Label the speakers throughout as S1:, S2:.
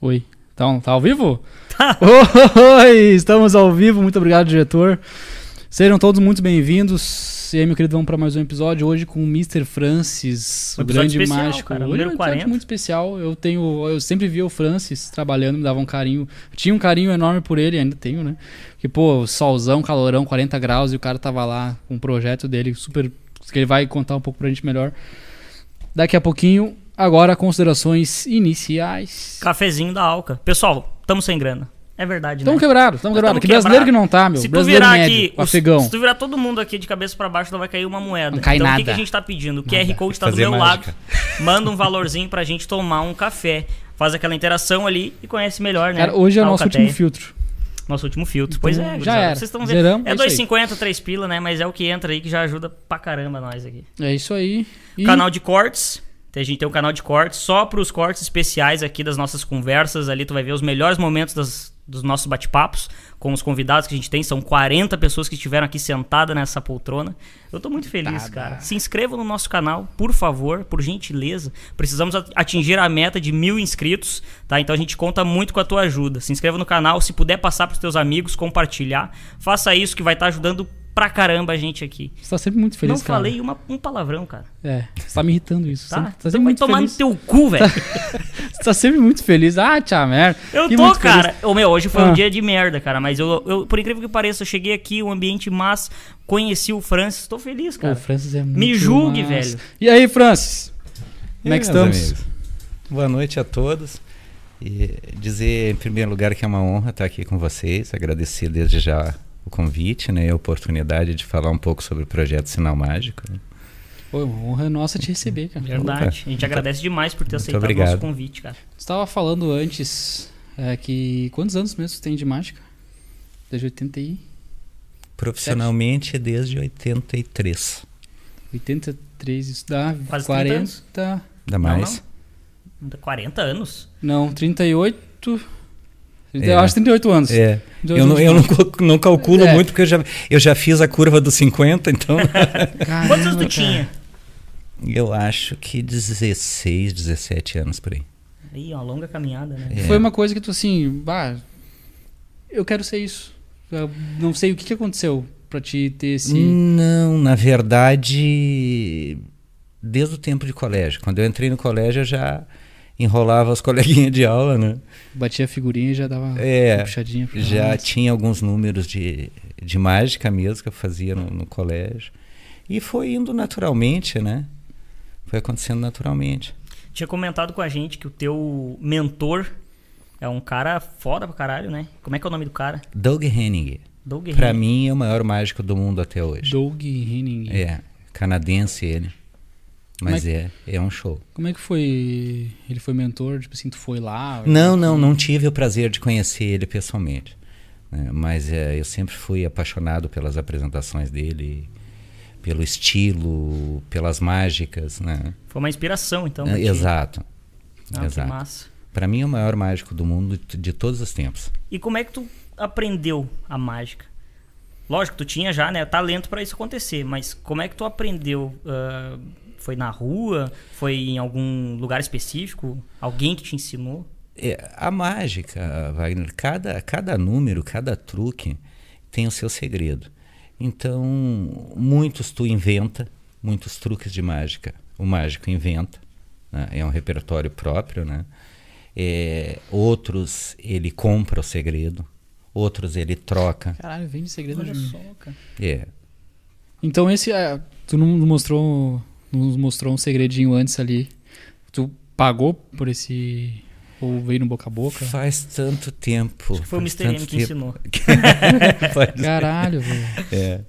S1: Oi. Então, tá ao vivo? Tá. Oi, estamos ao vivo. Muito obrigado, diretor. Sejam todos muito bem-vindos. E aí, meu querido, vamos para mais um episódio hoje com o Mr. Francis,
S2: Um
S1: o
S2: episódio
S1: grande
S2: especial,
S1: mágico.
S2: cara,
S1: hoje é um
S2: número
S1: episódio
S2: 40.
S1: muito especial. Eu tenho, eu sempre via o Francis trabalhando, me dava um carinho. Tinha um carinho enorme por ele, ainda tenho, né? Porque, pô, solzão, calorão, 40 graus, e o cara tava lá com um projeto dele super. que ele vai contar um pouco pra gente melhor. Daqui a pouquinho. Agora, considerações iniciais.
S2: Cafezinho da Alca. Pessoal, estamos sem grana. É verdade,
S1: Tamo
S2: né?
S1: quebrado, tamo
S2: Nós
S1: quebrado.
S2: tamo
S1: Então Que brasileiro
S2: quebrado.
S1: que não tá, meu.
S2: se tu
S1: brasileiro
S2: virar
S1: médio,
S2: aqui,
S1: o
S2: os-
S1: afegão.
S2: se tu virar todo mundo aqui de cabeça pra baixo, não vai cair uma moeda.
S1: Não cai
S2: então o
S1: nada.
S2: que que a gente tá pedindo? O QR Code tá do
S3: Fazer
S2: meu
S3: mágica.
S2: lado. Manda um valorzinho pra gente tomar um café. Faz aquela interação ali e conhece melhor, né?
S1: Cara, hoje é o
S2: a
S1: nosso
S2: Alcateia.
S1: último filtro. Então,
S2: Nosso último filtro. Pois é,
S1: já
S2: gurizada,
S1: era.
S2: Vocês estão
S1: Zeramos,
S2: vendo.
S1: é
S2: É
S1: isso aí.
S2: 2,50, 3 pila, né? Mas é o que entra aí que já ajuda pra caramba nós aqui.
S1: É isso aí. E
S2: Canal de cortes. Tem- A gente tem um canal de cortes só para os cortes especiais aqui das nossas conversas. Ali tu vai ver os melhores momentos das- dos nossos bate-papos com os convidados que a gente tem. São 40 pessoas que estiveram aqui sentada nessa poltrona. Eu tô muito feliz,
S1: Sentada.
S2: cara. Se inscrevam no nosso canal, por favor, por gentileza. Precisamos a- atingir a meta de mil inscritos, tá? Então a gente conta muito com a tua ajuda. Se inscreva no canal, se puder passar pros teus amigos, compartilhar. Faça isso que vai estar ajudando pra caramba a gente aqui.
S1: você tá sempre muito feliz,
S2: Não
S1: cara.
S2: falei uma- um palavrão, cara.
S1: É, você tá me irritando isso. Você
S2: Tá?
S1: tá sempre
S2: então vai
S1: muito
S2: tomar
S1: feliz.
S2: no teu cu, velho.
S1: Você tá sempre muito feliz. Ah, tia merda.
S2: Eu
S1: Que
S2: tô,
S1: muito feliz.
S2: cara. Ô, meu, hoje foi
S1: Ah.
S2: um dia de merda, cara. Mas eu, eu, por incrível que pareça, eu cheguei aqui, um ambiente massa, conheci o Francis, tô feliz,
S1: Pô, o
S2: cara.
S1: Francis é muito
S2: julgue,
S1: massa.
S2: velho.
S1: E aí, Francis? Como é que
S3: E aí, meus
S1: estamos?
S3: amigos? Boa noite a todos. E dizer em primeiro lugar que é uma honra estar aqui com vocês, agradecer desde já o convite, né, e a oportunidade de falar um pouco sobre o projeto Sinal Mágico. né.
S1: Pô, uma honra é nossa te receber, cara.
S2: Verdade. A gente agradece demais por ter aceitado o
S3: obrigado.
S2: nosso convite, cara.
S1: Você tava falando antes é, que. Quantos anos mesmo você tem de mágica? Desde 80 e.
S3: Profissionalmente desde 83,
S1: 83, isso dá
S2: Quase 30 anos.
S1: 40.
S3: ainda mais.
S2: Ainda 40 anos?
S1: Não, 38. trinta-
S3: É.
S1: Eu acho 38 anos.
S3: É.
S1: 38
S3: Eu, não, eu não,
S1: anos.
S3: cal- não calculo
S1: É.
S3: muito porque eu já, eu já fiz a curva dos 50, então
S1: Caramba,
S2: Quantos anos
S1: cara.
S2: tu tinha?
S3: eu acho que 16, 17 anos por aí.
S2: Aí, uma longa caminhada, né?
S3: É.
S1: Foi uma coisa que tu assim, bah, eu quero ser isso. Eu não sei o que, que aconteceu pra te ter esse.
S3: Hum. Não, na verdade, desde o tempo de colégio. Quando eu entrei no colégio, eu já enrolava as coleguinhas de aula, né?
S1: Batia a figurinha e já dava
S3: É,
S1: uma puxadinha pra
S3: Já
S1: Nossa.
S3: tinha alguns números de, de mágica mesmo que eu fazia no, no colégio. E foi indo naturalmente, né? Foi acontecendo naturalmente.
S2: Tinha comentado com a gente que o teu mentor é um cara foda pra caralho, né? Como é que é o nome do cara?
S3: Doug Henning,
S2: Doug
S3: pra
S2: Henry.
S3: mim, é o maior mágico do mundo até hoje.
S1: Doug Henning.
S3: É, canadense ele. Mas
S1: Mas-
S3: é, é um show.
S1: Como é que foi? Ele foi mentor? Tipo assim, tu foi lá?
S3: Não, não, não tive o prazer de conhecer ele pessoalmente. né? Mas eh, eu sempre fui apaixonado pelas apresentações dele, pelo estilo, pelas mágicas, né?
S2: Foi uma inspiração, então. pra
S3: Eh,
S2: ti.
S3: Exato.
S2: Ah, que
S3: Exato.
S2: massa.
S3: Para mim é o maior mágico do mundo de de todos os tempos.
S2: E como é que tu aprendeu a mágica? Lógico, tu tinha já, né, talento pra isso acontecer, mas como é que tu aprendeu? Ah, foi na rua? Foi em algum lugar específico? Alguém que te ensinou?
S3: É, a mágica, Wagner, cada, cada número, cada truque tem o seu segredo. Então, muitos tu inventa, muitos truques de mágica. O mágico inventa, né? é um repertório próprio, né? É, outros ele compra o segredo, outros ele troca.
S1: Caralho, vende segredo de mim.
S2: cara.
S3: É,
S1: Então esse. é, tu não mostrou. Não nos mostrou um segredinho antes ali. Tu pagou por esse. Ou veio no boca a boca?
S3: faz tanto tempo.
S2: Acho que foi o
S3: faz
S2: Mr. M
S3: tanto
S2: que
S3: tempo-
S2: ensinou.
S3: Pode ser.
S1: Caralho, velho.
S3: É.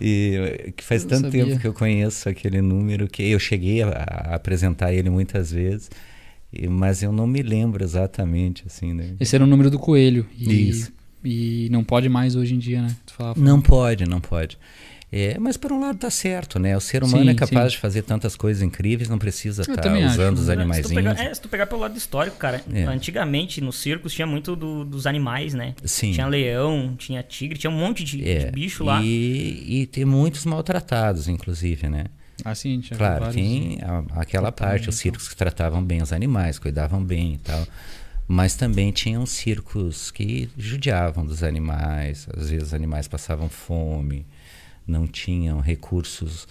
S3: E eh, que faz
S1: Eu não
S3: tanto
S1: sabia.
S3: tempo que eu conheço aquele número que eu cheguei a, a apresentar ele muitas vezes, e- mas eu não me lembro exatamente assim, né?
S1: Esse era o número do coelho. E,
S3: Isso.
S1: E não pode mais hoje em dia, né? Tu falava.
S3: Não pode, não pode. É, mas por um lado tá certo, né? O ser humano
S1: Sim,
S3: é capaz de fazer tantas coisas incríveis, não precisa
S1: Eu
S3: estar
S1: também acho.
S3: usando os
S2: É, se, tu
S3: animaizinhos.
S2: pegar, é, se tu pegar pelo lado histórico, cara,
S3: É.
S2: antigamente nos circos tinha muito do- dos animais, né?
S3: Sim.
S2: Tinha leão, tinha tigre, tinha um monte de,
S3: É.
S2: de bicho lá.
S3: E, e tem muitos maltratados, inclusive, né?
S1: Assim, a gente já
S2: É
S1: viu
S3: Claro,
S2: né?
S1: vários.
S2: então.
S3: tem a- aquela parte, os circos que tratavam bem os animais, cuidavam bem e tal. Mas também tinham circos que judiavam dos animais, às vezes os animais passavam fome, não tinham recursos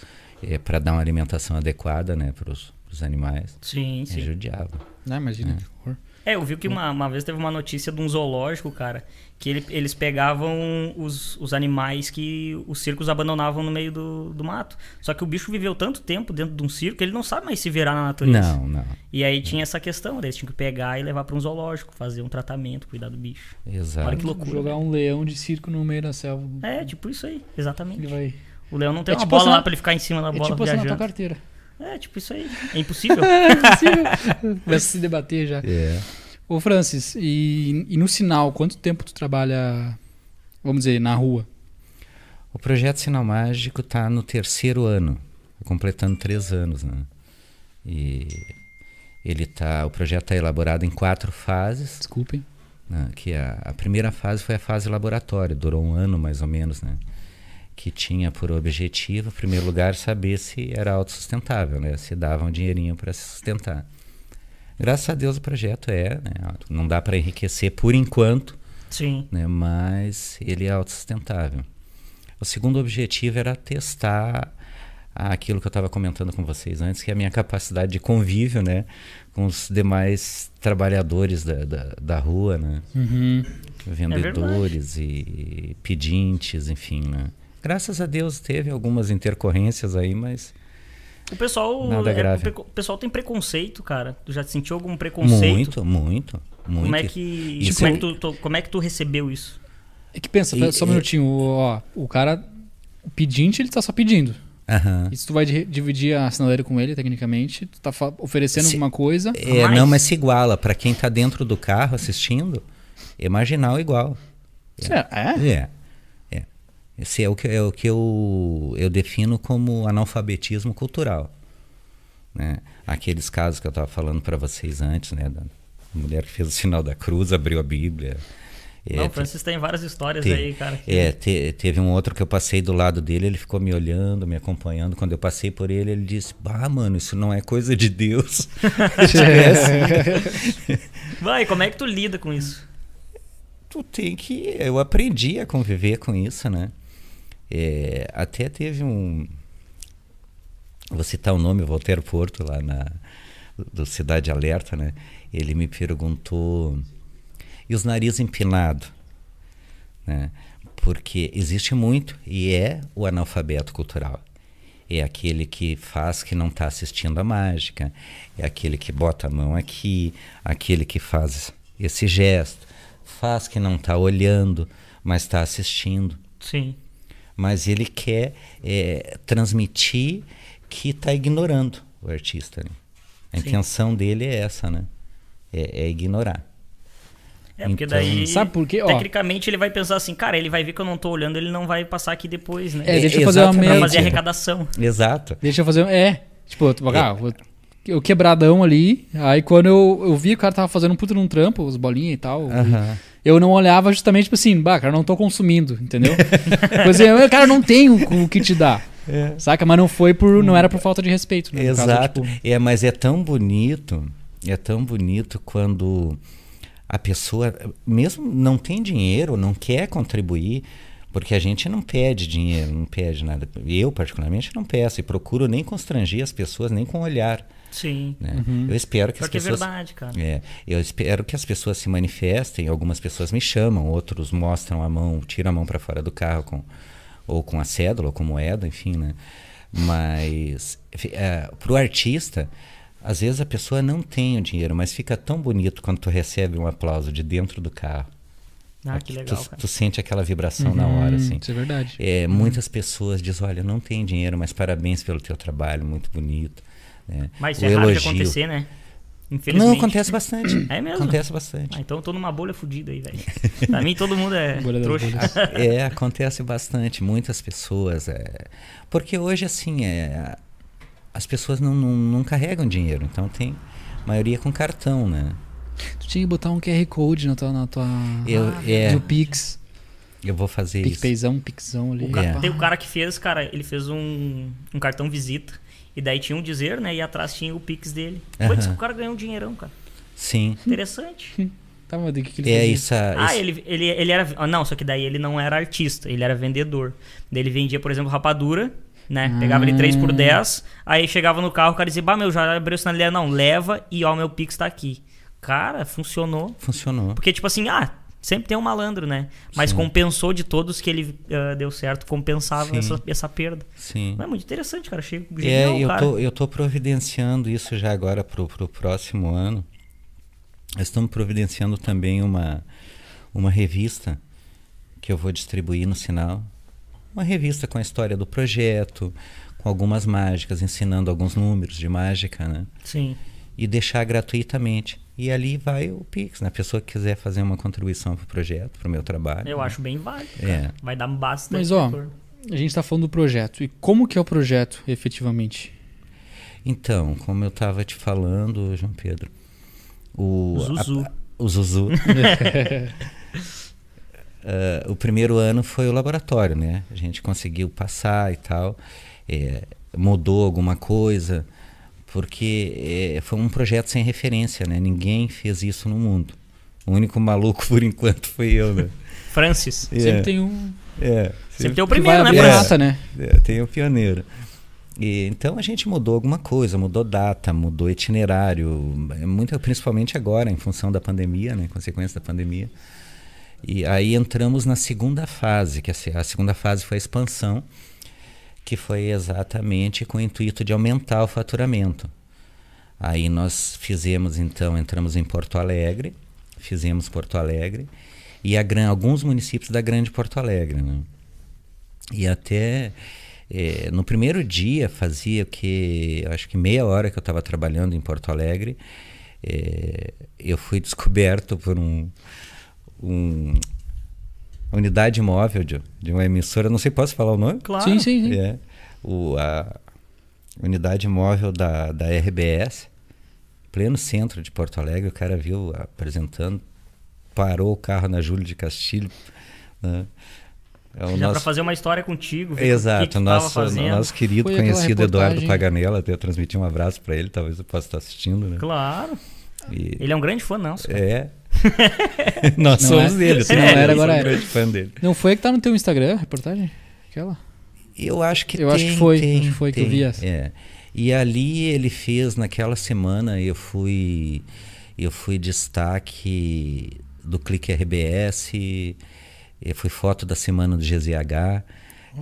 S3: eh, para dar uma alimentação adequada né, para os animais.
S2: Sim,
S3: E
S2: sim.
S3: judiavam.
S1: Ah, imagina que horror.
S2: É, eu vi que uma, uma vez teve uma notícia de um zoológico, cara, que ele- eles pegavam os, os animais que os circos abandonavam no meio do, do mato. Só que o bicho viveu tanto tempo dentro de um circo que ele não sabe mais se virar na natureza.
S3: Não, não.
S2: E aí tinha essa questão, daí eles tinham que pegar e levar pra um zoológico, fazer um tratamento, cuidar do bicho. Olha que
S3: Exato.
S2: loucura.
S1: Jogar um leão de circo no meio da selva.
S2: É, tipo isso aí,
S1: Ele
S2: exatamente.
S1: vai.
S2: O leão não tem
S1: É
S2: uma
S1: tipo
S2: bola
S1: assinar-
S2: lá pra ele ficar em cima da
S1: É
S2: bola
S1: tipo assim na tua
S2: viajando.
S1: carteira.
S2: É, tipo isso aí. É impossível.
S1: É impossível. Começa a se debater já.
S3: É.
S1: Ô, Francis, e, e no sinal, quanto tempo tu trabalha, vamos dizer, na rua?
S3: O projeto Sinal Mágico está no terceiro ano, completando três anos, né? E ele tá, o projeto está elaborado em quatro fases,
S1: Desculpem.
S3: né? que a, a primeira fase foi a fase laboratório, durou um ano mais ou menos, né? Que tinha por objetivo, em primeiro lugar, saber se era autossustentável, né? Se dava um dinheirinho para se sustentar. Graças a Deus o projeto é, né? Não dá para enriquecer por enquanto,
S2: Sim.
S3: né, mas ele é autossustentável. O segundo objetivo era testar aquilo que eu estava comentando com vocês antes, que é a minha capacidade de convívio né, com os demais trabalhadores da, da, da rua, né,
S1: Uhum.
S2: É
S3: vendedores e pedintes, enfim. Né. Graças a Deus teve algumas intercorrências aí, mas
S2: O pessoal.
S3: Nada
S2: é,
S3: grave.
S2: o preco- O pessoal tem preconceito, cara. Tu já te sentiu algum preconceito?
S3: muito, muito, muito.
S2: Como é que.
S3: Isso
S2: como, é
S3: é-
S2: que tu, tu- como é que tu recebeu isso?
S1: É que pensa,
S3: E-
S1: só um
S3: e-
S1: minutinho, ó, o cara, o pedinte, ele tá só pedindo.
S3: Hum. Aham.
S1: E se tu vai di- dividir a sinaleira com ele, tecnicamente, tu tá fa- oferecendo
S3: Se-
S1: alguma coisa.
S3: É,
S2: Mas-
S3: Não, mas se iguala. Pra quem tá dentro do carro assistindo, é marginal igual.
S1: Será? É?
S3: É. é. Esse é o que, é o que eu, eu defino como analfabetismo cultural. Né? Aqueles casos que eu estava falando para vocês antes, né? Da mulher que fez o sinal da cruz, abriu a Bíblia. É,
S2: Não, assim. o
S3: te-
S2: Francis tem várias histórias
S3: Tem.
S2: aí, cara.
S3: é, te- teve um outro que eu passei do lado dele, ele ficou me olhando, me acompanhando. Quando eu passei por ele, ele disse: Bah, mano, isso não é coisa de Deus. é.
S2: Vai, como é que tu lida com isso?
S3: tu tem que. Eu aprendi a conviver com isso, né? É, até teve um. Vou citar o nome, o Walter Porto, lá na, do Cidade Alerta, né? Ele me perguntou. E os nariz empinado? Né? Porque existe muito, e é o analfabeto cultural. É aquele que faz que não está assistindo a mágica, é aquele que bota a mão aqui, aquele que faz esse gesto, faz que não está olhando, mas está assistindo.
S2: Sim.
S3: Mas ele quer é, transmitir que está ignorando o artista. né? A
S2: Sim.
S3: intenção dele é essa, né? É, é ignorar.
S2: É, porque
S3: Então-
S2: daí.
S1: Sabe por quê? Ó.
S2: Tecnicamente ele vai pensar assim, cara, ele vai ver que eu não tô olhando, ele não vai passar aqui depois, né?
S1: É,
S3: É,
S1: deixa eu fazer uma
S3: exatamente.
S2: pra
S1: meia.
S2: fazer
S3: gente.
S2: arrecadação.
S3: Exato.
S1: Deixa eu fazer um. É. Tipo, eu, ah, eu- eu quebradão ali. Aí quando eu, eu vi que o cara tava fazendo um puto num trampo, os bolinhas e tal.
S3: Aham.
S1: Eu não olhava justamente tipo assim, bah, cara, não tô consumindo, entendeu? Por exemplo, eu, cara, não tenho o que te dar. Saca? Mas não foi por. não era por falta de respeito, né? No caso,
S3: É. Hum. Exato.
S1: tipo,
S3: É, mas é tão bonito, é tão bonito quando a pessoa mesmo não tem dinheiro, não quer contribuir, porque a gente não pede dinheiro, não pede nada. Eu particularmente não peço e procuro nem constranger as pessoas nem com olhar.
S2: Sim.
S3: né?
S1: Uhum.
S3: Eu espero que
S2: Pior
S3: as
S2: que é
S3: pessoas
S2: verdade, cara.
S3: é, eu espero que as pessoas se manifestem. Algumas pessoas me chamam, outros mostram a mão, tiram a mão para fora do carro, com, ou com a cédula, ou com moeda, enfim, né? Mas para o artista, às vezes a pessoa não tem o dinheiro, mas fica tão bonito quando tu recebe um aplauso de dentro do carro.
S2: Ah, que
S3: Tu-
S2: legal,
S3: tu,
S2: cara. Uhum.
S3: sente aquela vibração na hora, assim.
S1: Isso é verdade.
S3: É, muitas pessoas dizem, olha, eu não tenho dinheiro, mas parabéns pelo teu trabalho, muito bonito. né?
S2: Mas isso
S3: O
S2: é raro de
S3: elogio.
S2: acontecer, né? Infelizmente.
S3: Não, acontece bastante.
S2: É mesmo?
S3: Acontece bastante.
S2: Ah, então eu tô numa bolha fudida aí, velho. pra mim todo mundo é
S1: Bolha das
S2: trouxa.
S1: bolhas.
S3: É, acontece bastante. Muitas pessoas. é, Porque hoje, assim, é... as pessoas não, não, não carregam dinheiro. Então, tem maioria com cartão, né?
S1: Tu tinha que botar um QR Code na tua. Na tua
S3: Eu, é,
S1: Do Pix.
S3: eu vou fazer isso.
S1: PicPayzão, Pixão ali.
S2: O ca-
S3: É.
S2: Tem o cara que fez, cara, ele fez um, um cartão visita. E daí tinha um dizer, né? E atrás tinha o Pix dele. Pô,
S3: Aham.
S2: disse que o cara ganhou um dinheirão, cara.
S3: Sim.
S2: Interessante.
S1: Tá, mas de que, que ele
S3: É
S1: fazia?
S3: essa.
S2: Ah,
S3: esse-
S2: ele, ele, ele era. ah, Não, só que daí ele não era artista, ele era vendedor. Daí ele vendia, por exemplo, rapadura, né? Pegava ele 3 por
S3: Hum.
S2: 10, aí chegava no carro, o cara dizia, bah, meu, já abriu o sinaleiro. Não, leva e ó, meu Pix tá aqui. Cara, funcionou.
S3: funcionou.
S2: Porque, tipo assim, ah, sempre tem um malandro, né? Mas compensou de todos que ele ah, deu certo, compensava
S3: Sim.
S2: essa, essa perda.
S3: Sim.
S2: Mas É muito interessante, cara. Achei genial,
S3: É, eu
S2: cara.
S3: tô, eu tô providenciando isso já agora pro, pro próximo ano. Nós estamos providenciando também uma, uma revista que eu vou distribuir no sinal. Uma revista com a história do projeto, com algumas mágicas, ensinando alguns números de mágica, né?
S2: Sim.
S3: E deixar gratuitamente. E ali vai o Pix, né? A pessoa que quiser fazer uma contribuição pro projeto, pro meu trabalho.
S2: Eu
S3: né?
S2: acho bem válido. cara.
S3: É.
S2: Vai dar bastante.
S1: Mas, ó,
S2: retorno.
S1: A gente tá falando do projeto. E como que é o projeto, efetivamente?
S3: Então, como eu estava te falando, João Pedro, o
S2: Zuzu.
S3: a- o Zuzu. É. Ah, o primeiro ano foi o laboratório, né? A gente conseguiu passar e tal. É, mudou alguma coisa, porque é, foi um projeto sem referência, né? Ninguém fez isso no mundo. O único maluco por enquanto foi eu, né?
S2: Francis.
S3: É,
S1: Sempre tem um
S3: é,
S2: Sempre tem o
S1: que vai
S2: primeiro, né,
S1: abrir
S3: pra-
S1: a
S2: Francis?
S1: lata, né?
S3: é, tem o pioneiro. E, então a gente mudou alguma coisa, mudou data, mudou itinerário, é muito, principalmente agora, em função da pandemia, né, consequência da pandemia. E aí entramos na segunda fase, que é a se- a segunda fase foi a expansão, que foi exatamente com o intuito de aumentar o faturamento. Aí nós fizemos, então, entramos em Porto Alegre, fizemos Porto Alegre e a gran- alguns municípios da Grande Porto Alegre. Né? E até eh, no primeiro dia fazia o que eu acho que meia hora que eu estava trabalhando em Porto Alegre, eh, eu fui descoberto por um, um a unidade móvel de, de uma emissora, não sei posso falar o nome?
S2: Claro.
S1: Sim, sim, sim.
S3: É, o, a unidade móvel da, da RBS, pleno centro de Porto Alegre, o cara viu apresentando, parou o carro na Júlio de Castilho. né? É o
S2: Dá pra
S3: nosso,
S2: fazer uma história contigo. ver o que que
S3: exato,
S2: tu tava
S3: nosso,
S2: fazendo.
S3: nosso querido
S1: Foi aquela
S3: conhecido Eduardo
S1: reportagem.
S3: Paganella, até eu transmiti um abraço para ele, talvez eu possa estar assistindo, né?
S2: Claro.
S3: E-
S2: Ele é um grande fã, não. cara.
S3: é. Nós
S1: Não
S3: somos
S1: é-
S3: dele,
S1: se não era, agora
S3: eu sou
S1: é.
S3: um grande fã dele.
S1: Não foi a que tá no teu Instagram, a reportagem? Aquela?
S3: Eu acho que
S1: Eu
S3: tem,
S1: acho que foi,
S3: tem,
S1: acho que foi que eu
S3: tem,
S1: vi essa.
S3: é. E ali ele fez naquela semana eu fui eu fui destaque do Clique RBS, eu fui foto da semana do GZH,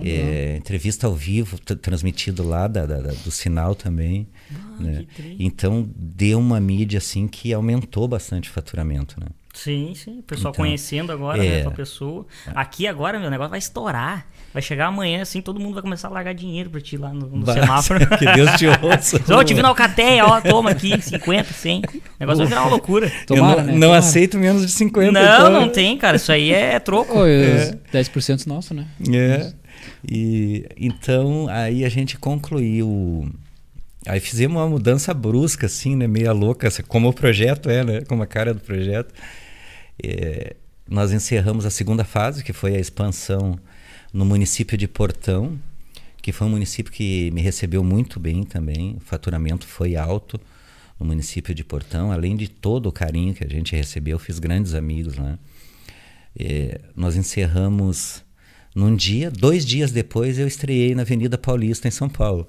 S3: é, entrevista ao vivo t- transmitido lá da- da- da- do sinal também. né?
S2: Ah, que tri.
S3: Então deu uma mídia assim que aumentou bastante o faturamento, né?
S2: Sim, sim. O pessoal
S3: Então,
S2: conhecendo agora, né?
S3: é.
S2: Tua pessoa. Aqui agora, meu o negócio vai estourar. Vai chegar amanhã, assim, todo mundo vai começar a largar dinheiro pra ti lá no, no
S3: Bah,
S2: semáforo.
S3: que Deus te ouça.
S2: Ô, eu te vi na Alcateia, ó, toma aqui, 50, 100. O negócio vai virar uma loucura.
S3: Eu
S1: Tomara,
S3: não,
S1: né?
S3: não
S1: Tomara.
S3: aceito menos de 50.
S2: Não,
S3: então.
S2: não tem, cara. Isso aí é troco.
S1: Ô, e os 10% nosso, né?
S3: É. E então aí a gente concluiu. Aí fizemos uma mudança brusca, assim, né? Meia louca, assim, como o projeto é, né? Como a cara do projeto. É, nós encerramos a segunda fase, que foi a expansão no município de Portão, que foi um município que me recebeu muito bem também. O faturamento foi alto no município de Portão, além de todo o carinho que a gente recebeu, fiz grandes amigos lá. É, nós encerramos num dia, dois dias depois eu estreiei na Avenida Paulista, em São Paulo.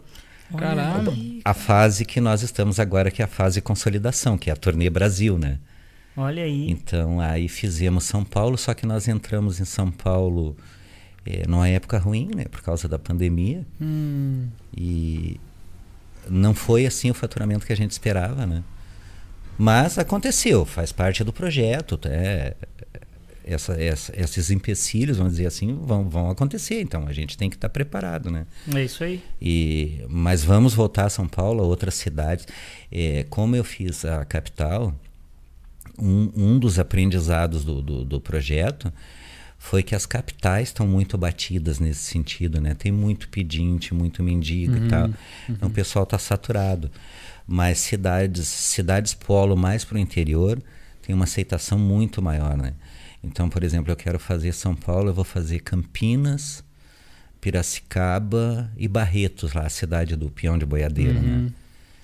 S1: Caralho.
S3: A fase que nós estamos agora, que é a fase consolidação, que é a turnê Brasil, né?
S2: Olha aí.
S3: Então aí fizemos São Paulo, só que nós entramos em São Paulo eh, numa época ruim, né? Por causa da pandemia.
S1: Hum.
S3: E não foi assim o faturamento que a gente esperava, né? Mas aconteceu, faz parte do projeto, é, essa- essa- esses empecilhos, vamos dizer assim, vão, vão acontecer, então a gente tem que estar preparado, né?
S2: É isso aí.
S3: E, mas vamos voltar a São Paulo, a outras cidades. É, como eu fiz a capital, um, um dos aprendizados do, do, do projeto foi que as capitais estão muito batidas nesse sentido, né? Tem muito pedinte, muito mendigo e tal. Então o pessoal está saturado. Mas cidades, cidades polo mais para o interior tem uma aceitação muito maior, né? Então, por exemplo, eu quero fazer São Paulo, eu vou fazer Campinas, Piracicaba e Barretos, lá a cidade do peão de boiadeiro, né?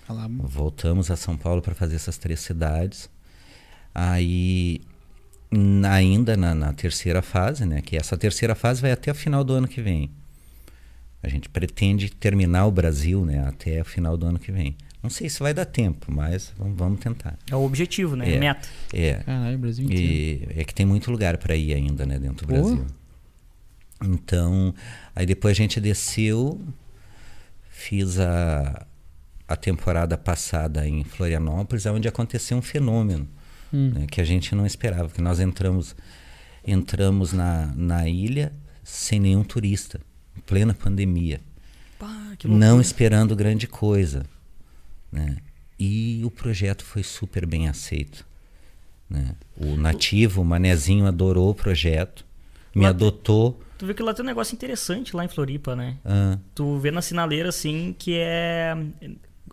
S1: Olha lá.
S3: Voltamos a São Paulo para fazer essas três cidades. Aí na- ainda na, na terceira fase, né? Que essa terceira fase vai até o final do ano que vem. A gente pretende terminar o Brasil, né? Até o final do ano que vem. Não sei se vai dar tempo, mas vamos, vamos tentar.
S2: É o objetivo, né?
S3: É.
S2: Meta.
S3: É.
S1: Caralho, Brasil inteiro.
S3: E é que tem muito lugar para ir ainda, né, dentro do
S1: Pô.
S3: Brasil. Então, aí depois a gente desceu, fiz a, a temporada passada em Florianópolis, onde aconteceu um fenômeno
S1: Hum.
S3: né, que a gente não esperava, que nós entramos entramos na, na ilha sem nenhum turista, em plena pandemia,
S2: Pá, que loucura.
S3: não esperando grande coisa, né? E o projeto foi super bem aceito, né? O nativo, o manezinho adorou o projeto, me
S2: Lá-
S3: adotou.
S2: Tu vê que lá tem um negócio interessante lá em Floripa, né?
S3: ah,
S2: Tu vê na sinaleira, assim, que é.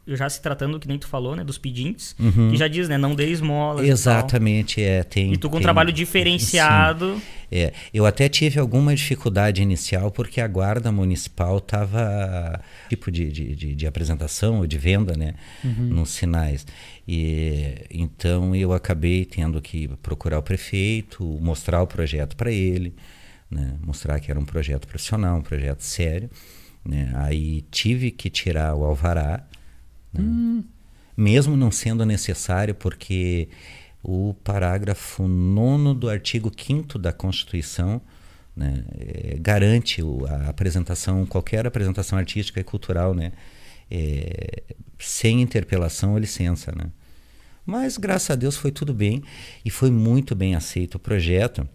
S2: Já se tratando, que nem tu falou, né? Dos pedintes. Que já diz, né? Não dê esmola.
S3: Uhum. exatamente, é, tem
S2: E tu com um
S3: tem-
S2: trabalho
S3: Sim.
S2: diferenciado.
S3: É, eu até tive alguma dificuldade inicial porque a guarda municipal estava tipo de, de, de- de apresentação ou de venda, né, nos sinais. E então eu acabei tendo que procurar o prefeito, mostrar o projeto para ele, né, mostrar que era um projeto profissional, um projeto sério. né. Aí tive que tirar o alvará, né, mesmo não sendo necessário, porque o parágrafo 9 do artigo 5 da Constituição né, eh, garante o- a apresentação, qualquer apresentação artística e cultural, né, eh, sem interpelação ou licença. Né. Mas, graças a Deus, foi tudo bem e foi muito bem aceito o projeto.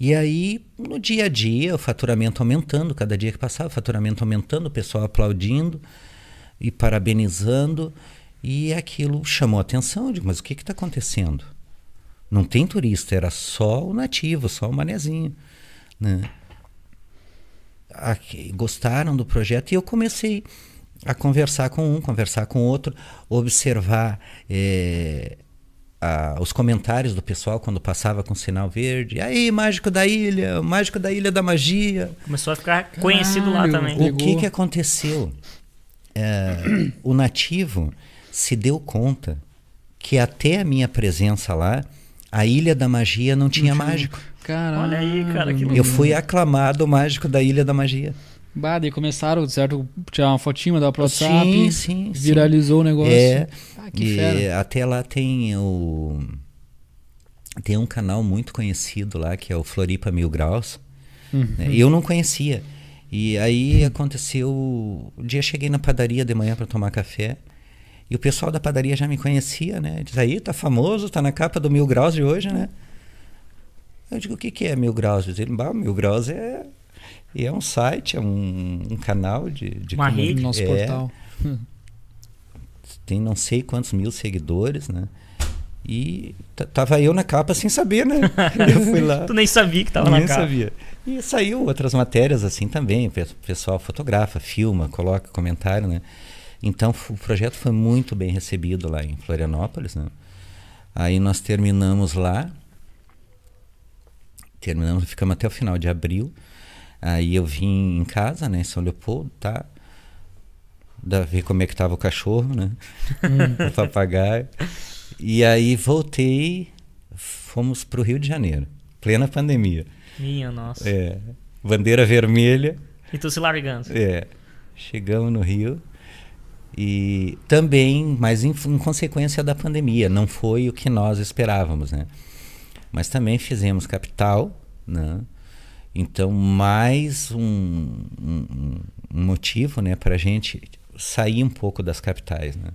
S3: E aí, no dia a dia, o faturamento aumentando, cada dia que passava, o faturamento aumentando, o pessoal aplaudindo e parabenizando. E aquilo chamou a atenção. Eu digo, mas o que está acontecendo? Não tem turista, era só o nativo, só o manezinho. Né? Aqui, gostaram do projeto e eu comecei a conversar com um, conversar com outro, observar eh, a- os comentários do pessoal quando passava com sinal verde. Aí, mágico da ilha, mágico da ilha da magia.
S2: Começou a ficar conhecido lá
S1: Caralho,
S2: também.
S1: o-
S3: O que,
S1: Pegou.
S3: que aconteceu? É, o nativo se deu conta que até a minha presença lá, a Ilha da Magia não tinha mágico.
S1: Caralho.
S2: Olha aí, cara, que
S1: meu.
S3: Eu fui aclamado mágico da Ilha da Magia.
S1: Bah, daí começaram, certo? Tirar uma fotinha, mandar pro
S3: Sim,
S1: WhatsApp.
S3: sim, sim.
S1: viralizou o negócio.
S3: É,
S1: Ah, que
S3: e
S1: fera.
S3: até lá tem o tem um canal muito conhecido lá que é o Floripa Mil Graus.
S1: Uhum.
S3: né? Eu não conhecia. E aí aconteceu, um dia cheguei na padaria de manhã para tomar café. E o pessoal da padaria já me conhecia, né? Diz aí, tá famoso, tá na capa do Mil Graus de hoje, né? Eu digo, o que, que é Mil Graus? Diz ele, "Bah, Mil Graus é, é um site, é um, um canal de... de
S2: Uma
S3: comu-
S2: rede.
S1: Nosso
S3: é,
S1: portal.
S3: tem não sei quantos mil seguidores, né? E t- tava eu na capa sem saber, né? Eu fui lá.
S2: Tu nem sabia que tava na
S3: nem
S2: cara.
S3: sabia. E saiu outras matérias assim também. O pe- pessoal fotografa, filma, coloca comentário, né? Então f- o projeto foi muito bem recebido lá em Florianópolis, né? Aí nós terminamos lá. Terminamos, ficamos até o final de abril. Aí eu vim em casa, né, em São Leopoldo, tá? Da, ver como é que tava o cachorro, né?
S2: Hum.
S3: o papagaio. E aí voltei, fomos pro Rio de Janeiro, plena pandemia.
S2: Minha nossa.
S3: É, bandeira vermelha.
S2: E tu se largando.
S3: É, chegamos no Rio. E também, mas em, em consequência da pandemia, não foi o que nós esperávamos, né? Mas também fizemos capital, né? Então, mais um, um- um- um motivo, né, para a gente sair um pouco das capitais, né?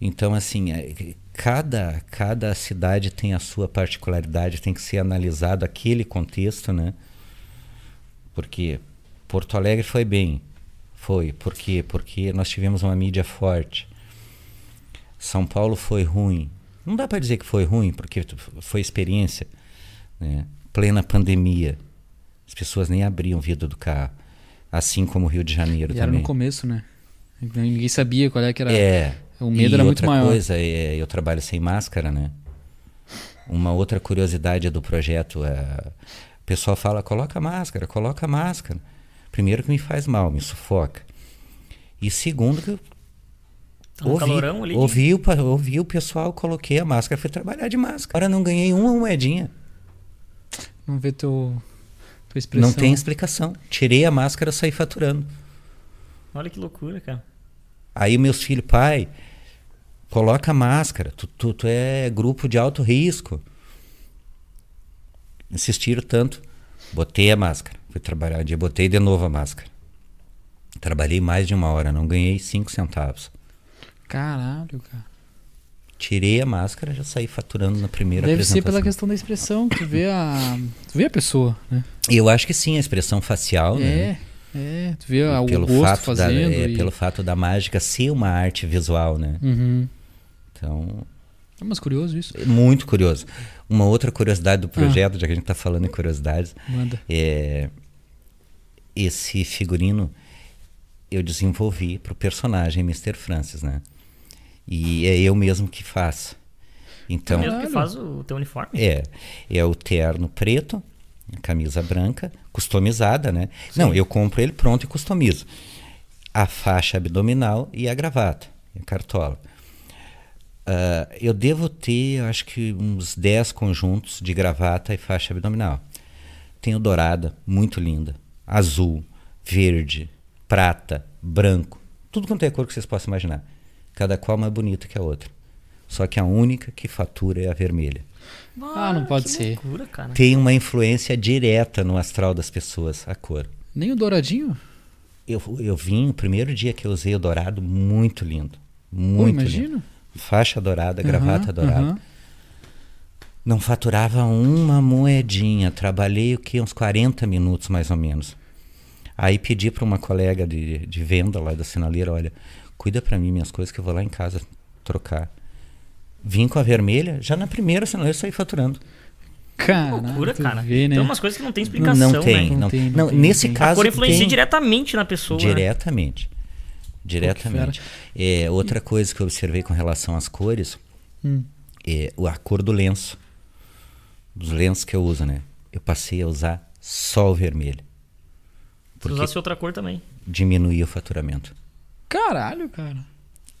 S3: Então, assim, é, cada, cada cidade tem a sua particularidade, tem que ser analisado aquele contexto, né? Porque Porto Alegre foi bem. Foi. Por quê? Porque nós tivemos uma mídia forte. São Paulo foi ruim. Não dá para dizer que foi ruim, porque tu- foi experiência. né? Plena pandemia. As pessoas nem abriam o vidro do carro. Assim como o Rio de Janeiro
S1: E era
S3: também.
S1: no começo, né? Então, Ninguém sabia qual é que era.
S3: É.
S1: O medo era
S3: e
S1: muito
S3: outra
S1: maior.
S3: coisa, é, eu trabalho sem máscara, né? Uma outra curiosidade do projeto é... O pessoal fala, coloca máscara, coloca máscara. Primeiro que me faz mal, me sufoca. E segundo que eu
S2: Tá um calorão ali.
S3: ouvi, o, pa- ouvi o pessoal, coloquei a máscara, fui trabalhar de máscara. Agora não ganhei uma moedinha.
S1: Vamos ver teu, tua expressão.
S3: Não tem explicação. Tirei a máscara, saí faturando.
S2: Olha que loucura, cara.
S3: Aí meus filhos, pai, coloca máscara, tu, tu, tu é grupo de alto risco. Insistiram tanto, botei a máscara, fui trabalhar um dia, botei de novo a máscara. Trabalhei mais de uma hora, não ganhei cinco centavos.
S1: Caralho, cara.
S3: Tirei a máscara, já saí faturando na primeira
S1: Deve ser
S3: apresentação.
S1: pela questão da expressão, tu vê a. Tu vê a pessoa, né?
S3: Eu acho que sim, a expressão facial, né?
S1: É, é. Tu vê a- o
S3: pelo
S1: rosto
S3: fato
S1: fazendo.
S3: da, é,
S1: e-
S3: pelo fato da mágica ser uma arte visual, né?
S1: Uhum.
S3: Então,
S1: É, mas curioso isso.
S3: é muito curioso. Uma outra curiosidade do projeto, já que a gente está falando em curiosidades,
S1: Manda.
S3: é esse figurino eu desenvolvi para o personagem Mr. Francis, né? E é eu mesmo que faço. Então,
S2: Mesmo que
S1: Caralho.
S2: faz o teu uniforme.
S3: é, é o terno preto, a camisa branca, customizada, né? Não, eu compro ele pronto e customizo. A faixa abdominal e a gravata, e a cartola. Ah, eu devo ter, eu acho que uns 10 conjuntos de gravata e faixa abdominal. Tenho dourada, muito linda, azul, verde, prata, branco, tudo quanto é cor que vocês possam imaginar. Cada qual mais bonita que a outra. Só que a única que fatura é a vermelha
S1: Ah, não pode
S2: que
S1: ser.
S2: loucura, cara.
S3: tem uma influência direta no astral das pessoas, a cor.
S1: Nem o douradinho?
S3: Eu, eu vim, o primeiro dia que eu usei o dourado, muito lindo. Muito
S1: Pô,
S3: lindo.
S1: imagina.
S3: Faixa dourada, gravata
S1: Aham,
S3: dourada.
S1: aham.
S3: Não faturava uma moedinha. Trabalhei o que? Uns 40 minutos, mais ou menos. Aí pedi para uma colega de, de venda lá da sinaleira, olha, cuida para mim minhas coisas que eu vou lá em casa trocar. Vim com a vermelha, já na primeira sinaleira eu saí faturando.
S1: Caralho.
S2: Loucura,
S1: tu
S2: cara. Então,
S1: Vê, né?
S2: Tem umas coisas que não tem explicação,
S3: não
S2: né?
S3: tem,
S1: Não
S3: não,
S1: tem, não
S3: não,
S1: tem, não
S3: nesse
S1: tem.
S2: A
S3: caso
S2: cor influencia
S3: tem-
S2: diretamente na pessoa. né?
S3: Diretamente. Diretamente. É, outra coisa que eu observei com relação às cores
S1: Hum.
S3: é o- a cor do lenço. Dos lenços que eu uso, né? Eu passei a usar só o vermelho.
S2: Se
S3: Porque
S2: usasse outra cor também.
S3: diminuía o faturamento.
S1: Caralho, cara.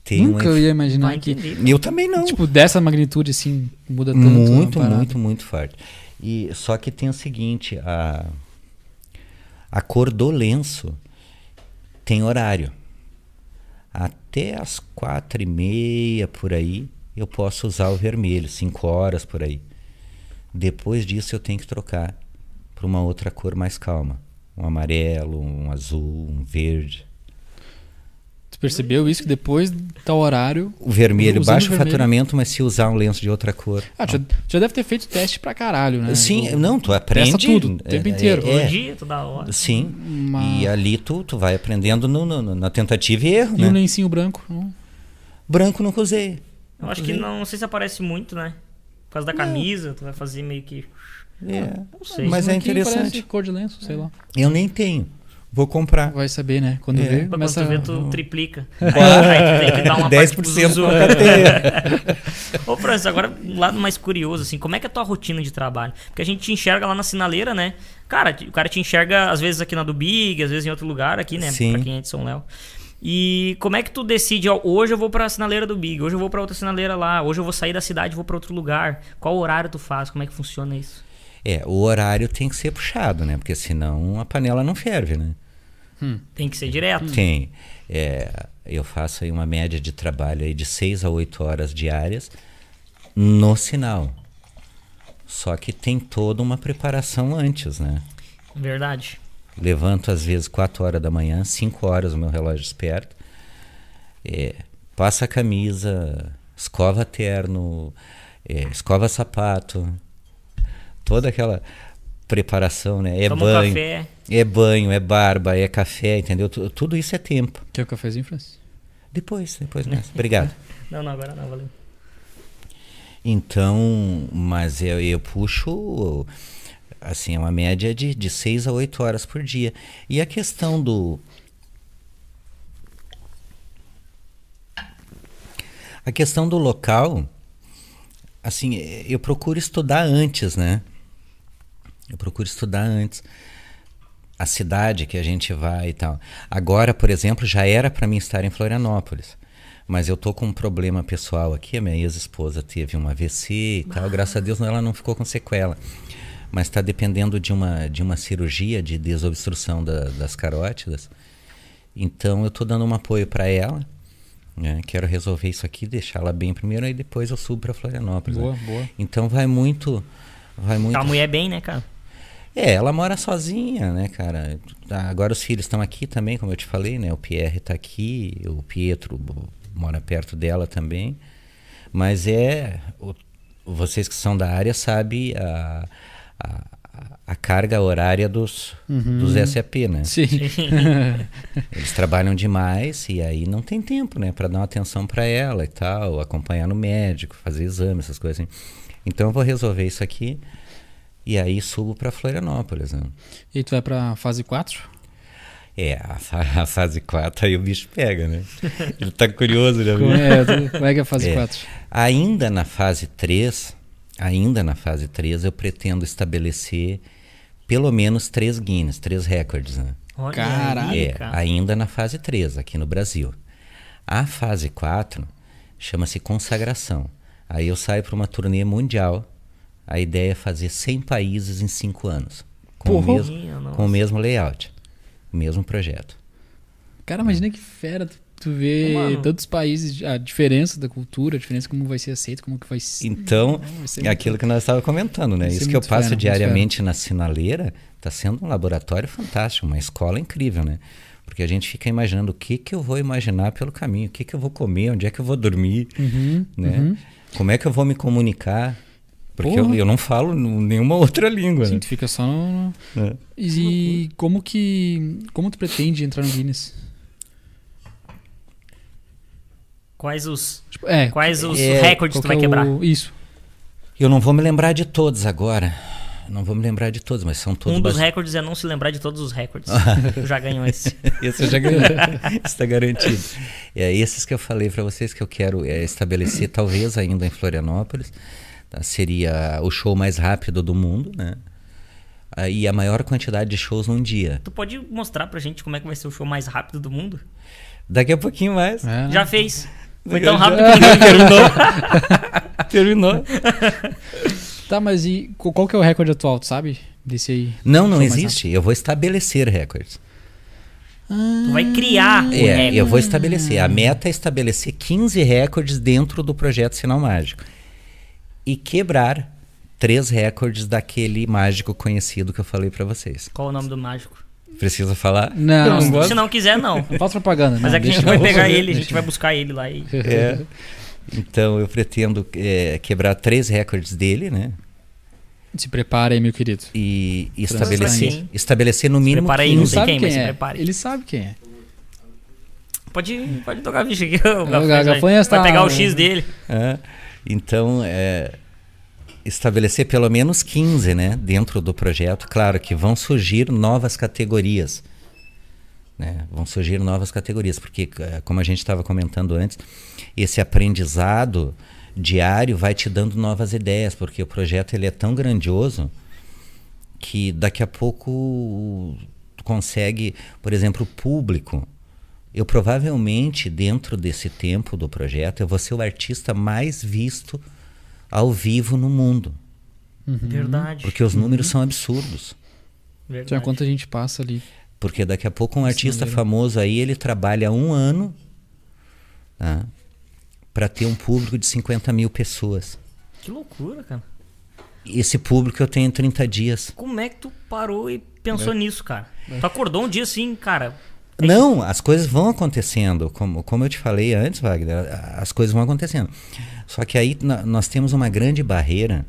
S3: Tem um uma
S1: Nunca eu
S3: inf-
S1: ia imaginar
S3: é
S2: Vai
S1: que.
S2: entender.
S3: eu também não.
S1: Tipo, dessa magnitude, assim, muda tanto.
S3: muito,
S1: uma parada.
S3: muito, muito forte. E só que tem o seguinte, a a cor do lenço tem horário. Até as quatro e meia por aí eu posso usar o vermelho, cinco horas por aí. Depois disso eu tenho que trocar para uma outra cor mais calma, um amarelo, um azul, um verde.
S1: Tu percebeu isso que depois tá o horário.
S3: O vermelho
S1: Usando
S3: baixa o
S1: vermelho.
S3: faturamento, mas se usar um lenço de outra cor,
S1: Ah, tu já, tu já deve ter feito teste pra caralho, né?
S3: Sim,
S1: Eu-
S3: não, tu aprende
S1: Testa tudo, o tempo inteiro.
S2: Todo
S3: É,
S2: dia, toda hora.
S3: sim.
S1: Mas-
S3: E ali tu, tu vai aprendendo no- no- na tentativa e erro,
S1: E um
S3: né?
S1: lencinho branco. não?
S3: Branco nunca usei.
S2: Eu acho que não, não sei se aparece muito, né? Por causa da camisa, tu vai fazer meio que.
S3: É,
S2: Não sei.
S3: Mas é
S1: branquinho parece
S3: interessante.
S1: cor de lenço, sei lá.
S3: Eu nem tenho. Vou comprar.
S1: Vai saber, né? Quando
S3: É.
S1: vê,
S2: Pra
S1: começa
S2: quando tu vê,
S1: a-
S2: tu triplica. ah, Aí, aí tu tem que dar uma 10%
S3: 10% pra carteira.
S2: Ô, Francis, agora um lado mais curioso, assim, como é que é a tua rotina de trabalho? Porque a gente te enxerga lá na sinaleira, né? Cara, o cara te enxerga às vezes aqui na do Big, às vezes em outro lugar aqui, né?
S3: Sim.
S2: Pra quem é de São Léo. E como é que tu decide, ó, hoje eu vou pra sinaleira do Big, hoje eu vou pra outra sinaleira lá, hoje eu vou sair da cidade e vou pra outro lugar. Qual horário tu faz? Como é que funciona isso?
S3: É, o horário tem que ser puxado, né? Porque senão a panela não ferve, né?
S2: Tem que ser direto.
S3: Tem. É, eu faço aí uma média de trabalho aí de 6 a 8 horas diárias no sinal. Só que tem toda uma preparação antes, né?
S2: Verdade.
S3: Levanto às vezes 4 horas da manhã, 5 horas o meu relógio desperta. É, passa a camisa, escova terno, é, escova sapato. Toda aquela preparação, né? É
S2: Toma um
S3: banho.
S2: café.
S3: É banho, é barba, é café, entendeu? Tu- Tudo isso é tempo.
S1: Quer o cafezinho, Francis?
S3: Depois, depois, né? Obrigado.
S2: Não, não, agora não, valeu.
S3: Então, mas eu, eu puxo assim, é uma média de, de 6 a 8 horas por dia. E a questão do. A questão do local, assim, eh, eu procuro estudar antes, né? Eu procuro estudar antes a cidade que a gente vai e tal. Agora, por exemplo, já era para mim estar em Florianópolis, Mas eu tô com um problema pessoal aqui. A minha ex-esposa teve um AVC e tal. Graças a Deus ela não ficou com sequela. Mas está dependendo de uma, de uma cirurgia de desobstrução da- das carótidas. Então eu tô dando um apoio para ela. né? Quero resolver isso aqui, deixar ela bem primeiro, aí depois eu subo para Florianópolis.
S1: Boa,
S3: né?
S1: boa.
S3: Então vai muito. Vai muito
S2: Tá a mulher bem, né, cara?
S3: é, ela mora sozinha, né, cara? Tá, Agora os filhos estão aqui também, como eu te falei, né? O Pierre tá aqui, o Pietro bo- mora perto dela também. Mas é. o- vocês que são da área sabem a, a, a carga horária dos, dos SAP, né?
S1: Sim.
S3: Eles trabalham demais e aí não tem tempo, né, para dar uma atenção para ela e tal, acompanhar no médico, fazer exame, essas coisas. Assim. Então eu vou resolver isso aqui e aí subo para Florianópolis, né?
S1: e tu vai pra fase 4?
S3: É, a, fa- a fase 4 aí o bicho pega, né? Ele tá curioso, já
S1: Como
S3: viu?
S1: é, tu- como é que é a fase
S3: É.
S1: 4?
S3: Ainda na fase 3, ainda na fase 3, eu pretendo estabelecer pelo menos três Guinness, três recordes, né?
S2: Olha
S1: Caralho,
S2: aí,
S3: É,
S2: cara.
S3: ainda na fase 3, aqui no Brasil. A fase 4 chama-se consagração. Aí eu saio para uma turnê mundial. A ideia é fazer 100 países em 5 anos. Com, o
S1: Porra.
S2: Minha
S3: mesmo,
S2: nossa.
S3: com o mesmo layout, o mesmo projeto.
S1: Cara, imagina que fera tu, tu vê
S2: Mano.
S1: tantos países, a diferença da cultura, a diferença como vai ser aceito, como que vai ser.
S3: Então,
S1: vai ser
S3: é
S1: muito-
S3: aquilo que nós estávamos comentando, né?
S1: Vai ser
S3: Isso que eu
S1: muito
S3: passo
S1: fera, muito
S3: diariamente na sinaleira está sendo um laboratório fantástico, uma escola incrível, né? Porque a gente fica imaginando o que, que eu vou imaginar pelo caminho, o que, que eu vou comer, onde é que eu vou dormir,
S1: Uhum.
S3: né? Como é que eu vou me comunicar? Porque eu,
S1: Porra.
S3: eu não falo nu- nenhuma outra língua,
S1: Sim,
S3: né?
S1: tu fica só no. no-
S3: É.
S1: E como que. Como tu pretende entrar no Guinness?
S2: Quais os,
S1: Tipo, é.
S2: quais os
S3: É,
S2: recordes
S1: qual
S2: tu vai
S1: que é
S2: quebrar?
S1: o- Isso.
S3: Eu não vou me lembrar de todos agora. Não vou me lembrar de todos, mas são todos
S2: Um dos
S3: bastante-
S2: recordes é não se lembrar de todos os recordes. Já ganhou esse.
S3: Esse eu já ganhei. Isso tá garantido. É esses que eu falei para vocês que eu quero é, estabelecer, talvez ainda em Florianópolis. tá? Seria o show mais rápido do mundo, né? Ah, E a maior quantidade de shows num dia.
S2: Tu pode mostrar pra gente como é que vai ser o show mais rápido do mundo?
S3: Daqui a pouquinho mais.
S1: É.
S2: Já fez. Foi
S3: Já-
S2: tão
S3: já-
S2: rápido que ninguém
S3: Terminou.
S1: Tá, mas e co- qual que é o recorde atual, tu sabe? Desse aí.
S3: Não,
S1: Show
S3: não
S1: mais
S3: existe. Eu vou estabelecer recordes.
S2: Tu vai criar
S1: Hum.
S2: o
S3: É,
S2: recorde.
S3: eu vou estabelecer. A meta é estabelecer 15 recordes dentro do projeto Sinal Mágico. E quebrar três recordes daquele mágico conhecido que eu falei para vocês.
S2: Qual o nome do mágico?
S3: Precisa falar?
S1: Não,
S3: Eu
S1: não
S2: Se
S3: gosto.
S2: não quiser, não.
S1: Não faz propaganda,
S2: Mas
S1: não,
S2: é que a gente
S1: deixa-
S2: vai pegar ele, a gente vai buscar ele lá e.
S3: É. Então eu pretendo é, quebrar três recordes dele, né?
S1: Se prepara aí, meu querido.
S3: E, e
S1: Transparente.
S3: estabelecer, estabelecer no mínimo
S2: Prepara aí, não
S3: 15.
S2: sei
S1: sabe
S2: quem,
S1: quem
S2: mas se
S1: é.
S2: prepare.
S1: Ele sabe quem é.
S2: Pode, pode tocar bicho aqui. O
S1: Ga- Gafanhas
S2: vai
S1: tá-
S2: pegar o X dele.
S3: É. Então é, estabelecer pelo menos 15, né? Dentro do projeto, claro que vão surgir novas categorias. né? Vão surgir novas categorias, porque, eh, como a gente estava comentando antes, esse aprendizado diário vai te dando novas ideias, porque o projeto ele é tão grandioso que daqui a pouco tu consegue, por exemplo, o público. Eu provavelmente, dentro desse tempo do projeto, eu vou ser o artista mais visto ao vivo no mundo, Uhum.
S2: Verdade.
S3: porque os números são absurdos.
S2: verdade.
S1: Já quanto a gente passa ali.
S3: Porque daqui a pouco um artista
S1: maneiro.
S3: famoso aí, ele trabalha um ano para ter um público de 50 mil pessoas.
S2: Que loucura, cara.
S3: E Esse público eu tenho em 30 dias.
S2: Como é que tu parou e
S3: É.
S2: pensou nisso, cara? Tu acordou um dia assim, cara. é isso.
S3: Não, as coisas vão acontecendo. Como, como eu te falei antes, Wagner, a- as coisas vão acontecendo. Só que aí na- nós temos uma grande barreira.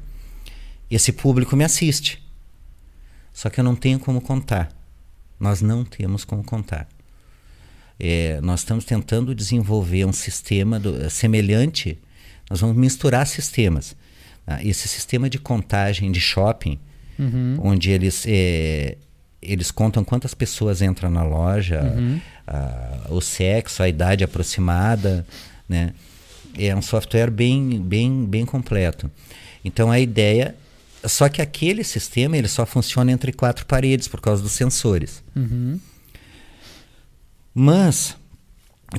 S3: Esse público me assiste. Só que eu não tenho como contar. Nós não temos como contar. É, nós estamos tentando desenvolver um sistema do- semelhante. Nós vamos misturar sistemas. Ah, Esse sistema de contagem de shopping, onde eles, é, eles contam quantas pessoas entram na loja, a- o sexo, a idade aproximada, né? É um software bem, bem, bem completo. Então a ideia, só que aquele sistema ele só funciona entre quatro paredes por causa dos sensores. Mas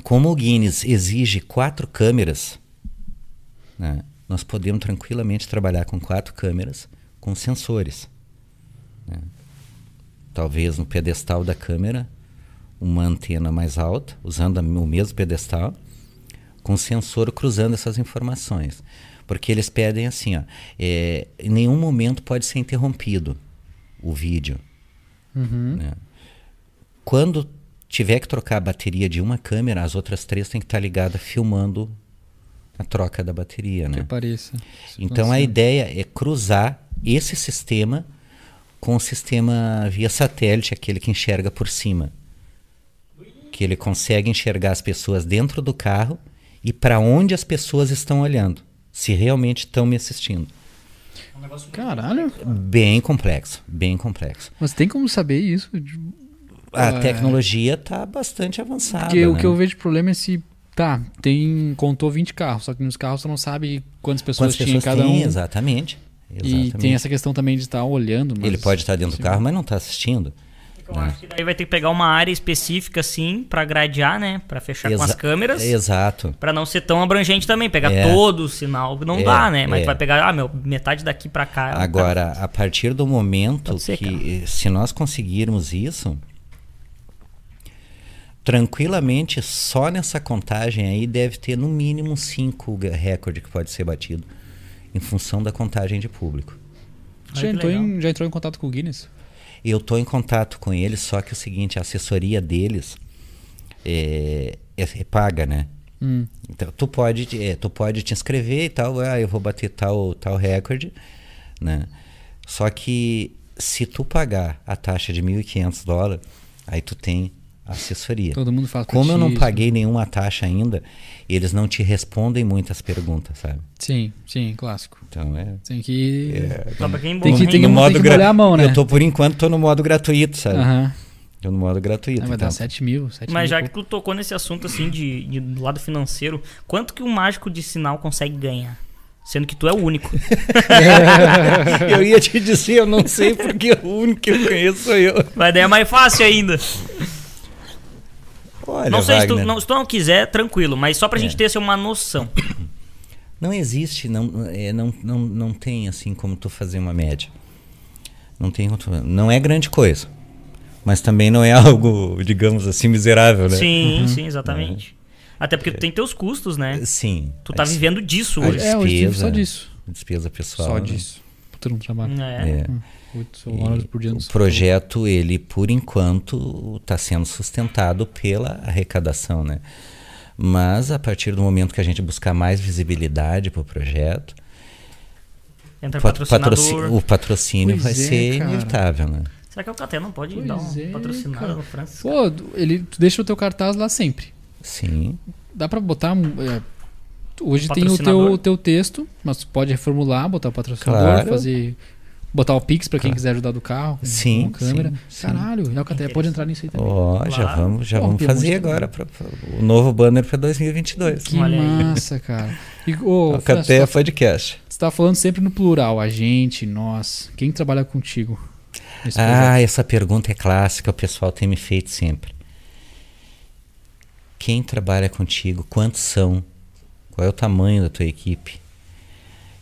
S3: como o Guinness exige quatro câmeras, né, nós podemos tranquilamente trabalhar com quatro câmeras com sensores. né. Talvez no pedestal da câmera, uma antena mais alta, usando a- o mesmo pedestal, com sensor cruzando essas informações. Porque eles pedem assim, ó, é, em nenhum momento pode ser interrompido o vídeo. né. Quando tiver que trocar a bateria de uma câmera, as outras três têm que estar ligadas filmando a troca da bateria, né?
S1: que apareça.
S3: Então a ideia é cruzar esse sistema com o sistema via satélite, aquele que enxerga por cima. Que ele consegue enxergar as pessoas dentro do carro e para onde as pessoas estão olhando, se realmente estão me assistindo. é-
S1: Caralho.
S3: Bem complexo, bem complexo.
S1: Mas tem como saber isso? Ah,
S3: A
S1: é.
S3: tecnologia está bastante avançada.
S1: Porque o
S3: né?
S1: que eu vejo de problema é se. Tá, tem. Contou 20 carros, só que nos carros você não sabe quantas pessoas
S3: Quantas
S1: tinha em
S3: pessoas
S1: cada
S3: tem,
S1: um.
S3: exatamente.
S1: E
S3: exatamente.
S1: tem essa questão também de estar olhando. mas-
S3: Ele pode estar dentro do carro, mas não está assistindo.
S2: Então, Eu acho que daí vai ter que pegar uma área específica, assim, pra gradear, né? Pra fechar com as
S3: Exa-
S2: câmeras.
S3: Exato.
S2: Pra não ser tão abrangente também. Pegar
S3: É.
S2: todo o sinal. Não
S3: É,
S2: dá, né? Mas
S3: é.
S2: vai pegar, ah, meu, metade daqui pra cá. tá
S3: Agora, a partir do momento
S2: Pode ser,
S3: que eh, se nós conseguirmos isso, tranquilamente só nessa contagem aí deve ter no mínimo cinco ga- recorde que pode ser batido em função da contagem de público.
S2: Ai,
S1: Já,
S2: que
S1: entrou em,
S2: legal.
S1: já entrou em contato com o Guinness?
S3: Eu estou em contato com eles, só que é o seguinte, a assessoria deles é, é- é paga, né?
S1: Hum.
S3: Então, tu pode, te- é, tu pode te inscrever e tal, ah, eu vou bater tal, tal recorde, né? Só que se tu pagar a taxa de 1.500 dólares, aí tu tem assessoria.
S1: Todo mundo né? fala
S3: Como eu não
S1: "Curti isso".
S3: paguei nenhuma taxa ainda, eles não te respondem muitas perguntas, sabe?
S1: Sim, sim, clássico.
S3: Então é...
S1: Tem que.
S2: Só pra quem
S1: Tem que-
S2: morre.
S1: tem que molhar
S3: gra-
S1: a mão, né?
S3: Eu tô, por enquanto, tô no modo gratuito, sabe?
S1: Aham.
S3: Tô no modo gratuito.
S1: Ah, vai dar
S3: então.
S1: 7 mil, 7 mil.
S2: Mas já que tu tocou nesse assunto, assim, de, de- do lado financeiro, quanto que um mágico de sinal consegue ganhar? Sendo que tu é o único.
S3: Eu ia te dizer, eu não sei porque o único que eu conheço sou eu.
S2: Mas daí é mais fácil ainda.
S3: Olha,
S2: não sei se tu
S3: Wagner,
S2: não, se tu não quiser, tranquilo. Mas só pra
S3: É.
S2: gente ter assim, uma noção.
S3: não existe, não, é, não, não, não tem assim como tu fazer uma média. Não tem, como tu- não é grande coisa, mas também não é algo, digamos assim, miserável, né? É.
S2: Sim, sim, exatamente. Até porque tu tem teus custos, né?
S3: Sim.
S2: Tu tá
S3: A des-
S2: vivendo disso
S3: a
S2: hoje.
S1: É, hoje tive só
S3: despesa-
S1: disso.
S3: Despesa pessoal.
S1: Só
S3: né?
S1: disso. Puta, não trabalho.
S2: É.
S3: É.
S1: 8
S3: E
S1: horas por dia. no
S3: o projeto, ele, por enquanto, está sendo sustentado pela arrecadação, né? Mas a partir do momento que a gente buscar mais visibilidade para o projeto,
S2: Entra
S3: pat-
S2: É patrocinador.
S3: patroci- o patrocínio
S1: Pois
S3: vai
S1: é,
S3: ser
S1: cara.
S3: inevitável, né?
S2: Será que o Caté não pode
S1: Pois
S2: dar um
S1: é,
S2: patrocinado
S1: cara.
S2: no Francis?
S1: Pô, ele, tu deixa o teu cartaz lá sempre.
S3: Sim.
S1: Dá pra botar. é, hoje tem o teu,
S2: Patrocinador.
S1: o teu texto, mas tu pode reformular, botar o patrocinador,
S3: Claro.
S1: fazer. Botar o Pix pra quem quiser ajudar do carro. com-
S3: Sim,
S1: Com a câmera.
S3: sim, sim.
S1: Caralho, é o Caté pode entrar nisso aí também.
S3: Ó, já
S2: Claro.
S3: vamos, já
S1: Pô,
S3: vamos
S1: tem um
S3: fazer
S1: monte de-
S3: agora pra, pra- o novo banner para 2022.
S1: Que
S2: Olha aí.
S1: massa, cara. E, ô,
S3: o
S1: Francis,
S3: Caté Podcast.
S1: Você tá falando sempre no plural, a gente, nós. Quem trabalha contigo? nesse projeto?
S3: Ah, essa pergunta é clássica, o pessoal tem me feito sempre. Quem trabalha contigo, quantos são? Qual é o tamanho da tua equipe?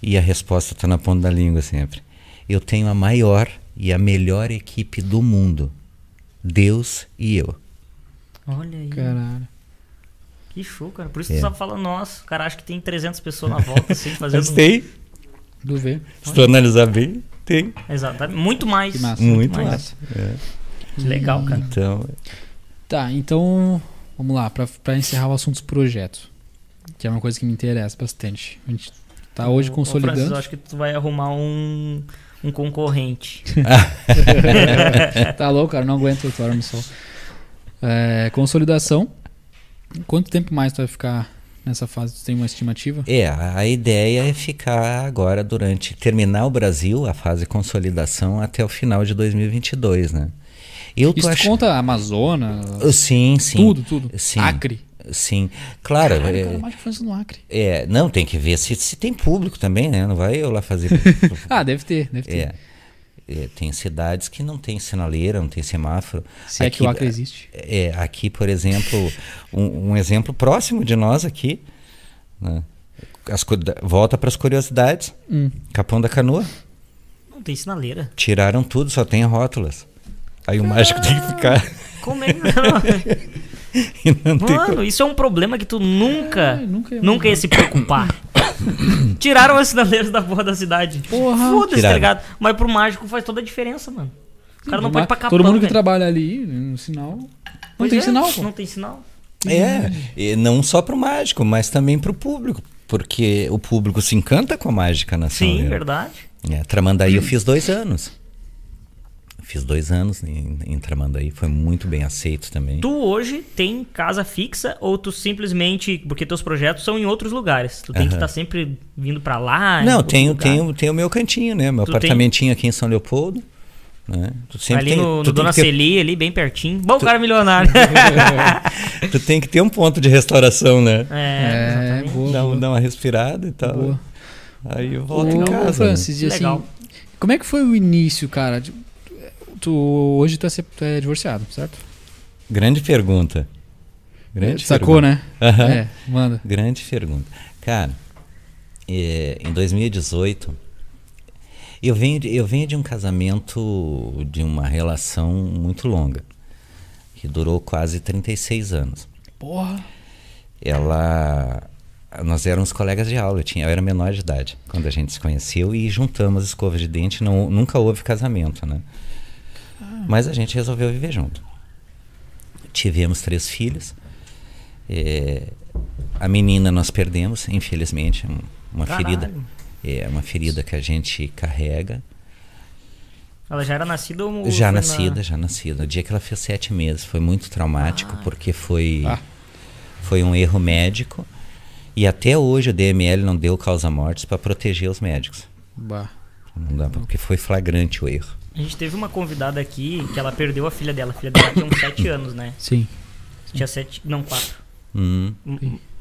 S3: E a resposta está na ponta da língua sempre. Eu tenho a maior e a melhor equipe do mundo. Deus e eu.
S2: Olha aí.
S1: Caralho.
S2: Que show, cara. Por isso tu
S3: É.
S2: só fala, nossa, o cara acha que tem 300 pessoas na volta, assim, fazendo...
S3: Mas tem,
S1: Do ver.
S3: se tu analisar bem, tem.
S2: Exatamente. Tá Muito mais.
S1: Que massa.
S3: Muito
S2: mais.
S3: mais. É.
S2: Que legal, cara.
S3: Então,
S1: Tá, então vamos lá, pra, pra encerrar o assunto dos projetos, que é uma coisa que me interessa bastante. A gente tá hoje
S2: Ô, ô, Francis,
S1: consolidando.
S2: eu acho que tu vai arrumar um, um concorrente. é.
S1: tá louco, cara, não aguento o horas no sol. É, consolidação. Quanto tempo mais tu vai ficar nessa fase? Tu tem uma estimativa?
S3: É, a a ideia é ficar agora durante terminar o Brasil, a fase consolidação até o final de 2022, né? Eu tô
S1: Isso tu
S3: ach-
S1: conta Amazonas,
S3: Uh, Sim, sim.
S1: tudo, tudo.
S3: Sim.
S1: Acre.
S3: Sim. Claro,
S1: Caralho,
S3: é,
S1: cara, mais que França no Acre.
S3: é, não tem que ver se, se tem público também, né? Não vai eu lá fazer
S1: Ah, deve ter, deve ter.
S3: É. É, tem cidades que não tem sinaleira, não tem semáforo.
S1: Se é que o Acre existe.
S3: É, aqui, por exemplo, um, um exemplo próximo de nós aqui, né? As cu- da- volta para as curiosidades, Capão da Canoa,
S2: Não tem sinaleira.
S3: tiraram tudo, só tem rótulas. Aí o mágico tem que ficar
S2: Como é que não?
S3: e não tem
S2: Mano, isso é um problema que tu nunca,
S1: É, nunca
S2: nunca,
S1: ia
S2: ia, se preocupar. Tiraram as sinaleiras da porra da cidade.
S1: Porra.
S2: Foda-se, tá
S3: Tiraram.
S2: ligado? Mas pro mágico faz toda a diferença, mano. O cara não pode ir pra capão,
S1: Todo mundo que
S2: velho.
S1: trabalha ali, no sinal. Não
S2: Pois
S1: tem
S2: é,
S1: sinal, pô.
S2: Não tem sinal.
S3: É, e não só para o mágico, mas também para o público, porque o público se encanta com a mágica nacional.
S2: Sim, verdade.
S3: É, Tramandaí eu fiz dois anos. Fiz dois anos em, em Tramandaí, foi muito bem aceito também.
S2: Tu hoje tem casa fixa ou tu simplesmente. Porque teus projetos são em outros lugares. Tu tem que estar sempre vindo pra lá. em
S3: Não,
S2: outro
S3: tenho,
S2: lugar.
S3: tenho, tenho o meu cantinho, né? Meu
S2: Tu tem-
S3: apartamentinho aqui em São Leopoldo. Né? Tu sempre
S2: Ali
S3: tem,
S2: no,
S3: tu
S2: no Dona
S3: tem que
S2: Celi, ali bem pertinho. Bom, o cara é milionário.
S3: ter, Tu tem que ter um ponto de restauração, né?
S2: é,
S1: É,
S2: exatamente.
S1: boa.
S3: Dá, um-
S1: boa.
S3: dá uma respirada e tal.
S1: Boa.
S3: Aí eu volto em
S1: Ô,
S3: casa. né?
S1: Francis, e assim,
S2: Legal.
S1: como é que foi o início, cara? De- Tu, hoje tu é, se- tu é divorciado, certo?
S3: Grande pergunta. Grande
S1: Sacou,
S3: pergunta.
S1: né?
S3: Aham.
S1: É, manda.
S3: Grande pergunta. Cara, é, em 2018, eu venho, de, eu venho de um casamento, de uma relação muito longa, que durou quase 36 anos.
S1: Porra.
S3: Ela. Nós éramos colegas de aula, eu, tinha, eu era menor de idade quando a gente se conheceu e juntamos escovas de dente, não, nunca houve casamento, né? Mas a gente resolveu viver junto. Tivemos três filhos. É, a menina nós perdemos, infelizmente, um- uma
S2: Caralho.
S3: ferida. É uma ferida que a gente carrega.
S2: Ela já era nascida ou foi
S3: já
S2: na-
S3: nascida, já nascida. O dia que ela fez sete meses foi muito traumático porque foi
S1: Ah.
S3: foi um erro médico e até hoje o DML não deu causa mortes para proteger os médicos.
S1: Bah.
S3: Não dá pra- porque foi flagrante o erro.
S2: A gente teve uma convidada aqui que ela perdeu a filha dela. A filha dela tinha uns 7 anos, né?
S1: Sim.
S2: Tinha 7. Não, 4.
S3: Hum.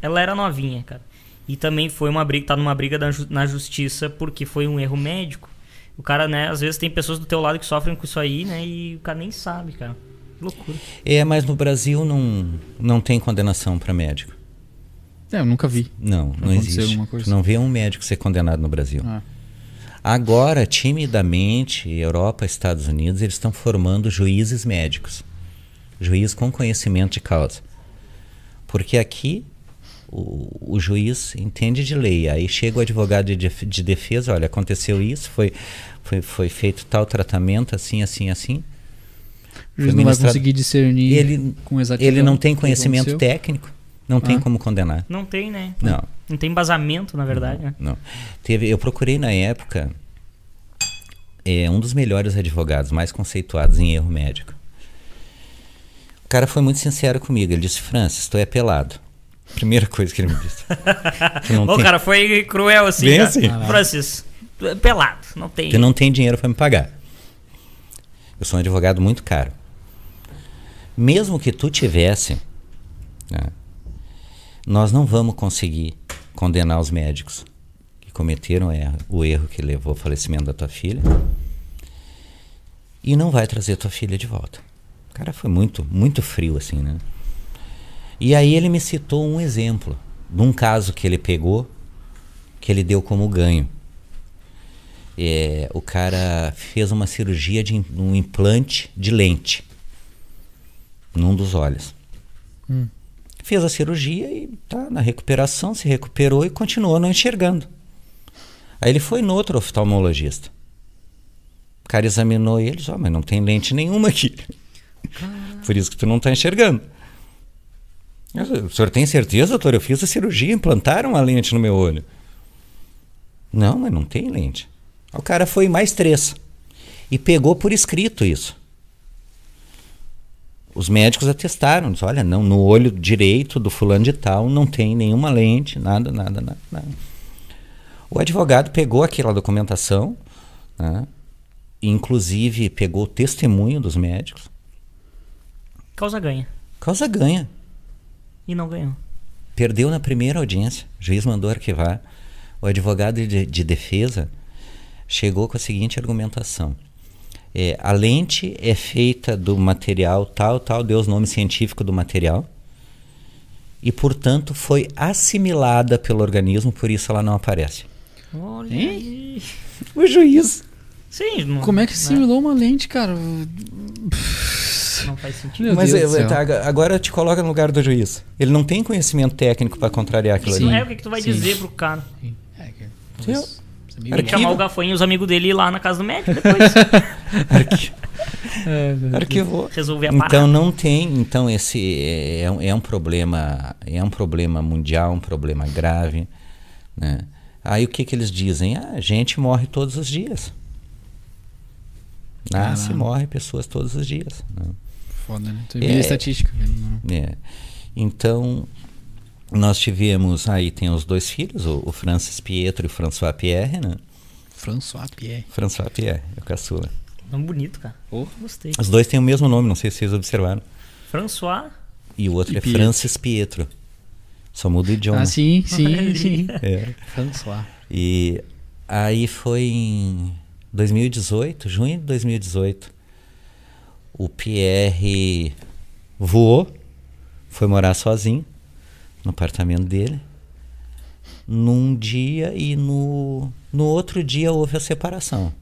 S2: Ela era novinha, cara. E também foi uma briga, tá numa briga da ju- na justiça porque foi um erro médico. O cara, né, às vezes tem pessoas do teu lado que sofrem com isso aí, né? E o cara nem sabe, cara. Que loucura.
S3: É, mas no Brasil não não tem condenação para médico.
S1: É, eu nunca vi.
S3: Não, não
S1: aconteceu
S3: existe.
S1: alguma coisa?
S3: Tu não vê um médico ser condenado no Brasil.
S1: Ah.
S3: Agora, timidamente, Europa, Estados Unidos, eles estão formando juízes médicos. Juiz com conhecimento de causa. Porque aqui o, o juiz entende de lei. Aí chega o advogado de, def- de defesa, olha, aconteceu isso, foi, foi, foi feito tal tratamento, assim, assim, assim.
S1: O juiz não vai
S3: Administrado-
S1: conseguir discernir
S3: Ele-
S1: com exatidão.
S3: Ele não
S1: Tá
S3: tem
S1: o que
S3: conhecimento
S1: aconteceu.
S3: técnico, não tem
S1: Ah.
S3: como condenar.
S2: Não tem, né?
S3: Não.
S2: Não tem embasamento, na verdade, né?
S3: Não. Teve, eu procurei na época é, um dos melhores advogados, mais conceituados em erro médico. O cara foi muito sincero comigo. Ele disse: Francis, tu é pelado. Primeira coisa que ele me disse. Tu não,
S2: Ô,
S3: tem,
S2: cara, foi cruel assim,
S3: Bem
S2: cara.
S3: assim.
S2: Francis, tu é pelado, não tem.
S3: tu não tem dinheiro para me pagar. Eu sou um advogado muito caro. Mesmo que tu tivesse, né, nós não vamos conseguir condenar os médicos que cometeram erro- o erro que levou ao falecimento da tua filha e não vai trazer tua filha de volta. O cara foi muito, muito frio assim, né? E aí ele me citou um exemplo de um caso que ele pegou que ele deu como ganho. É, o cara fez uma cirurgia de im- um implante de lente num dos olhos. Fez a cirurgia e tá na recuperação, se recuperou e continuou não enxergando. Aí ele foi no outro oftalmologista. O cara examinou ele e disse, ó, mas não tem lente nenhuma aqui. Por isso que tu não tá enxergando. Eu disse, O senhor tem certeza, doutor? Eu fiz a cirurgia, implantaram a lente no meu olho. Não, mas não tem lente. O cara foi mais três. E pegou por escrito isso. Os médicos atestaram, disse, olha, não, no olho direito do fulano de tal não tem nenhuma lente, nada, nada, nada, nada. O advogado pegou aquela documentação, né, e inclusive pegou o testemunho dos médicos,
S2: Causa ganha.
S3: causa ganha.
S2: E não ganhou.
S3: Perdeu na primeira audiência. O juiz mandou arquivar. O advogado de, de defesa chegou com a seguinte argumentação: É, a lente é feita do material tal, tal, deu os nomes científicos do material. E, portanto, foi assimilada pelo organismo, por isso ela não aparece.
S2: Olha
S1: Hein?
S2: aí.
S3: O juiz.
S2: Sim, não,
S1: Como é que
S2: né?
S1: simulou uma lente, cara?
S2: Não faz sentido.
S1: Meu
S3: Mas
S1: Deus do
S3: eh,
S1: céu.
S3: tá, aga- agora te coloca no lugar do juiz. Ele não tem conhecimento técnico para contrariar aquilo
S1: Sim.
S2: Não
S3: ali.
S2: é o que, que tu vai
S1: Sim.
S2: dizer pro cara.
S1: É, que- é
S3: Sim.
S1: Os- os amigos-
S2: Tem que
S3: tá- Arquivo.
S2: chamar o Gafanho e os amigos dele ir lá na casa do médico depois.
S3: Arqui-
S1: É, meu Deus.
S3: Arquivou.
S2: resolver a parada.
S3: Então não tem, então esse é, é um- é um problema, é um problema mundial, um problema grave, né? Aí o que que eles dizem? Ah, gente morre todos os dias. Nasce e
S1: Caralho.
S3: morre pessoas todos os dias. né?
S1: Foda, né? Tu
S3: É.
S1: vê a estatística. né? Não-
S3: É. Então, nós tivemos, aí tem os dois filhos, o, o Francis Pietro e o François Pierre, né?
S1: François Pierre.
S3: François Pierre, é o caçula.
S2: Nome bonito, cara.
S3: Oh.
S1: Porra.
S2: Gostei.
S3: Os dois têm o mesmo nome, não sei se vocês observaram.
S2: François.
S3: E o outro
S1: E
S3: é
S1: Pietro.
S3: Francis Pietro. Só muda o idioma.
S1: Ah, sim, sim,
S2: Olha
S1: sim.
S3: É.
S1: François.
S3: E aí foi em 2018, junho de 2018, o Pierre voou, foi morar sozinho no apartamento dele. Num dia e no, no outro dia houve a separação.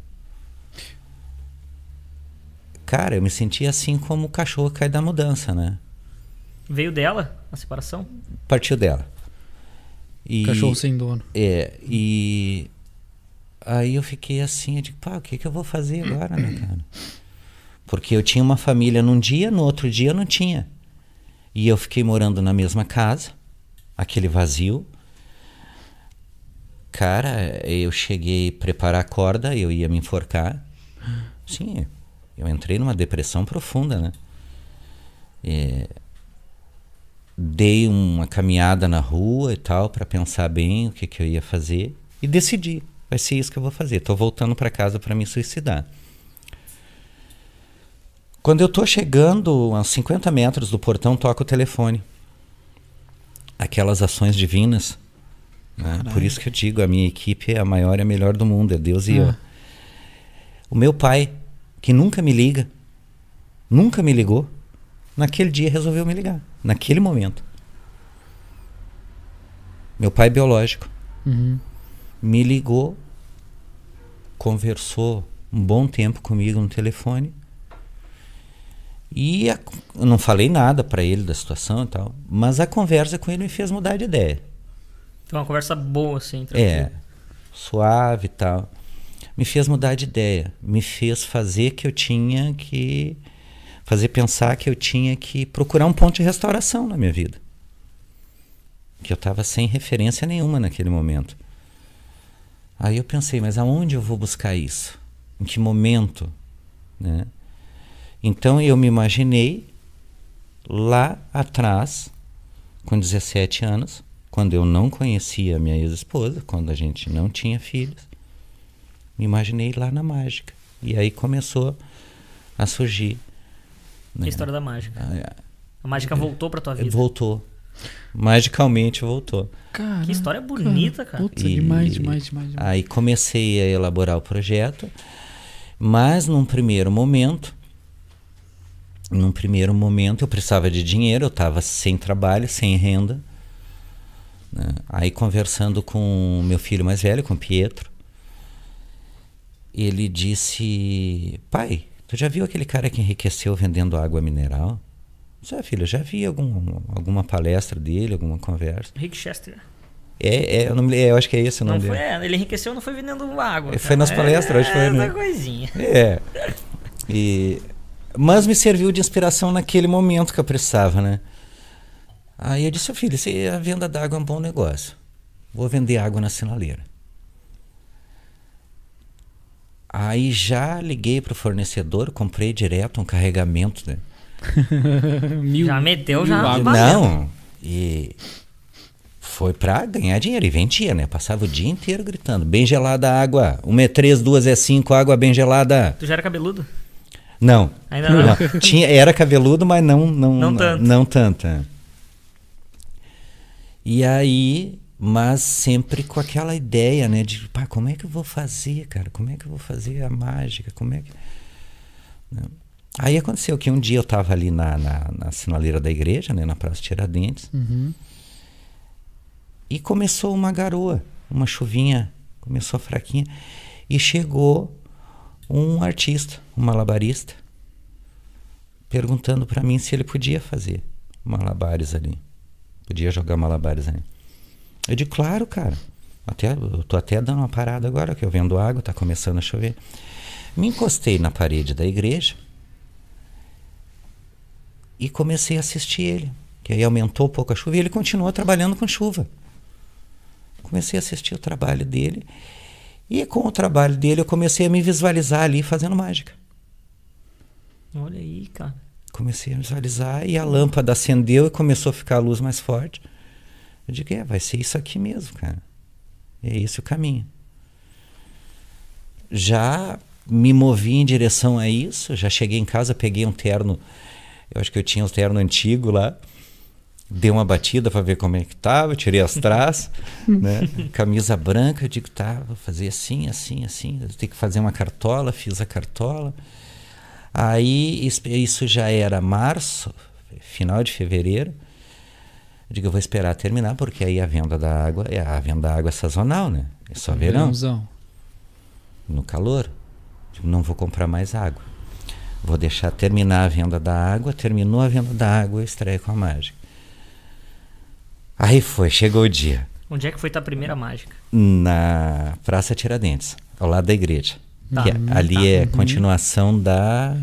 S3: Cara, eu me senti assim como o cachorro que cai da mudança, né?
S2: Veio dela a separação?
S3: Partiu dela. E-
S1: Cachorro sem dono.
S3: é, e aí eu fiquei assim, eu digo, pá, o que, que eu vou fazer agora, né, cara? Porque eu tinha uma família num dia, no outro dia eu não tinha. E eu fiquei morando na mesma casa, aquele vazio. Cara, eu cheguei a preparar a corda, eu ia me enforcar. Sim, eu entrei numa depressão profunda, né? É, dei uma caminhada na rua e tal para pensar bem o que, que eu ia fazer e decidi vai ser isso que eu vou fazer tô voltando para casa para me suicidar quando eu tô chegando a uns 50 metros do portão toca o telefone aquelas ações divinas né? por isso que eu digo a minha equipe é a maior e a melhor do mundo é Deus e
S1: Ah.
S3: eu o meu pai que nunca me liga nunca me ligou naquele dia resolveu me ligar naquele momento meu pai biológico
S1: Uhum.
S3: me ligou, conversou um bom tempo comigo no telefone. E a- eu não falei nada pra ele da situação e tal, mas a conversa com ele me fez mudar de ideia.
S2: Foi uma conversa boa, assim.
S3: É,
S2: tranquila.
S3: suave e tal. Me fez mudar de ideia, me fez fazer que eu tinha que fazer pensar que eu tinha que procurar um ponto de restauração na minha vida. Que eu estava sem referência nenhuma naquele momento. Aí eu pensei, mas aonde eu vou buscar isso? Em que momento, né? Então eu me imaginei lá atrás, com 17 anos, quando eu não conhecia a minha ex-esposa, quando a gente não tinha filhos, me imaginei lá na mágica. E aí começou a surgir.
S2: Que
S3: né?
S2: a história da mágica.
S3: Ah,
S2: A mágica voltou pra tua vida.
S3: Voltou. Magicalmente voltou.
S1: Cara,
S2: Que história bonita, cara.
S1: Puta,
S3: E-
S1: é
S3: Ah,
S1: demais, demais, demais. demais.
S3: Aí comecei a elaborar o projeto, mas num primeiro momento, num primeiro momento eu precisava de dinheiro, eu estava sem trabalho, sem renda. né? Aí conversando com o meu filho mais velho, com o Pietro, ele disse: "Pai, tu já viu aquele cara que enriqueceu vendendo água mineral?" Já, filho, eu já vi algum, alguma palestra dele, alguma conversa.
S2: Rick Chester.
S3: É, é, eu, não me, é, eu acho que é esse o
S2: Não
S3: nome
S2: foi,
S3: dele.
S2: é, ele enriqueceu, não foi vendendo água.
S3: Foi
S2: cara.
S3: nas palestras, acho que foi,
S2: é,
S3: né?
S2: essa coisinha.
S3: É. E, mas me serviu de inspiração naquele momento que eu precisava, né? Aí eu disse, "Ô, filho, se a venda d'água é um bom negócio. Vou vender água na sinaleira. Aí já liguei pro fornecedor, comprei direto um carregamento, né?
S1: Mil.
S2: Já meteu, já.
S1: Mil águas.
S2: valeu.
S3: Não. E foi pra ganhar dinheiro. E vendia, né? Passava o dia inteiro gritando. Bem gelada a água. Uma é três, duas é cinco, água bem gelada.
S2: Tu já era cabeludo?
S3: Não.
S2: Ainda não.
S3: Não, Tinha, era cabeludo, mas não não
S2: Não tanto.
S3: não tanto, é. E aí, mas sempre com aquela ideia, né, de, pá, como é que eu vou fazer, cara? Como é que eu vou fazer a mágica? Como é que né? Aí aconteceu que um dia eu estava ali na, na, na sinaleira da igreja, né, na Praça Tiradentes,
S1: Uhum.
S3: e começou uma garoa, uma chuvinha, começou fraquinha, e chegou um artista, um malabarista, perguntando para mim se ele podia fazer malabares ali, podia jogar malabares ali. Eu digo, claro, cara. Até, eu tô até dando uma parada agora, que eu vendo água, tá começando a chover. Me encostei na parede da igreja e comecei a assistir ele. Que aí aumentou um pouco a chuva e ele continuou trabalhando com chuva. Comecei a assistir o trabalho dele. E com o trabalho dele eu comecei a me visualizar ali fazendo mágica.
S2: Olha aí, cara.
S3: Comecei a visualizar e a lâmpada acendeu e começou a ficar a luz mais forte. Eu digo, é, vai ser isso aqui mesmo, cara. É esse o caminho. Já me movi em direção a isso, já cheguei em casa, peguei um terno, eu acho que eu tinha um terno antigo lá, dei uma batida para ver como é que tava, tirei as traças, né? Camisa branca, eu digo, tá, vou fazer assim, assim, assim, eu tenho que fazer uma cartola, fiz a cartola. Aí isso- isso já era março, final de fevereiro. Eu digo, eu vou esperar terminar, porque aí a venda da água, é a venda da água é sazonal, né? É só verão
S1: Verãozão.
S3: no calor. Digo, não vou comprar mais água. Vou deixar terminar a venda da água. Terminou a venda da água, eu estreio com a mágica. Aí foi, chegou o dia.
S2: Onde é que foi tua primeira mágica?
S3: Na Praça Tiradentes, ao lado da igreja.
S2: Tá.
S3: Que é- ali é continuação da.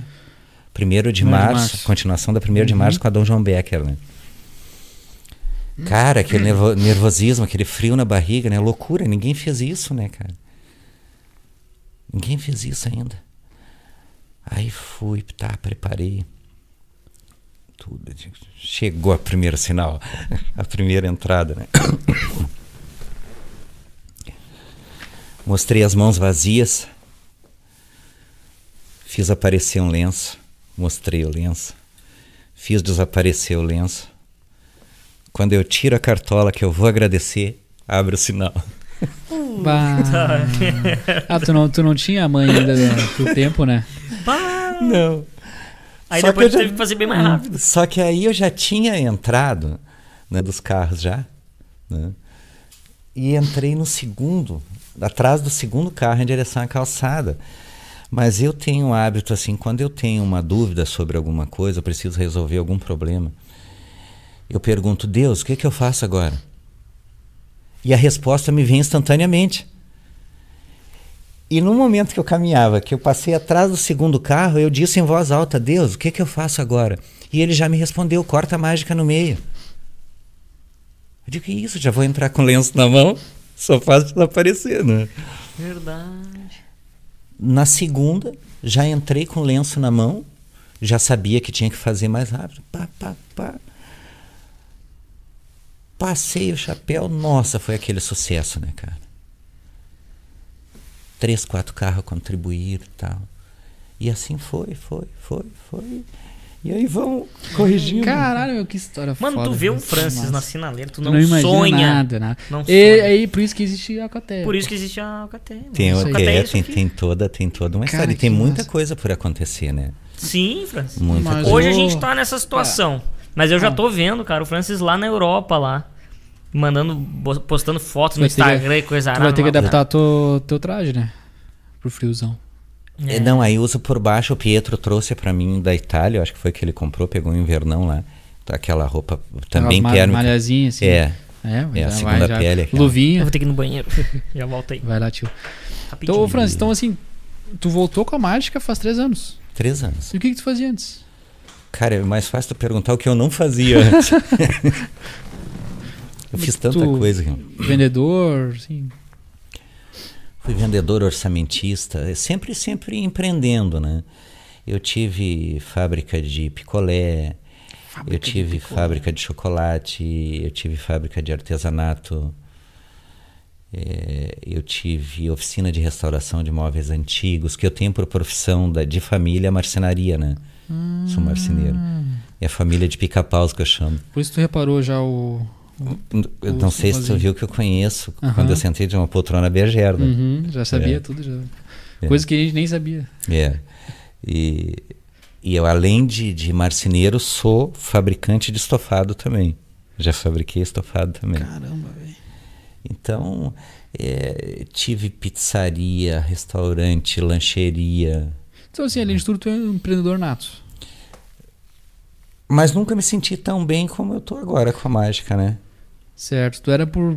S3: Primeiro de, março,
S1: março.
S3: Continuação da 1 de março com a Dom João Becker, né? Cara, aquele nervo- nervosismo, aquele frio na barriga, né? Loucura, ninguém fez isso, né, cara? Ninguém fez isso ainda. Aí fui, tá, preparei. Tudo. Chegou a primeira sinal, a primeira entrada, né? Mostrei as mãos vazias. Fiz aparecer um lenço. Mostrei o lenço. Fiz desaparecer o lenço. Quando eu tiro a cartola que eu vou agradecer, abre o sinal.
S1: Bah. Ah, tu não, tu não tinha a mãe ainda do, do tempo, né?
S2: Pá!
S3: Não.
S2: Aí
S3: Só
S2: depois
S3: que eu já- Ah.
S2: teve que fazer bem mais rápido.
S3: Só que aí eu já tinha entrado né, dos carros já. né? E entrei no segundo, atrás do segundo carro em direção à calçada. Mas eu tenho um hábito assim, quando eu tenho uma dúvida sobre alguma coisa, eu preciso resolver algum problema, eu pergunto, Deus, o que, que eu faço agora? E a resposta me vem instantaneamente. E no momento que eu caminhava, que eu passei atrás do segundo carro, eu disse em voz alta: Deus, o que, que eu faço agora? E ele já me respondeu: corta a mágica no meio. Eu digo: que isso? Já vou entrar com o lenço na mão? Só faço desaparecer, né?
S2: Verdade.
S3: Na segunda, já entrei com o lenço na mão, já sabia que tinha que fazer mais rápido. Pá, pá, pá. Passei o chapéu, nossa, foi aquele sucesso, né, cara? Três, quatro carros contribuíram e tal. E assim foi, foi, foi, foi. E aí vão corrigindo.
S1: Caralho, meu, que história
S2: Mano,
S1: foda. né?
S2: tu vê
S1: cara.
S2: um Francis
S1: Massa.
S2: na sinaleira, tu
S1: Tu
S2: não,
S1: imagina
S2: sonha.
S1: nada, nada.
S2: Não
S1: E
S2: sonha.
S1: aí, por isso que existe a Alcateia.
S2: Por isso que existe a Alcateia. mano.
S3: tem,
S1: Isso aí.
S3: tem-
S2: Alcateia é isso
S3: tem,
S2: aqui.
S3: tem toda, tem toda uma
S1: Cara,
S3: história. E tem
S1: que
S3: muita
S1: massa.
S3: coisa por acontecer, né?
S2: Sim, Francis.
S3: Muita
S1: Mas
S2: Hoje
S3: coisa.
S2: a
S1: o- Ah.
S2: gente tá nessa situação. Mas eu já tô vendo, cara, o Francis lá na Europa, lá. Mandando, bo- postando fotos no
S1: Vai ter que-
S2: Instagram e coisa
S1: Tu vai ter que
S2: arada,
S1: adaptar teu, teu traje, né? Pro friozão.
S2: É.
S3: É, Não, aí uso por baixo. O Pietro trouxe pra mim da Itália, eu acho que foi que ele comprou, pegou um invernão lá. Tá Aquela roupa também
S1: Aquelas
S3: térmica.
S1: malhazinha, assim.
S3: É,
S1: É,
S3: É, a
S1: já
S3: segunda pele aquela.
S2: Eu
S1: Luvinha.
S2: vou ter que ir no banheiro. já volto aí.
S1: Vai lá, tio.
S2: Rapidinho.
S1: Então, ô, Francis, então assim, tu voltou com a mágica faz três anos.
S3: três anos.
S1: E o que, que tu fazia antes?
S3: Cara, é mais fácil tu perguntar o que eu não fazia antes. eu fiz tanta
S1: Tu-
S3: coisa. cara.
S1: Vendedor, assim.
S3: Fui vendedor orçamentista, é sempre, sempre empreendendo, né? Eu tive fábrica de picolé, eu tive fábrica de chocolate, eu tive fábrica de artesanato, é, eu tive oficina de restauração de móveis antigos, que eu tenho por profissão da, de família a marcenaria, né? Sou marceneiro. É a família de pica-paus que eu chamo.
S1: Por isso tu reparou já o.
S3: Eu
S1: Ou
S3: não sei se tu
S1: sozinho.
S3: viu que eu conheço
S1: Aham.
S3: quando eu sentei de uma poltrona bergerda.
S1: Uhum, já sabia
S3: É.
S1: tudo. Já.
S3: É.
S1: Coisa que a gente nem sabia.
S3: É. E, e eu, além de, de marceneiro, sou fabricante de estofado também. Já fabriquei estofado também.
S4: Caramba, velho.
S3: Então, é, tive pizzaria, restaurante, lancheria.
S1: Então, assim, além de tudo, tu é um empreendedor nato.
S3: Mas nunca me senti tão bem como eu tô agora com a mágica, né?
S1: Certo. Tu era por.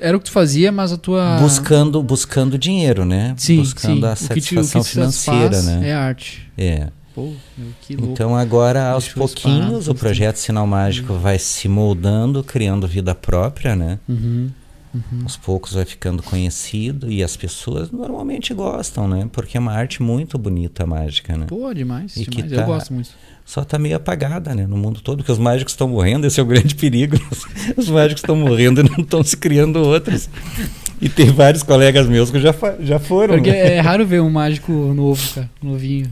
S1: Era o que tu fazia, mas a tua.
S3: Buscando, buscando dinheiro, né?
S1: Ah. Sim,
S3: buscando
S1: sim.
S3: a
S1: O que te- o
S3: satisfação
S1: que te
S3: financeira,
S1: satisfaz
S3: né?
S1: É arte.
S3: É.
S1: Pô, meu, que louco.
S3: Então agora, aos
S1: Deixa eu disparar
S3: pouquinhos, o
S1: tudo.
S3: projeto Sinal Mágico vai se moldando, criando vida própria, né?
S1: Uhum.
S3: Aos poucos vai ficando conhecido e as pessoas normalmente gostam, né? Porque é uma arte muito bonita a mágica, né?
S1: Pô, demais.
S3: E que
S1: demais.
S3: tá-
S1: Eu gosto muito.
S3: Só tá meio apagada, né? No mundo todo, porque os mágicos estão morrendo, esse é o grande perigo. Os mágicos estão morrendo e não estão se criando outros. E tem vários colegas meus que já, fa- já foram.
S1: Porque
S3: né?
S1: é raro ver um mágico novo, cara. Novinho.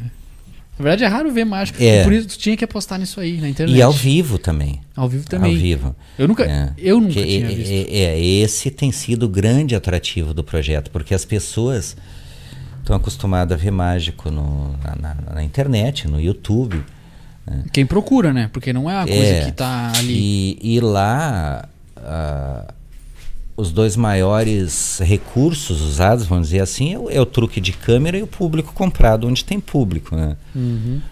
S1: Na verdade, é raro ver mágico.
S3: É.
S1: Por isso, tu tinha que apostar nisso aí na internet.
S3: E ao vivo também.
S1: Ao vivo é também.
S3: Ao vivo.
S1: Eu nunca,
S3: É.
S1: eu nunca
S3: Que-
S1: tinha
S3: é-
S1: visto.
S3: É, é, esse tem sido o grande atrativo do projeto, porque as pessoas estão acostumadas a ver mágico no- na, na- na internet, no YouTube.
S1: Quem procura, né? Porque não é uma coisa
S3: É,
S1: que tá ali.
S3: E, e lá ah, os dois maiores recursos usados, vamos dizer assim, é o, é o truque de câmera e o público comprado, onde tem público, né?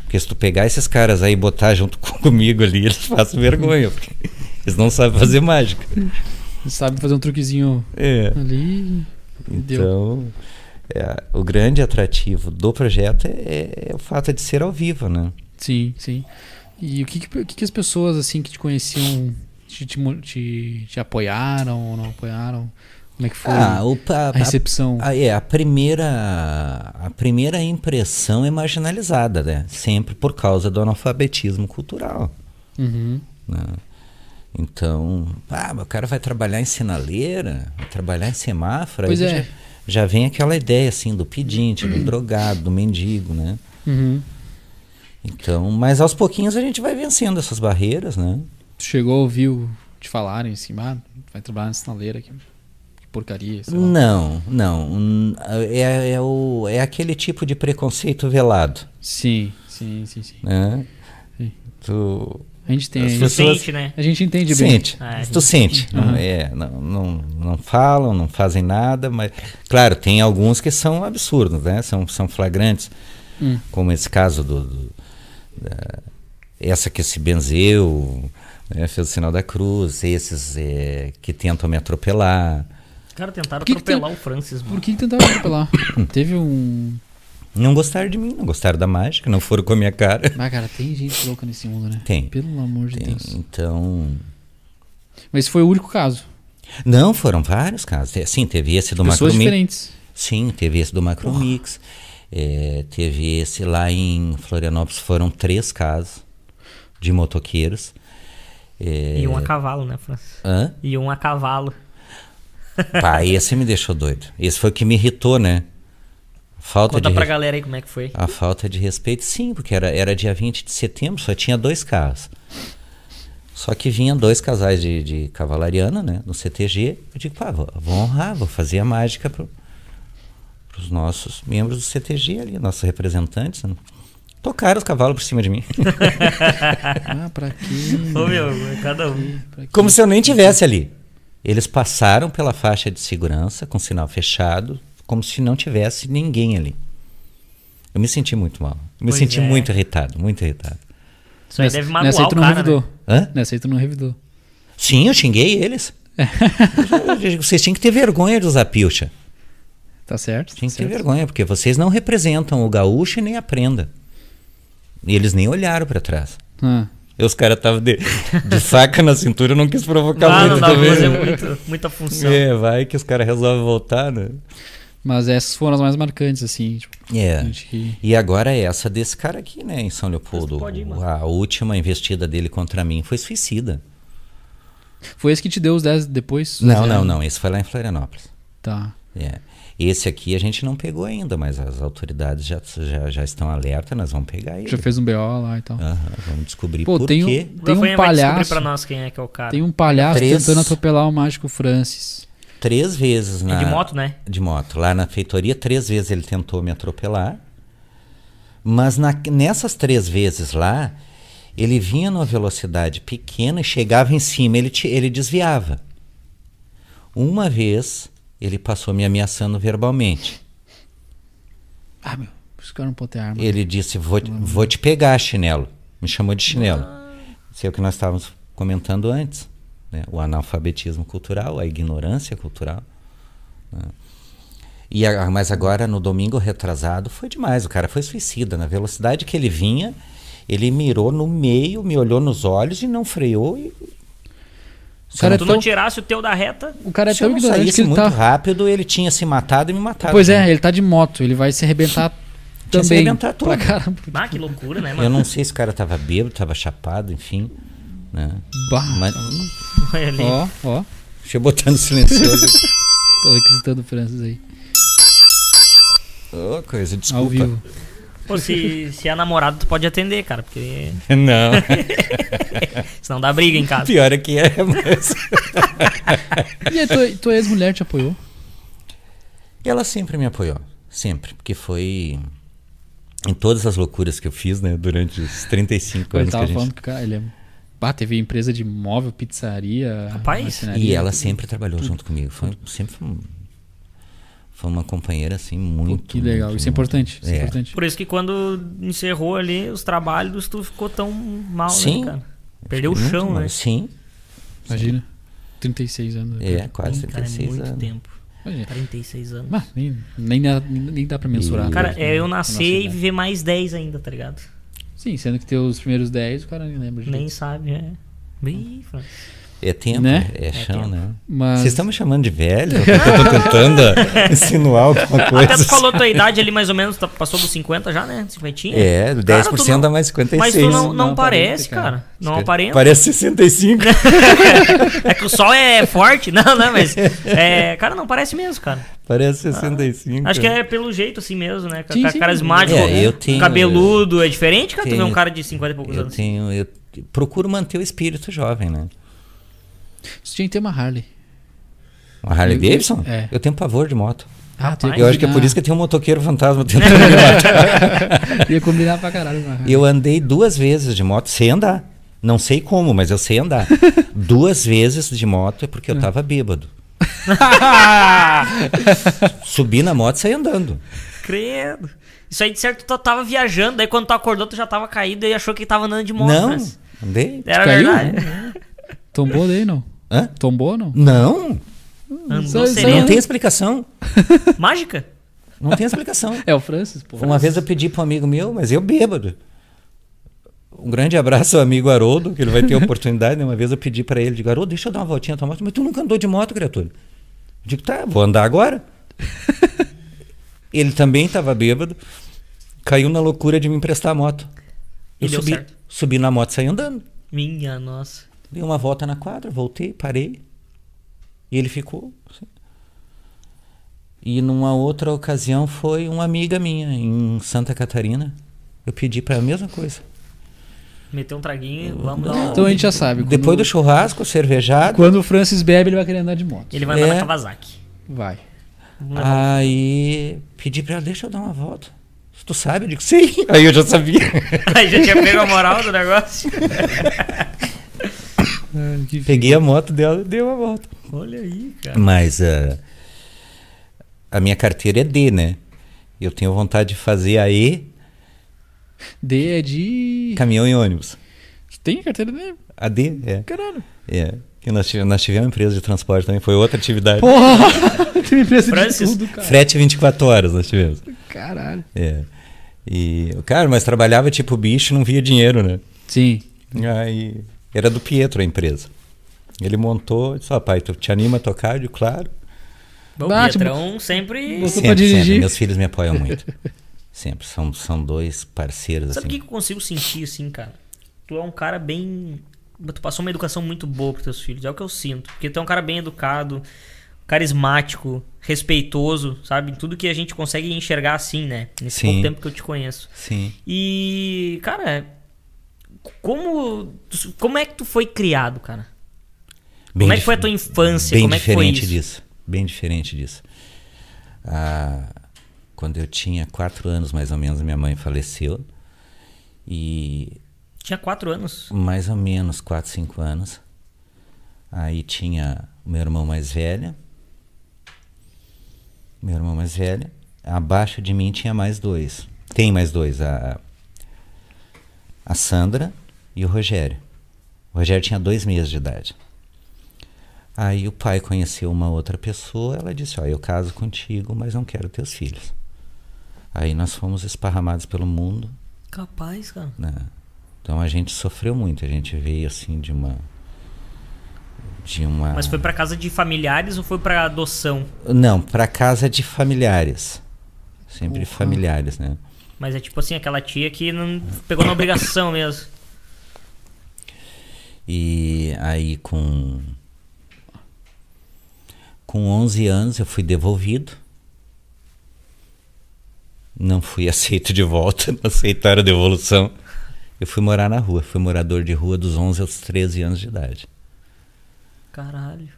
S3: Porque se tu pegar esses caras aí e botar junto com- comigo ali, eles passam vergonha, porque eles não sabem fazer mágica.
S1: Sabe fazer um truquezinho
S3: É.
S1: ali. Deu.
S3: Então, é, o grande atrativo do projeto é, é o fato de ser ao vivo, né?
S1: Sim, sim. E o que, que, o que que as pessoas assim que te conheciam te, te, mo- te, te apoiaram ou não apoiaram? Como é que foi
S3: Ah,
S1: a
S3: o, pa- a-
S1: recepção?
S3: Ah, é, a primeira, a primeira impressão é marginalizada, né? Sempre por causa do analfabetismo cultural.
S1: Uhum.
S3: né? Então, ah, mas o cara vai trabalhar em sinaleira, vai trabalhar em semáforo,
S1: Pois
S3: aí
S1: é.
S3: já, já vem aquela ideia assim do pedinte, do drogado, do mendigo, né?
S1: Uhum.
S3: Então, mas aos pouquinhos a gente vai vencendo essas barreiras, né?
S1: Tu chegou a ouvir o- te falarem assim, ah, vai trabalhar na sinaleira aqui. Que porcaria, sei lá.
S3: Não, não. hum, É, é, o, é aquele tipo de preconceito velado,
S1: Sim, sim, sim, sim.
S3: né?
S1: Sim.
S3: Tu,
S1: A gente tem.
S3: As
S1: a gente-
S2: Tu
S3: pessoas-
S2: sente, né?
S1: A gente entende bem. Uhum.
S3: Sente,
S2: Ah, é.
S3: tu sente. Não, é, não, não, não falam, não fazem nada, mas. Claro, tem alguns que são absurdos, né? São, são flagrantes.
S1: Hum.
S3: Como esse caso do. do- da- essa que se benzeu, né? fez o sinal da cruz, esses é, que tentam me atropelar.
S2: Cara, tentaram
S1: Por que que
S2: atropelar o Francis, mano.
S1: Por que que tentaram atropelar? Teve um.
S3: Não gostaram de mim, não gostaram da mágica, não foram com a minha cara.
S1: Ah, cara, tem gente louca nesse mundo, né?
S3: Tem.
S1: Pelo amor de
S3: Tem,
S1: Deus.
S3: então.
S1: Mas foi o único caso.
S3: Não, foram vários casos. É, Sim, teve esse do
S1: Pessoas
S3: Macromil.
S1: diferentes.
S3: Sim, teve esse do Macromix. É, teve esse lá em Florianópolis, foram três casos de motoqueiros. É, Tá
S2: E um a cavalo, né, Francis?
S3: hã?
S2: E um a cavalo.
S3: Pá, esse me deixou doido. Esse foi o que me irritou, né? Falta
S2: Conta
S3: de
S2: pra
S3: re-
S2: galera aí como é que foi.
S3: A falta de respeito, sim, porque era, era dia 20 de setembro, só tinha dois carros. Só que vinham dois casais de, de cavalariana, né? No CTG. Eu digo, pá, vou, vou honrar, vou fazer a mágica pro, pros nossos membros do CTG ali, nossos representantes. Né? Tocaram os cavalos por cima de mim.
S1: Ah, pra quê?
S2: Ô, meu, cada um.
S1: Pra quê?
S3: Como se eu nem tivesse ali. Eles passaram pela faixa de segurança com sinal fechado, como se não tivesse ninguém ali. Eu me senti muito mal. Eu me
S2: Pois
S3: senti
S2: é.
S3: muito irritado, muito irritado.
S2: Isso aí deve magoar
S1: Nessa aí tu
S2: o
S1: não
S2: cara,
S1: revidou.
S2: né?
S3: Hã?
S1: Nessa aí tu não revidou.
S3: Sim, eu xinguei eles. Eu digo, vocês tinham que ter vergonha de usar pilcha.
S1: Tá certo?
S3: Tinha
S1: tá
S3: que ter
S1: certo.
S3: vergonha, porque vocês não representam o gaúcho e nem a prenda. E eles nem olharam pra trás.
S1: Ah.
S3: E os caras estavam de, de faca na cintura, eu não quis provocar
S2: Ah, não
S3: muito
S2: dá pra
S3: também.
S2: fazer
S3: né?
S2: muito- muita função.
S3: É, vai que os caras resolvem voltar, né?
S1: Mas essas foram as mais marcantes, assim. Tipo,
S3: É.
S1: gente que...
S3: E agora é essa desse cara aqui, né, em São Leopoldo.
S2: pode ir, mano.
S3: a última investida dele contra mim foi suicida.
S1: Foi esse que te deu os 10 depois?
S3: Não,
S1: Os
S3: não,
S1: dez?
S3: não. Esse foi lá em Florianópolis.
S1: Tá.
S3: É. Esse aqui a gente não pegou ainda, mas as autoridades já, já, já estão alerta, nós vamos pegar ele.
S1: Já fez um BO lá e tal.
S3: Aham, vamos descobrir
S1: Pô,
S3: por
S1: tem
S3: quê.
S1: um,
S2: O
S1: tem
S2: Rafael
S1: um
S2: vai descobrir
S1: palhaço.
S2: pra nós quem é que é o cara.
S1: Tem um palhaço
S3: Três.
S1: tentando atropelar o mágico Francis.
S3: Três vezes
S2: É
S3: na.
S2: de moto, né?
S3: de moto. Lá na feitoria, três vezes ele tentou me atropelar. Mas na- nessas três vezes lá, ele vinha numa velocidade pequena e chegava em cima, ele, te- ele desviava. Uma vez, ele passou me ameaçando verbalmente.
S1: Ah, meu, por isso que eu não botei arma.
S3: Ele disse: Vou, te- vou te pegar, chinelo. Me chamou de chinelo. Isso é o que nós estávamos comentando antes: né? o analfabetismo cultural, a ignorância cultural. né? E a, mas agora, no domingo retrasado, foi demais. O cara foi suicida. Na velocidade que ele vinha, ele mirou no meio, me olhou nos olhos e não freou. E,
S1: O cara é
S2: tu
S1: tão-
S2: não tirasse o teu da reta,
S1: O cara é
S3: se eu
S1: tão
S3: não
S1: ignorante que
S3: saísse
S1: ele
S3: muito
S1: tá.
S3: rápido, ele tinha se matado e me matado.
S1: Pois
S3: também.
S1: é, ele tá de moto, ele vai se arrebentar
S3: Tinha se
S1: também.
S3: arrebentar todo.
S1: pra caramba.
S2: ah, que loucura, né,
S3: Eu
S2: mano?
S3: não sei se o cara tava bêbado, tava chapado, enfim. Né?
S1: Bah.
S3: Mas,
S2: Ele-
S1: Ó, ó.
S3: deixa eu botar no silencioso.
S1: Tô requisitando o Francis aí.
S3: Ô, coisa, desculpa.
S1: Ao vivo.
S2: Pô, se, se é namorado, tu pode atender, cara, porque
S3: Não,
S2: senão dá briga em casa.
S3: pior é que é. Mas...
S1: E a tua, tua ex-mulher te apoiou?
S3: Ela sempre me apoiou, sempre, porque foi em todas as loucuras que eu fiz, né, durante os 35
S1: Ele
S3: anos que
S1: tava
S3: a gente...
S1: falando que o cara. Ele é... Bah, teve empresa de móvel, pizzaria.
S2: Rapaz.
S1: marcenaria.
S3: E ela sempre trabalhou junto comigo, foi sempre foi um- foi uma companheira assim muito
S1: Que legal,
S3: muito,
S1: isso é
S3: muito-
S1: importante. Isso é
S3: É.
S1: importante.
S2: Por isso que quando encerrou ali os trabalhos, tu ficou tão mal,
S3: Sim.
S2: né, cara? Perdeu o
S3: Muito
S2: chão,
S3: bom.
S2: né?
S3: Sim,
S1: Imagina. 36 anos.
S3: é, quase
S2: Ih, Cara, é
S3: 36
S2: muito
S3: anos.
S2: tempo.
S1: Imagina.
S2: 46 anos.
S1: Bah, nem, nem, dá, nem dá pra mensurar.
S3: E-
S2: Cara,
S1: Né?
S2: é eu
S1: Nossa
S2: nascer e
S1: idade.
S2: viver mais 10 ainda, tá ligado?
S1: Sim, sendo que teus primeiros 10, o cara nem lembra
S3: Uhum.
S1: de
S2: Nem sabe, é. Bem, Fran.
S3: É tempo,
S1: Né?
S3: é, chão,
S2: tempo.
S3: né?
S1: Mas.
S3: Vocês estão me chamando de velho? Eu tô tentando insinuar alguma
S2: Até tu
S3: coisa.
S2: falou tua idade ali mais ou menos, tá- passou dos 50 já, né? 50?
S3: É, 10%
S2: Cara, tu
S3: dá
S2: não-
S3: mais 56.
S2: Mas tu não, não,
S1: Não
S2: parece,
S1: aparenta, cara.
S2: cara. Não aparenta. Né?
S3: Parece 65.
S2: É que o sol é forte. Não, não, mas. é, cara, não parece mesmo, cara.
S3: Parece 65.
S2: Ah, Acho que é pelo jeito assim mesmo, né? Cara,
S1: Sim,
S2: cara
S1: sim.
S2: carismático,
S3: É, eu tenho-
S2: cabeludo, é diferente, cara. tu vê um
S3: Tenho-
S2: cara de 50 e poucos
S3: Eu
S2: anos.
S3: tenho. Eu te- procuro manter o espírito jovem, né?
S1: Isso tinha que ter uma Harley.
S3: A Harley
S2: Uhum.
S1: Eu-
S3: Davidson?
S1: é.
S3: Eu tenho pavor de moto.
S1: Ah, tu ia
S3: Eu acho que é por
S1: combinar-
S3: isso que tem um motoqueiro fantasma tentando me matar.
S1: Ia combinar pra caralho com a Harley.
S3: Eu andei duas vezes de moto sem andar. Não sei como, mas eu sei andar. duas vezes de moto é porque eu
S2: Ah.
S3: tava bêbado. Subi na moto e saí andando.
S2: Credo. Isso aí de certo tu tava viajando, daí quando tu acordou tu já tava caído e achou que tava andando de moto.
S3: não,
S2: mas-
S3: andei.
S2: Era
S1: caiu?
S2: verdade.
S1: Tombou daí, não?
S3: Hã?
S1: Tombou, não?
S3: Não,
S2: Andou
S1: Isso aí,
S3: não
S2: sereno.
S3: tem explicação.
S2: Mágica?
S3: Não tem explicação.
S1: É o Francis, pô.
S3: Uma vez eu pedi para um amigo meu, mas eu bêbado. Um grande abraço ao amigo Haroldo, que ele vai ter oportunidade. Né? Uma vez eu pedi para ele, digo, Haroldo, deixa eu dar uma voltinha na tua moto. Mas tu nunca andou de moto, criatura. Eu digo, tá, vou andar agora. ele também estava bêbado, caiu na loucura de me emprestar a moto.
S2: E
S3: Eu
S2: deu
S3: subi,
S2: certo.
S3: subi na moto e saí andando.
S2: Minha nossa.
S3: Dei uma volta na quadra, voltei, parei. E ele ficou. assim. E numa outra ocasião foi uma amiga minha em Santa Catarina. Eu pedi para a mesma coisa.
S2: Meteu um traguinho, vamos
S3: Uhum.
S2: dar um...
S1: Então a gente já sabe. Quando,
S3: Depois do churrasco, cervejado.
S1: quando o Francis bebe, ele vai querer andar de moto.
S2: Ele vai andar
S3: É.
S2: na Kawasaki.
S1: Vai.
S3: Aí pedi para ela, deixa eu dar uma volta. Se Tu sabe? Eu digo, sim. Aí eu já sabia.
S2: Aí já tinha pego a moral do negócio.
S3: Peguei a moto dela e dei uma volta.
S2: Olha aí, cara.
S3: Mas ah, a minha carteira é D, né? Eu tenho vontade de fazer a E,
S1: D é de.
S3: caminhão e ônibus.
S1: Tem carteira dele?
S3: A D, é.
S1: Caralho.
S3: É. Que nós, tive- nós tivemos uma empresa de transporte também, foi outra atividade.
S1: Porra! Tem empresa
S2: Francis,
S1: de tudo, cara.
S3: Frete 24 horas nós tivemos.
S1: Caralho.
S3: É. E, cara, mas trabalhava tipo bicho e não via dinheiro, né?
S1: Sim.
S3: Aí, era do Pietro a empresa. Ele montou, disse, ó pai, tu te anima a tocar? Eu digo, claro.
S2: Bom,
S1: Bate,
S2: Pietrão sempre...
S1: Você- pra dirigir.
S3: Meus filhos me apoiam muito. sempre, são, são dois parceiros,
S2: Sabe o
S3: assim.
S2: que que eu consigo sentir, assim, cara? Tu é um cara bem... Tu passou uma educação muito boa pros teus filhos, é o que eu sinto. Porque tu é um cara bem educado, carismático, respeitoso, sabe? Tudo que a gente consegue enxergar assim, né? Nesse
S3: Sim.
S2: pouco tempo que eu te conheço.
S3: Sim.
S2: E, cara, como, como é que tu foi criado, cara?
S3: Bem
S2: como é que foi a
S3: dif-
S2: tua infância?
S3: Bem
S2: como é que foi
S3: diferente
S2: isso?
S3: disso. Bem diferente disso. Ah, Quando eu tinha quatro anos, mais ou menos, minha mãe faleceu. E
S2: Tinha quatro anos.
S3: mais ou menos 4, 5 anos. Aí tinha o meu irmão mais velho. Meu irmão mais velho. Abaixo de mim tinha mais dois. Tem mais dois. A, a Sandra e o Rogério. O Rogério tinha dois meses de idade. Aí o pai conheceu uma outra pessoa. Ela disse: Ó, eu caso contigo, mas não quero teus filhos. Aí nós fomos esparramados pelo mundo
S2: Capaz, cara.
S3: né? Então a gente sofreu muito, a gente veio assim de uma de uma
S2: Mas foi pra casa de familiares ou foi pra adoção?
S3: Não, para casa de familiares.
S2: Uhum.
S3: Sempre familiares, né?
S2: Mas é tipo assim, aquela tia que não pegou na obrigação mesmo.
S3: E aí com com 11 anos eu fui devolvido. Não fui aceito de volta, não aceitaram a devolução. Eu fui morar na rua, fui morador de rua dos 11 aos 13 anos de idade.
S2: Caralho.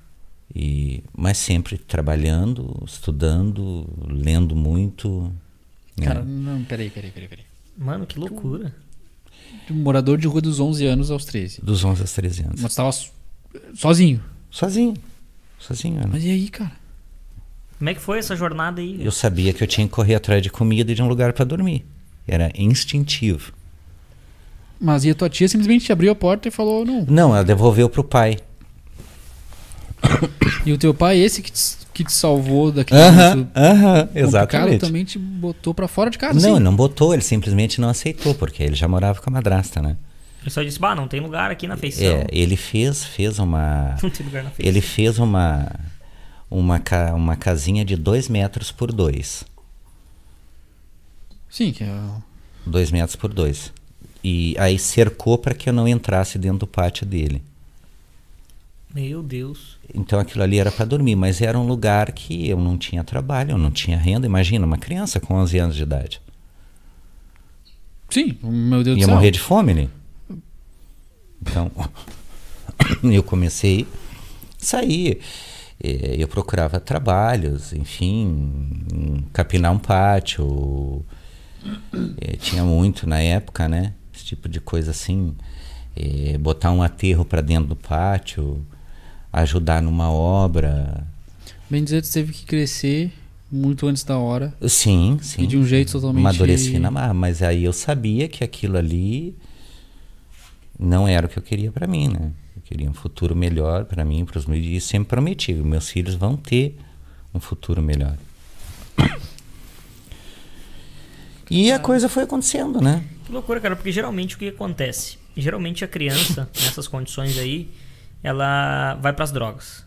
S3: E, mas sempre trabalhando, estudando, lendo muito. né?
S1: Cara, não, peraí, peraí, peraí, peraí.
S2: Mano, que loucura.
S1: De um morador de rua dos 11 anos aos 13.
S3: Dos 11 aos 13 anos.
S1: Mas tu tava so- sozinho.
S3: Sozinho. Sozinho. né?
S1: Mas e aí, cara?
S2: Como é que foi essa jornada aí?
S3: Eu sabia que eu tinha que correr atrás de comida e de um lugar para dormir. Era instintivo.
S1: Mas e a tua tia simplesmente te abriu a porta e falou não.
S3: Não, ela devolveu pro pai.
S1: E o teu pai, esse que te, que te salvou daquele
S3: Aham,
S1: momento
S3: aham,
S1: complicado,
S3: exatamente.
S1: também te botou pra fora de casa.
S3: Não,
S1: assim.
S3: não botou, ele simplesmente não aceitou, porque ele já morava com a madrasta, né?
S2: Ele só disse, bah, não tem lugar aqui na feição.
S3: É, ele fez, fez uma.
S2: Não tem lugar na feição.
S3: Ele fez uma, uma, ca- uma casinha de 2 metros por 2.
S1: Sim, que é-
S3: 2 metros por 2. E aí cercou para que eu não entrasse dentro do pátio dele.
S2: Meu Deus.
S3: Então aquilo ali era para dormir, mas era um lugar que eu não tinha trabalho, eu não tinha renda. Imagina, uma criança com 11 anos de idade.
S1: Sim, meu Deus do
S3: Ia
S1: céu.
S3: morrer de fome, né? Então, eu comecei a sair. Eh, Eu procurava trabalhos, enfim, capinar um pátio. Eh, Tinha muito na época, né? Esse tipo de coisa assim. Eh, Botar um aterro para dentro do pátio, ajudar numa obra.
S1: Bem dizer, tu teve que crescer muito antes da hora.
S3: Sim, sim.
S1: E de um jeito totalmente.
S3: Amadureci na marra, mas aí eu sabia que aquilo ali não era o que eu queria para mim, né? Eu queria um futuro melhor para mim, para os meus e sempre prometi, meus filhos vão ter um futuro melhor. E a coisa foi acontecendo, né?
S2: Que loucura, cara, porque geralmente o que acontece? Geralmente a criança, nessas condições aí, ela vai pras drogas.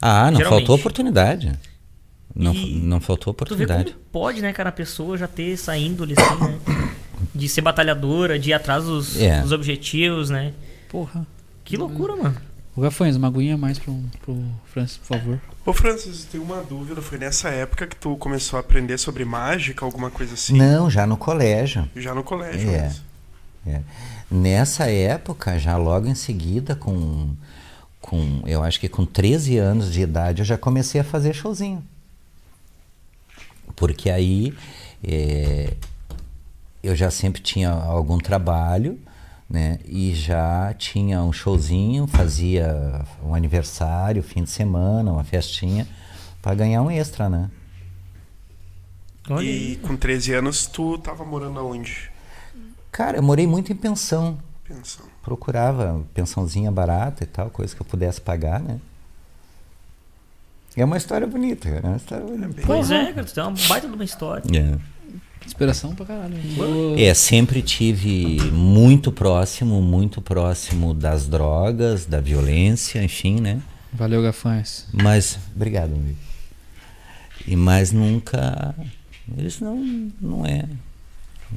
S3: Ah, não
S2: Geralmente.
S3: faltou oportunidade. Não,
S2: E
S3: não
S2: Tu
S3: faltou
S2: vê
S3: oportunidade.
S2: como pode, né, cara, a pessoa já ter essa índole assim, né? De ser batalhadora, de ir atrás dos,
S3: É.
S2: dos objetivos, né?
S1: Porra.
S2: Que loucura, mano.
S1: O Gafanhas, uma aguinha a mais pro, pro Francis, por favor.
S4: Ô Francis, eu tenho uma dúvida. Foi nessa época que tu começou a aprender sobre mágica, alguma coisa assim?
S3: Não, já no colégio.
S4: Já no colégio.
S3: É.
S4: mas-
S3: É. Nessa época, já logo em seguida, com, com eu acho que com 13 anos de idade, eu já comecei a fazer showzinho. Porque aí é, eu já sempre tinha algum trabalho, né? E já tinha um showzinho, fazia um aniversário, fim de semana, uma festinha, para ganhar um extra, né?
S2: Olha aí.
S4: E com 13 anos tu tava morando aonde?
S3: Cara, eu morei muito em pensão.
S4: Pensão.
S3: procurava pensãozinha barata e tal, coisa que eu pudesse pagar, né? É uma história bonita, cara. É uma história bonita.
S2: Pois é, cara, tu tem uma baita de uma história.
S3: É.
S1: Inspiração pra caralho. Boa.
S3: É, sempre tive muito próximo, muito próximo das drogas, da violência, enfim, né?
S1: Valeu, Gafanhas.
S3: Mas. Obrigado, amigo. E mas nunca. Eles não. Não é.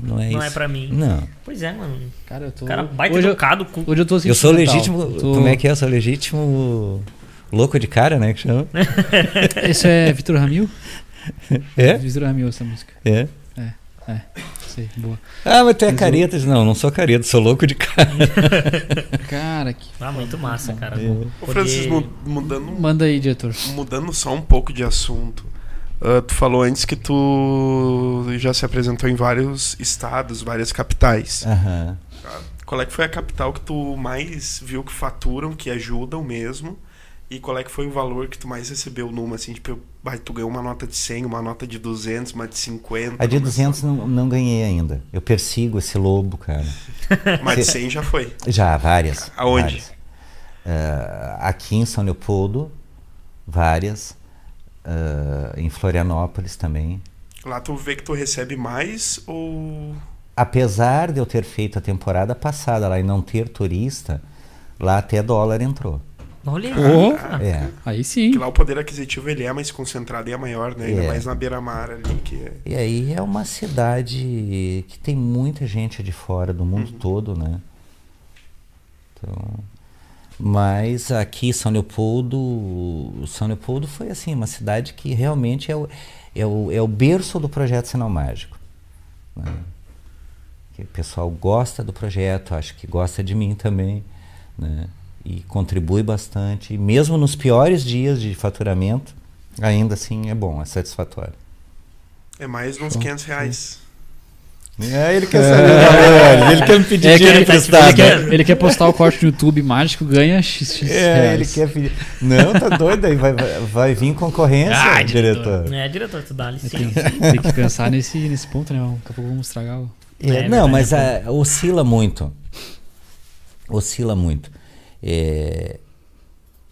S3: Não é
S2: Não
S3: isso.
S2: é pra mim.
S3: Não.
S2: Pois é, mano.
S1: Cara, eu tô.
S2: Cara, baita
S1: hoje, eu,
S2: educado, cu.
S1: hoje eu tô
S3: Eu sou
S1: sentimental.
S3: legítimo.
S1: Tô-
S3: Como é que é? Eu sou legítimo. Louco de cara, né? Que chama?
S1: Isso é Vitor Ramil?
S3: É?
S1: Vitor Ramil, essa música.
S3: É.
S1: Sei, boa.
S3: Ah, mas tu é careta. Não, não sou careta, sou louco de cara.
S1: Cara, que.
S2: Ah, muito massa, cara.
S4: Ô
S2: Poder-
S4: Francis, mu- mudando,
S1: Manda aí, diretor.
S4: mudando só um pouco de assunto. Ah, tu falou antes que tu já se apresentou em vários estados, várias capitais.
S3: Aham.
S4: Qual é que foi a capital que tu mais viu que faturam, que ajudam mesmo? E qual é que foi o valor que tu mais recebeu numa, assim, tipo, vai, tu ganhou uma nota de 100, uma nota de 200, uma de 50.
S3: A de 200 não, não ganhei ainda. Eu persigo esse lobo, cara.
S4: Mas de 100 já foi.
S3: Já, várias.
S4: Aonde?
S3: várias. Ah, aqui em São Leopoldo, várias. Ah, em Florianópolis também.
S4: Lá tu vê que tu recebe mais ou...
S3: Apesar de eu ter feito a temporada passada lá e não ter turista, lá até dólar entrou.
S2: Olha
S1: Ô,
S2: aí.
S3: É.
S1: Aí sim.
S4: Que lá o poder aquisitivo ele é mais concentrado e é maior, né? Ainda
S3: É.
S4: mais na beira-mar ali, que é...
S3: E aí é uma cidade que tem muita gente de fora do mundo todo, né? Então, mas aqui São Leopoldo, São Leopoldo foi assim uma cidade que realmente é o, é o, é o berço do projeto Sinal Mágico. né? Que o pessoal gosta do projeto, acho que gosta de mim também, né? E contribui bastante. E mesmo nos piores dias de faturamento, ainda assim é bom, é satisfatório.
S4: É mais uns 500 reais.
S3: É, ele quer saber. ele quer me pedir
S1: É que
S3: dinheiro
S2: tá
S1: ele,
S3: emprestado.
S1: ele quer, ele quer postar o corte no YouTube mágico, ganha XX
S3: É, ele
S1: reais.
S3: quer pedir. Não, tá doido aí. Vai, vai, vai vir concorrência,
S1: Ah,
S3: diretor.
S2: É, diretor, tu dá
S1: Tem,
S2: licença.
S1: tem que pensar nesse, nesse ponto, né? Daqui a pouco vamos estragar. o-
S2: É
S3: É, não,
S2: verdade,
S3: mas ah, oscila muito. Oscila muito. É,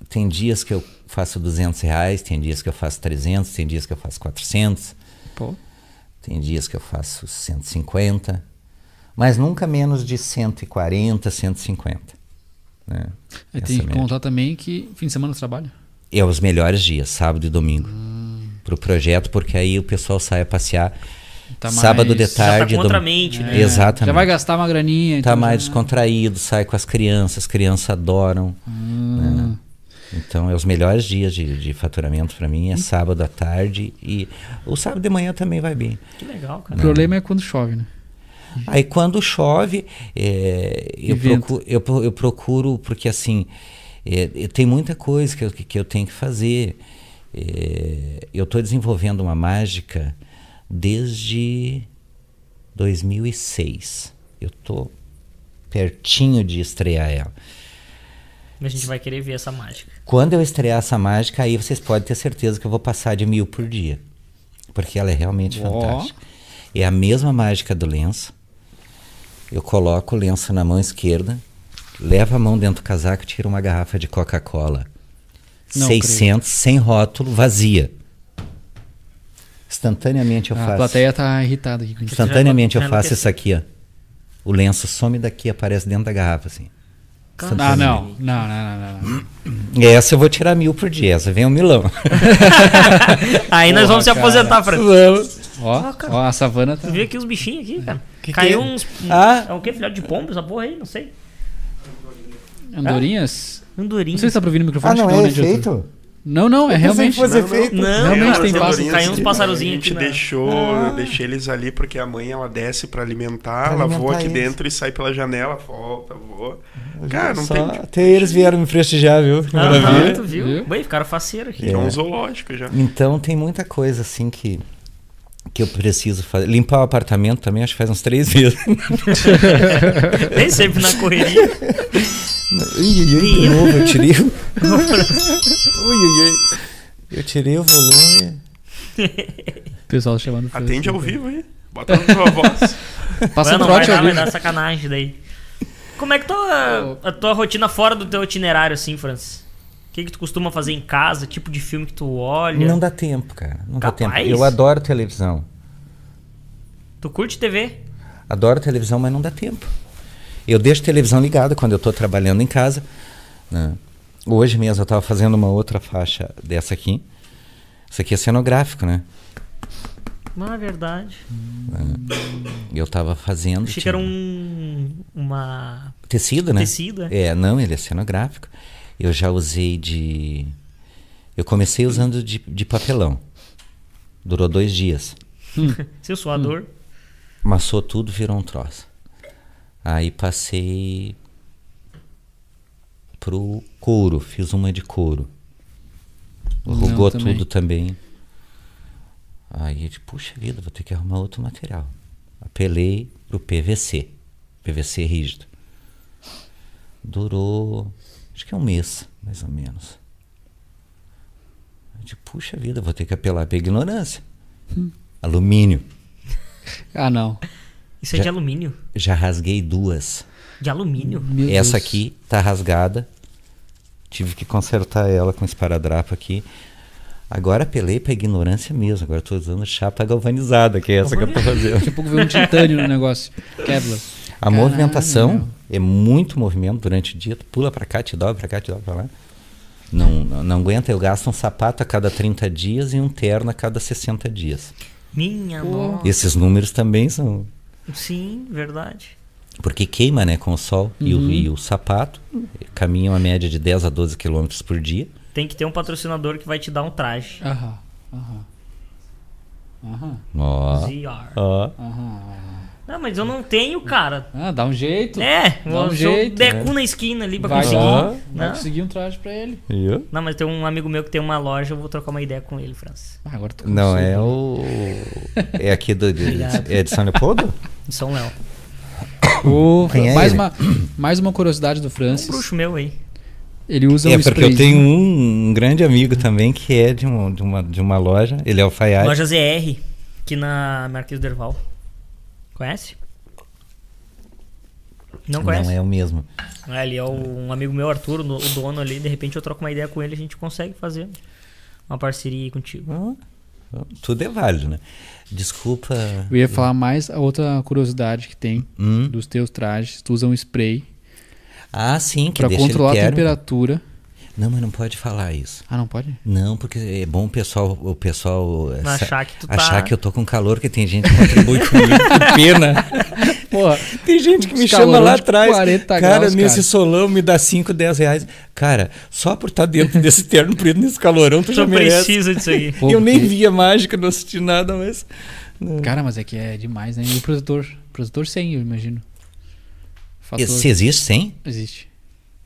S3: tem dias que eu faço 200 reais, tem dias que eu faço 300, tem dias que eu faço 400,
S1: Pô,
S3: tem dias que eu faço 150. Mas nunca menos de 140, 150. Né?
S1: aí
S3: Essa
S1: tem que
S3: média.
S1: contar também que fim de semana eu trabalho.
S3: É os melhores dias, sábado e domingo.
S1: Hum.
S3: Pro projeto, porque aí o pessoal sai a passear.
S1: Tá
S3: sábado
S1: mais-
S3: de tarde.
S2: Já tá com outra
S3: dom-
S2: mente, né?
S3: É, Exatamente.
S1: Já vai gastar uma graninha.
S3: Tá
S1: então
S3: mais
S1: já-
S3: descontraído, sai com as crianças, as crianças adoram.
S1: Hum.
S3: né? Então é os melhores dias de, de faturamento pra mim, é sábado à tarde e o sábado de manhã também vai bem.
S2: Que legal,
S1: O
S2: cara.
S1: problema é quando chove, né?
S3: Aí quando chove, é, eu,
S1: vento.
S3: procu- eu pro- eu procuro, porque assim, é, e tem muita coisa que eu, que- que eu tenho que fazer. É, eu estou desenvolvendo uma mágica desde 2006. Eu estou pertinho de estrear ela.
S2: A gente vai querer ver essa mágica.
S3: Quando eu estrear essa mágica, aí vocês podem ter certeza que eu vou passar de mil por dia. Porque ela é realmente
S1: Ó.
S3: fantástica. É a mesma mágica do lenço. Eu coloco o lenço na mão esquerda, levo a mão dentro do casaco e tiro uma garrafa de Coca-Cola.
S1: Não
S3: 600, sem rótulo, vazia. Instantaneamente eu
S1: a
S3: faço.
S1: plateia tá irritada aqui com isso.
S3: Instantaneamente eu
S2: Já
S3: faço
S2: enlouqueceu.
S3: isso aqui, ó. O lenço some daqui, aparece dentro da garrafa, assim.
S1: Ah, não. Não, não, não, não, não.
S3: E essa eu vou tirar mil por dia, essa vem um milão.
S2: Aí nós
S1: Porra,
S2: vamos se
S1: cara.
S2: aposentar, Fran.
S1: Ó, ó, a savana tá.
S2: Tu viu aqui os bichinhos aqui, cara?
S3: Que
S2: Caiu
S3: que é?
S2: uns.
S3: Ah.
S2: É o quê? Filhote de pombo, essa porra aí? Não sei.
S1: Andorinhas?
S2: Andorinha.
S1: Não sei se tá pra ouvir no microfone.
S3: Ah,
S1: acho
S3: não,
S1: que
S3: é
S1: né, Diogo?
S3: efeito?
S1: Não, não, é realmente.
S3: fosse efeito.
S2: Não,
S1: Realmente
S4: Não,
S1: tem
S4: as
S1: pássaro.
S4: andorinhas
S2: Caiu uns
S4: que-
S2: passarozinhos
S4: A gente
S2: aqui né? na-
S4: deixou, eu deixei eles ali porque a mãe ela desce pra
S3: Ah.
S4: alimentar,
S3: Pra
S4: ela voa
S3: alimentar
S4: aqui
S3: eles.
S4: dentro e sai pela janela, volta, voa. Cara, não
S3: Só
S4: tem tipo,
S3: Até eles vieram me prestigiar, viu?
S2: Aham, tu viu?
S1: Viu?
S2: Bem, ficaram faceiros aqui.
S3: É.
S4: é um zoológico já.
S3: Então tem muita coisa assim que, que eu preciso fazer. Limpar o apartamento também, acho que faz uns três meses.
S2: Nem sempre na correria.
S3: Ui, ui, ui, de novo, eu tirei o. Ui, ui, ui. Eu tirei o volume.
S1: O pessoal chamando.
S4: Atende ao vivo aí. Bota na tua voz.
S1: Passa
S2: Vai,
S1: um
S2: não vai né?
S1: trote ao
S2: dar, vai
S1: vivo.
S2: dar sacanagem daí. Como é que tá a, a tua rotina fora do teu itinerário, assim, Francis? O que, que tu costuma fazer em casa? Tipo de filme que tu olha?
S3: Não dá tempo, cara. Não dá
S2: Capaz?
S3: tempo. Eu adoro televisão.
S2: Tu curte TV?
S3: Adoro televisão, mas não dá tempo. Eu deixo televisão ligada quando eu estou trabalhando em casa. né? Hoje mesmo eu estava fazendo uma outra faixa dessa aqui. Isso aqui é cenográfico, né?
S2: Não, é verdade.
S3: Eu estava fazendo.
S2: Achei que
S3: tinha-
S2: era um. Uma.
S3: Tecido, né?
S2: Tecido, é.
S3: é. não, ele é cenográfico. Eu já usei de. Eu comecei usando de, de papelão. Durou dois dias. É.
S2: Seu suador.
S3: Hum. Massou tudo, virou um troço. Aí passei pro couro, fiz uma de couro.
S1: Não,
S3: Rugou
S1: também.
S3: tudo também. Aí ele, puxa vida, vou ter que arrumar outro material. Apelei pro PVC, PVC rígido. Durou, acho que é um mês, mais ou menos. Eu disse, puxa vida, vou ter que apelar pra ignorância.
S1: Hum.
S3: Alumínio.
S1: Ah, não.
S2: Isso é
S3: Já-
S2: de alumínio.
S3: Já rasguei duas.
S2: De alumínio.
S1: Meu
S3: Essa
S1: Deus.
S3: aqui tá rasgada. Tive que consertar ela com esparadrapo aqui. Agora apelei pra ignorância mesmo. Agora tô usando chapa galvanizada, que é essa que eu tô fazendo.
S1: Daqui a pouco veio um titânio no negócio. Kevlar.
S3: A movimentação é muito movimento durante o dia. Tu pula pra cá, te dobra pra cá, te dobra pra lá. Não, não, não aguenta. Eu gasto um sapato a cada 30 dias e um terno a cada 60 dias.
S2: Minha nossa.
S3: Esses números também são.
S2: Sim, verdade.
S3: Porque queima, né, com o sol. E,
S1: Uhum.
S3: o, e o sapato caminha uma média de 10 a 12 quilômetros por dia.
S2: Tem que ter um patrocinador que vai te dar um traje.
S1: Aham. Aham. Aham.
S3: Ó.
S2: ZR.
S3: Ó.
S2: Não, mas eu não tenho, cara.
S1: Ah, dá um jeito.
S2: É,
S1: Dá um
S2: se eu
S1: jeito,
S2: der
S1: né?
S2: cu na esquina ali pra
S1: Vai
S2: conseguir.
S1: dar, vai
S2: Não.
S1: conseguir um traje pra ele.
S3: Viu?
S2: não, mas tem um amigo meu que tem uma loja, eu vou trocar uma ideia com ele, França.
S1: Ah, agora tu
S3: Não, é o. É aqui do. De,
S2: Obrigado.
S3: é de São Leopoldo?
S2: Em São Léo.
S1: O-
S3: Quem é
S1: mais,
S3: ele?
S1: uma, mais uma curiosidade do
S2: Um
S1: Francis.
S2: bruxo meu aí.
S1: Ele usa
S3: É,
S1: um
S3: porque eu
S1: sprayzinho.
S3: tenho um, um grande amigo também que é de, um, de, uma, de uma loja. Ele é alfaiate.
S2: Loja ZR, aqui na Marquês do Erval. Conhece? Não conhece?
S3: Não é o mesmo.
S2: Ah, ele é o- um amigo meu, Arthur, no- o dono ali. De repente eu troco uma ideia com ele, a gente consegue fazer uma parceria aí contigo.
S1: Ah,
S3: Tudo é válido, né? Desculpa.
S1: Eu ia falar mais a outra curiosidade que tem
S3: Hum.
S1: dos teus trajes. Tu usa um spray
S3: Ah, sim, que
S1: pra
S3: deixa
S1: controlar a
S3: ele térmico.
S1: temperatura.
S3: Não, mas não pode falar isso.
S1: Ah, não pode?
S3: Não, porque é bom o pessoal, o pessoal eh, sa-
S2: achar que tu tá-
S3: achar que eu tô com calor, porque tem gente que contribui comigo, que pena.
S1: Porra,
S3: Tem gente que
S1: Os
S3: me chama lá
S1: calorões de
S3: atrás.
S1: 40
S3: cara,
S1: graus,
S3: nesse
S1: cara.
S3: solão me dá 5, 10 reais. Cara, só por estar dentro desse terno preto, nesse calorão, tu
S2: Só
S3: já merece.
S2: precisa disso aí.
S1: Pô,
S3: eu nem
S1: porque-
S3: via mágica, não assisti nada, mas. Hum.
S1: Cara, mas é que é demais, né? E o protetor? Protetor 100, eu imagino. Fator...
S3: Se existe 100,
S1: Existe.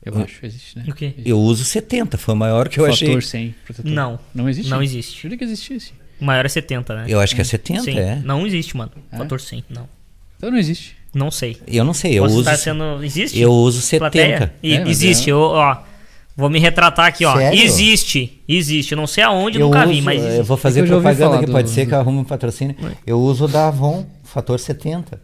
S1: Eu acho, existe, né?
S2: O quê?
S1: Existe.
S3: eu uso 70. Foi o maior que eu
S1: Fator
S3: achei.
S1: 100, protetor.
S2: Não.
S1: Não existe?
S2: Não existe.
S1: Jura que existisse.
S2: O maior é 70, né?
S3: Eu acho que é 70,
S2: Sim.
S3: é.
S2: Não existe, mano.
S1: É?
S2: Fator 100, não.
S1: Então não existe.
S2: Não sei.
S3: Eu não sei, eu
S2: Posso
S3: uso.
S2: estar tá sendo... Existe?
S3: Eu uso 70.
S2: Plateia? E-
S1: É, mas
S2: existe,
S1: é.
S2: eu- ó. Vou me retratar aqui, ó.
S3: Sério?
S2: Existe, existe. Eu não sei aonde,
S3: Eu,
S2: nunca
S3: uso,
S2: vi, mas
S3: eu
S2: existe.
S3: vou fazer
S1: É que eu já ouvi
S3: propaganda
S1: falar
S3: que
S1: do-
S3: pode ser que eu arrumo um patrocínio. Eu uso o da Avon, fator 70.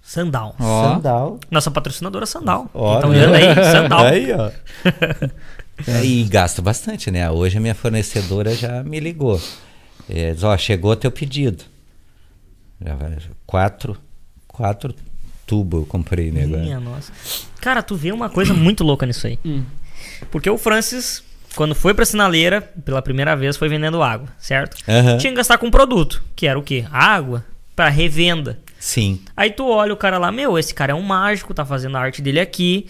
S2: Sandal.
S1: Ó.
S3: Sandal.
S2: Nossa patrocinadora Sandal.
S3: Ó,
S2: Então
S3: né?
S2: olhando aí, Sandal.
S3: Aí, ó. É, e gasto bastante, né? Hoje a minha fornecedora já me ligou. É, diz, ó, chegou teu pedido. Já vai, quatro, quatro tubos eu comprei, né? agora.
S2: Minha nossa. Cara, tu vê uma coisa muito louca nisso aí. Porque o Francis, quando foi pra sinaleira, pela primeira vez, foi vendendo água, certo?
S3: Aham.
S2: Tinha que gastar com um produto, que era o quê? Água pra revenda.
S3: Sim.
S2: Aí tu olha o cara lá, meu, esse cara é um mágico, tá fazendo a arte dele aqui.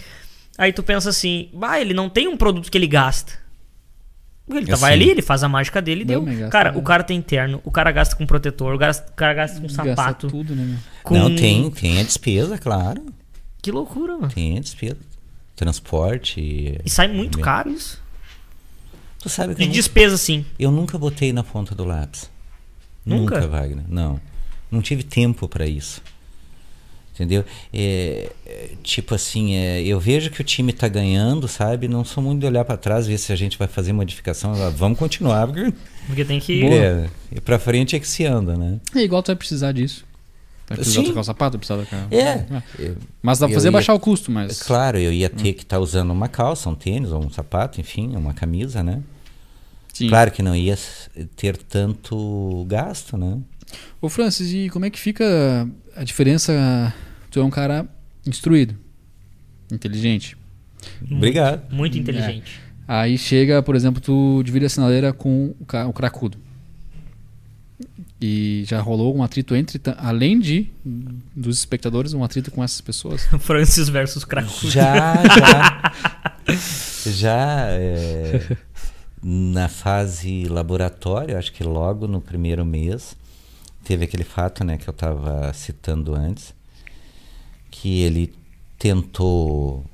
S2: Aí tu pensa assim, bah, ele não tem um produto que ele gasta. Ele tá,
S3: Eu
S2: vai
S3: sei.
S2: ali, ele faz a mágica dele e
S1: É, Não,
S2: deu.
S1: mas gasta,
S2: Cara,
S1: né?
S2: o cara tem terno, o cara gasta com protetor, o cara, o cara gasta com sapato.
S1: Gasta tudo, né? meu?
S2: Com...
S3: Não, tem, tem a despesa, claro.
S2: Que loucura, mano.
S3: Tem a despesa. Transporte.
S2: E sai muito caro isso.
S3: Tu sabe que
S2: De
S3: eu, nu-
S2: despesa, sim.
S3: eu nunca botei na ponta do lápis.
S2: Nunca?
S3: Wagner. Não. Não tive tempo para isso. Entendeu? É, é, tipo assim, é, eu vejo que o time tá ganhando, sabe? Não sou muito de olhar para trás, ver se a gente vai fazer modificação. Ah, Vamos continuar, porque
S2: Porque tem que.
S3: é, e pra frente é que se anda, né?
S1: É igual tu vai precisar disso. Vai precisar
S3: Sim.
S1: trocar o sapato, vai precisar trocar...
S3: É.
S1: Mas dá pra
S3: Eu
S1: fazer
S3: ia-
S1: baixar o custo, mas...
S3: É Claro, eu ia ter que estar usando uma calça, um tênis, ou um sapato, enfim, uma camisa, né?
S1: Sim.
S3: Claro que não ia s- ter tanto gasto, né?
S1: Ô Francis, e como é que fica a diferença? Tu é um cara instruído, inteligente.
S2: Muito,
S3: Obrigado.
S1: É.
S2: Muito inteligente.
S1: Aí chega, por exemplo, tu divide a sinaleira com o, ca- o cracudo. E já rolou um atrito entre, ta- além de dos espectadores, um atrito com essas pessoas.
S2: Francis versus Cracudo.
S3: Já, já. já é, na fase laboratório, acho que logo no primeiro mês, teve aquele fato né, que eu estava citando antes, que ele tentou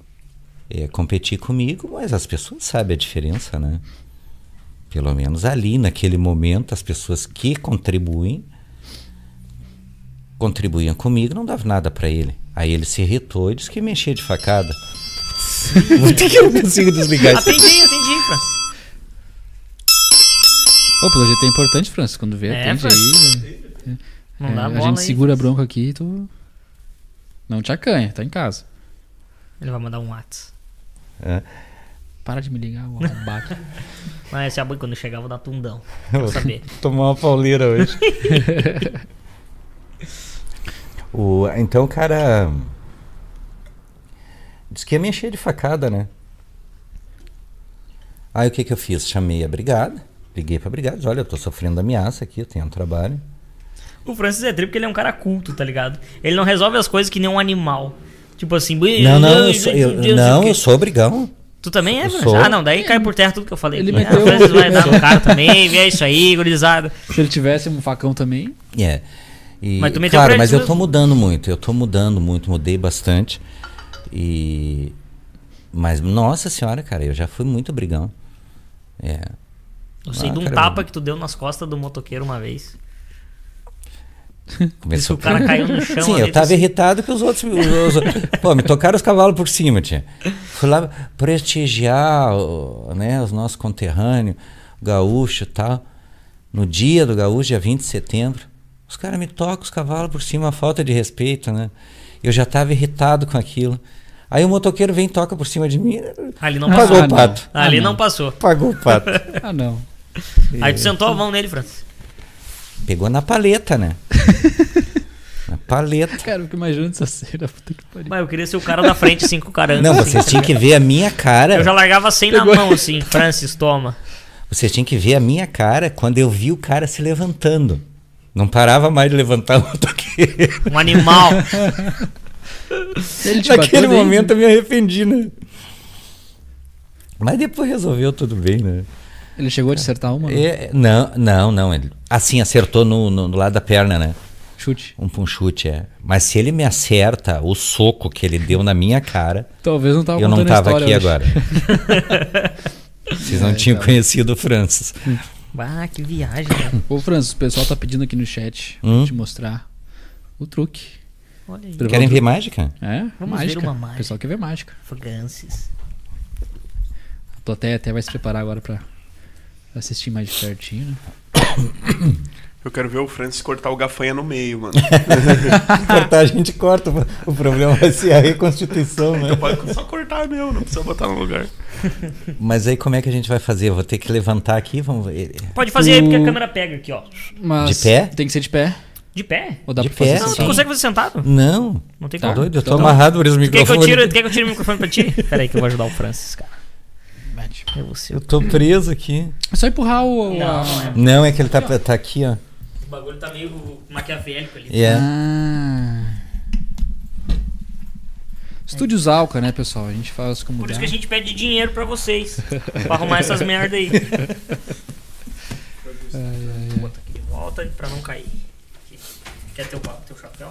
S3: é, competir comigo, mas as pessoas sabem a diferença, né? Pelo menos ali, naquele momento, as pessoas que contribuem contribuíam comigo, não dava nada para ele. Aí ele se irritou e disse que me enchia de facada. Por que que eu não consigo desligar isso?
S2: Atendi, atendi, Francis.
S1: Ô, pelo jeito é importante, França, quando vê,
S2: É,
S1: atende
S2: Francis.
S1: aí.
S2: Não
S1: É,
S2: dá
S1: a
S2: bola
S1: gente
S2: aí.
S1: segura a bronca aqui e tu. Não te acanha, tá em casa.
S2: Ele vai mandar um WhatsApp.
S1: Para de me ligar, o arrombaque.
S2: Mas esse abuso, quando chegar, eu vou dar tundão. Quero saber.
S3: Tomar uma pauleira hoje. o, então o cara. Diz que ia me encher de facada, né? Aí o que, que eu fiz? Chamei a brigada, liguei pra brigada, disse, olha, eu tô sofrendo ameaça aqui, eu tenho um trabalho.
S2: O Francis é tri porque ele é um cara culto, tá ligado? Ele não resolve as coisas que nem um animal. Tipo assim,
S3: Não, não, eu sou, eu- não, eu sou brigão.
S2: Tu também é,
S3: Eu
S2: Francis?
S3: sou.
S2: Ah, não, daí cai por terra tudo que eu falei.
S1: Ele
S2: Ele
S1: meteu-
S2: O Francis vai dar no cara também, vê isso aí, gurizada.
S1: Se ele tivesse um facão também,
S3: É. E,
S2: Mas tu meteu pra
S3: claro,
S2: ele
S3: mas eu
S2: mesmo.
S3: tô mudando muito, eu tô mudando muito, mudei bastante. E mas nossa senhora, cara, eu já fui muito brigão. É.
S2: Eu sei
S3: Ah,
S2: de um
S3: cara,
S2: tapa que tu deu nas costas do motoqueiro uma vez. Diz que
S3: Começou
S2: o cara caiu no chão.
S3: Sim,
S2: ali, assim.
S3: eu tava
S2: tu-
S3: irritado que os outros. os outros- pô, me tocaram os cavalos por cima, tia. Fui lá prestigiar o- né, os nossos conterrâneos, gaúcho e tal. No dia do gaúcho, dia 20 de setembro. Os caras me tocam os cavalos por cima, uma falta de respeito, né? Eu já tava irritado com aquilo. Aí o motoqueiro vem e toca por cima de mim.
S2: Ali não
S3: Pagou
S2: passou.
S1: Ah,
S3: o
S1: não.
S3: pato.
S2: Ali
S1: Ah, não.
S2: não passou.
S3: Pagou o pato.
S1: ah não.
S2: Aí tu sentou a mão nele, Francis.
S3: Pegou na paleta, né? na paleta.
S1: Cara, eu fico imaginando essa cena, puta que pariu.
S2: Mas eu queria ser o cara da frente, assim, com o cara.
S3: Não,
S2: assim,
S3: vocês
S2: tá
S3: tinham que ver a minha cara.
S2: Eu já largava 100 na
S1: Pegou.
S2: mão, assim. Francis, toma.
S3: Vocês tinham que ver a minha cara quando eu vi o cara se levantando. Não parava mais de levantar o motoqueiro.
S2: Um animal.
S1: Se ele te
S3: Naquele
S1: bateu, daí-
S3: momento eu me arrependi, né? Mas depois resolveu tudo bem, né?
S1: Ele chegou a acertar uma? né?
S3: É, não, não, não. Ele, assim, acertou no, no- no lado da perna, né?
S1: Chute.
S3: Um punchute, é. Mas se ele me acerta o soco que ele deu na minha cara,
S1: Talvez não tava
S3: eu não
S1: contando a
S3: tava
S1: história
S3: aqui
S1: hoje. É,
S3: agora. Vocês não tinham conhecido o Francis.
S2: Ah, que viagem, cara.
S1: Ô, Francis, o pessoal tá pedindo aqui no chat pra
S3: Hum?
S1: te mostrar o truque.
S2: Olha aí.
S1: Prevar
S3: Querem
S1: o
S3: ver mágica?
S1: truque. É,
S2: Vamos
S1: mágica.
S2: ver uma mágica.
S1: O pessoal quer ver mágica.
S2: Francis.
S1: A plateia até vai se preparar agora pra assistir mais de pertinho, né?
S4: Eu quero ver o Francis cortar o gafanha no meio, mano.
S3: cortar, a gente corta. O problema vai ser a reconstituição, né?
S4: Pode só cortar meu, não precisa botar no lugar.
S3: Mas aí como é que a gente vai fazer? Eu vou ter que levantar aqui, vamos ver.
S2: Pode fazer aí,
S1: Tu-
S2: porque
S3: Hum.
S2: a câmera pega aqui, ó.
S1: Mas
S3: De pé?
S1: Tem que ser de pé.
S2: De pé?
S1: Ou dá
S3: De
S1: pra fazer
S3: pé,
S2: Não,
S1: assim?
S2: tu
S3: É, sim.
S2: consegue fazer sentado?
S3: Não.
S2: Não tem
S3: Tá
S2: como.
S3: doido? Eu tô
S1: Então-
S3: amarrado por esse
S2: Tu quer que eu
S3: microfone.
S2: tire, tu quer que eu tire o microfone pra ti? Pera aí que eu vou ajudar o Francis, cara.
S1: Mete.
S2: Eu vou ser.
S3: Eu tô preso aqui.
S1: É só empurrar o. o-
S2: Não,
S1: a-
S2: não é.
S3: Não, é que ele tá, tá aqui, ó.
S2: O bagulho tá meio maquiavélico ali.
S3: É.
S1: Ah. Estúdios Alca, né, pessoal? A gente faz como
S2: Por
S1: dá.
S2: isso que a gente pede dinheiro pra vocês. pra arrumar essas merda aí.
S1: É,
S2: Bota tá aqui de volta pra não cair. Aqui. Quer teu, pa- teu chapéu?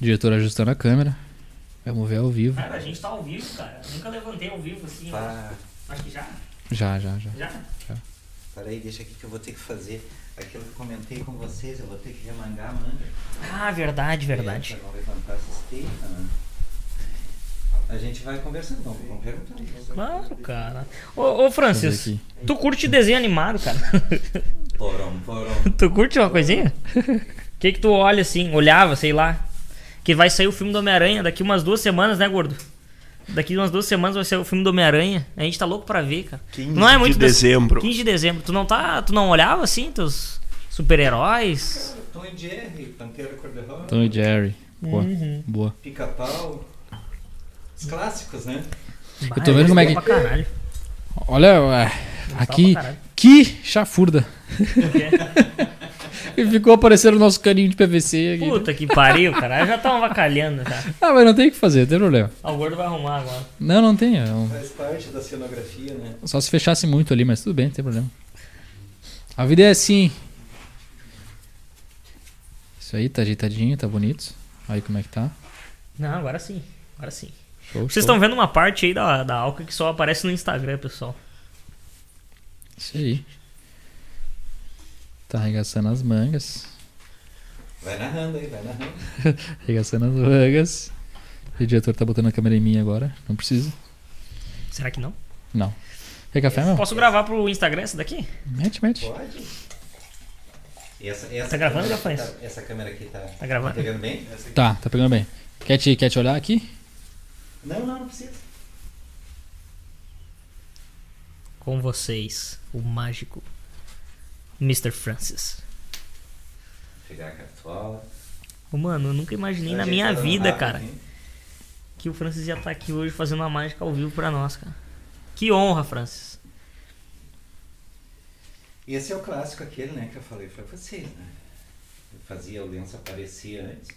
S1: Diretor ajustando a câmera. Vamos ver ao vivo.
S2: Cara, a gente tá ao vivo, cara. Eu nunca levantei ao vivo
S3: Ah.
S2: assim.
S3: Tá.
S2: eu acho. Acho que já?
S1: Já, já, já.
S2: Já?
S3: Peraí, deixa aqui que eu vou ter que fazer aquilo que eu comentei com vocês. Eu vou ter que remangar a manga.
S2: Ah, verdade, verdade.
S3: Pra não levantar essas tetas, né? A gente vai conversando, vamos vamos perguntando.
S2: Claro, cara. Ô, ô Francis,
S1: aqui.
S2: tu curte desenho animado, cara?
S3: Porão, porão.
S2: Tu curte uma coisinha? O que que tu olha assim, olhava, sei lá? Que vai sair o filme do Homem-Aranha daqui umas duas semanas, né, gordo? Daqui umas duas semanas vai sair o filme do Homem-Aranha. A gente tá louco pra ver, cara.
S4: 15
S2: não é muito
S4: de
S2: desse-
S4: dezembro.
S2: 15 de dezembro. Tu não tá, tu não olhava assim teus super-heróis?
S3: Tom e Jerry, Pantera Cor-de-Rosa,
S1: Tom e Jerry. Boa. Boa.
S3: Pica-Pau. Os clássicos, né?
S1: Eu tô vendo como é que-
S2: Pra caralho.
S1: Olha, ué, aqui.
S2: pra caralho.
S1: Que chafurda. e ficou aparecendo o nosso caninho de PVC aqui.
S2: Puta que pariu, cara. Eu já tava avacalhando, cara.
S1: Ah, mas não tem o que fazer, não tem problema.
S2: Ah, o gordo vai arrumar agora.
S1: Não, não tem. é um-
S3: Faz parte da cenografia, né?
S1: Só se fechasse muito ali, mas tudo bem, não tem problema. A vida é assim. Isso aí, tá ajeitadinho, tá bonito. Aí como é que tá.
S2: Não, agora sim. Agora sim.
S1: Show,
S2: Vocês
S1: show.
S2: estão vendo uma parte aí da, da Alca que só aparece no Instagram, pessoal.
S1: Isso aí. Tá arregaçando as mangas.
S3: Vai narrando aí, vai narrando.
S1: Arregaçando as mangas. E o diretor tá botando a câmera em mim agora. Não precisa.
S2: Será que não?
S1: Não. Quer café, meu?
S2: Posso gravar pro Instagram essa daqui?
S1: Mete, mete.
S3: Pode? Essa, essa
S2: Tá gravando,
S3: câmera aqui
S2: Gafanhoto?
S3: tá- Essa câmera aqui tá,
S2: Tá gravando?
S3: pegando bem? Essa aqui-
S1: Tá, tá pegando bem. Quer te, quer te olhar aqui?
S3: Não, não, não precisa.
S2: Com vocês, o mágico Mr. Francis.
S3: Pegar a cartola.
S2: Ô, mano, eu nunca imaginei na
S3: Ajeitando
S2: minha vida,
S3: rápido,
S2: cara,
S3: hein?
S2: que o Francis ia estar aqui hoje fazendo uma mágica ao vivo pra nós, cara. Que honra, Francis.
S3: E Esse é o clássico aquele, né, que eu falei pra vocês, né? Eu fazia o lenço aparecer antes,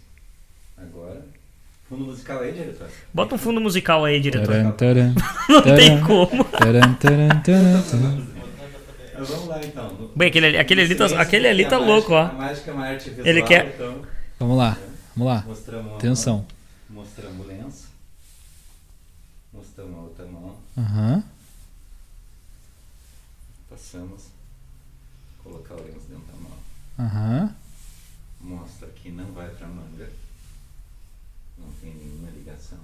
S3: agora. Fundo musical aí, diretor.
S2: Bota um fundo musical aí, diretor.
S1: Taran, taran,
S2: Não tem
S1: taran,
S2: como.
S1: taran, taran, taran, taran.
S3: Mas vamos lá então. No-
S2: Bem, aquele ali- aquele ali tá-
S3: silêncio,
S2: aquele ali
S3: a
S2: tá
S3: mágica-
S2: louco, ó.
S3: A mágica é uma arte visual,
S2: Ele quer-
S3: então
S1: Vamos lá, vamos lá.
S3: mostramos uma
S1: Atenção.
S3: mão, Mostramos o lenço. Mostramos a outra mão.
S1: Aham.
S3: Passamos. Colocar o lenço dentro da mão.
S1: Aham.
S3: Mostra que não vai pra manga. Não tem nenhuma ligação.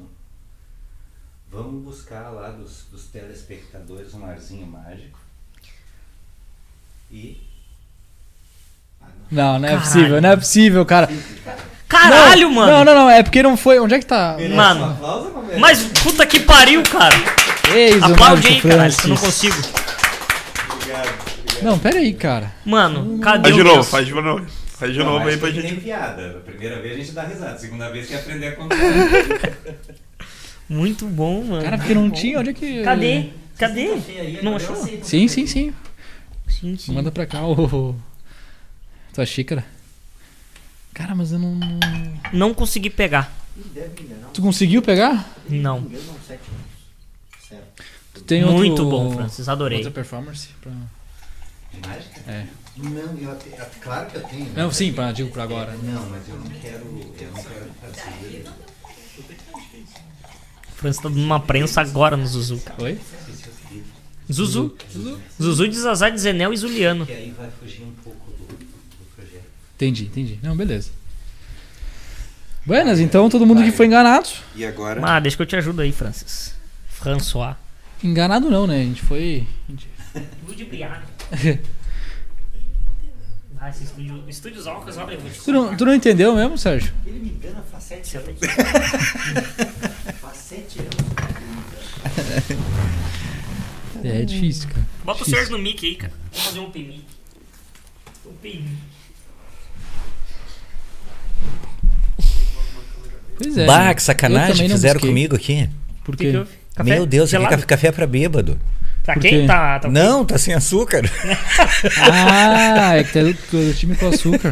S3: Vamos buscar lá dos, dos telespectadores um arzinho mágico. E. Ah, não.
S1: Não, não é
S2: Caralho.
S1: possível, não é possível, cara.
S2: Caralho,
S1: Não,
S2: mano!
S1: Não, não, não, é porque não foi. Onde é que tá?
S3: Merece
S2: Mano,
S3: um aplauso, Roberto?
S2: Mas puta que pariu, cara!
S1: Eis o
S2: Aplaude
S1: Marco
S2: aí, caralho, que eu não
S1: Francis.
S2: consigo.
S3: Obrigado, obrigado.
S1: Não, pera aí, cara.
S2: Mano, cadê
S4: Faz
S2: o
S4: de novo,
S2: lenço?
S4: faz de novo. Faz de
S3: Não,
S4: novo
S3: mas
S4: aí pra
S3: tem que
S4: gente.
S3: nem piada. A primeira vez a gente dá risada, a segunda vez que aprender a contar.
S2: Muito bom, mano.
S1: Cara, porque não tinha, onde é que.
S2: Cadê? Cadê?
S3: Esse café Tá aí,
S2: Não
S3: agora eu é
S2: achou?
S3: aceito.
S1: Sim, sim, sim.
S2: Sim, sim.
S1: Manda pra cá o. Tua xícara. Cara, mas eu não.
S2: Não consegui pegar.
S5: Ih, deve enganar.
S1: Tu conseguiu pegar?
S2: Não.
S5: Engana uns sete anos. Certo.
S1: Tu tem
S2: Muito
S1: outro-
S2: bom, Francis. Adorei.
S1: Outra performance? Pra... É.
S3: Mágica?
S5: Não, eu até, é claro que eu tenho. né?
S1: Não, sim, pra, digo pra agora.
S3: Não, mas eu não quero. Eu não quero fazer.
S2: O Francis tá dando uma prensa agora no Zuzu, cara.
S1: Oi?
S2: Zuzu. Zuzu de Zazá de Zenel e Zuliano.
S3: Que aí vai fugir um pouco do, do projeto.
S1: Entendi, entendi. Não, beleza. Buenas, então todo mundo que foi enganado.
S3: E agora?
S2: Ah, deixa que eu te ajudo aí, Francis. François.
S1: Enganado não, né? A gente foi. a gente-
S2: Ludibriado. Ah, esse estúdio. Estúdios Alcas, olha, eu vou te
S1: Tu não, tu não entendeu mesmo, Sérgio?
S5: Ele me engana faz sete anos. faz sete anos.
S1: É, difícil, cara.
S2: Bota o Sérgio no mic aí, cara. Um Vamos fazer um open mic. Open mic.
S1: Pois é. né?
S3: Bah, que
S1: Eu também
S3: sacanagem que
S1: não
S3: fizeram
S1: busquei.
S3: comigo aqui.
S1: Por
S2: O que
S1: quê?
S2: que houve? Café
S3: Meu Deus, aqui é
S2: gelado?
S3: café- café pra bêbado.
S2: Tá
S1: Por
S2: quem?
S1: quê?
S2: Tá, tá
S3: Não, tá sem açúcar.
S1: Ah, é que tá do, do time com açúcar.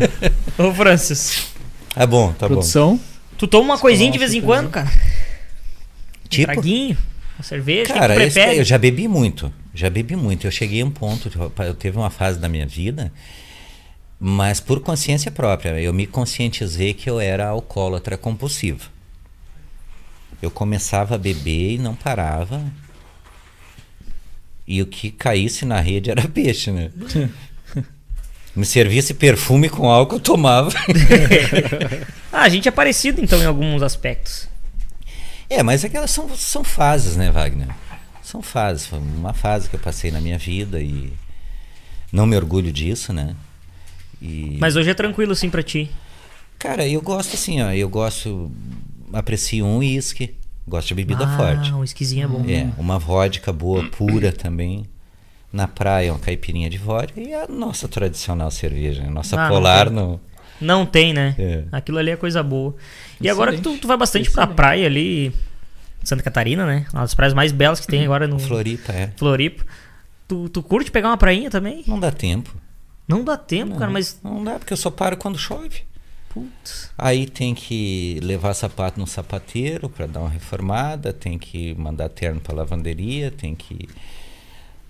S2: Ô, Francis.
S3: Ah, Tá bom, tá
S1: Produção.
S2: Tu toma uma coisinha de
S1: Nossa,
S2: vez em
S1: tá
S2: quando, cara?
S3: bom.
S2: Um
S3: Tipo,
S2: traguinho, uma cerveja, o que
S3: cara,
S2: que tu
S3: esse- eu
S2: prefere?
S3: já bebi muito. Já bebi muito. Eu cheguei a um ponto, eu teve uma fase da minha vida, mas por consciência própria. Eu me conscientizei que eu era alcoólatra compulsivo. Eu começava a beber e não parava. E o que caísse na rede era peixe, né? me servisse perfume com álcool, eu tomava.
S2: Ah, a gente é parecido então em alguns aspectos.
S3: É, mas aquelas são, são fases, né, Wagner? São fases. Foi uma fase que eu passei na minha vida e não me orgulho disso, né? E,
S2: Mas hoje é tranquilo assim pra ti.
S3: cara, eu gosto assim, ó. Eu gosto, aprecio um uísque, gosto de bebida
S2: ah,
S3: forte.
S2: um esquisinho é bom.
S3: É, uma vodka boa, pura também. Na praia, uma caipirinha de vodka e a nossa tradicional cerveja, né? nossa
S2: Ah, não
S3: polar
S2: tem.
S3: no.
S2: Não tem, né?
S3: É.
S2: Aquilo ali é coisa boa. E agora que tu,
S1: Excelente.
S2: tu vai bastante pra
S1: Excelente.
S2: praia ali, Santa Catarina, né? Uma das praias mais belas que
S3: Hum.
S2: tem agora no
S3: Floripa, é.
S2: Floripa. Tu, tu curte pegar uma prainha também?
S3: Não dá tempo.
S2: Não né? dá tempo, cara, mas.
S3: Não dá, porque eu só paro quando chove.
S2: Putz.
S3: Aí tem que levar sapato no sapateiro para dar uma reformada, tem que mandar terno para lavanderia, tem que.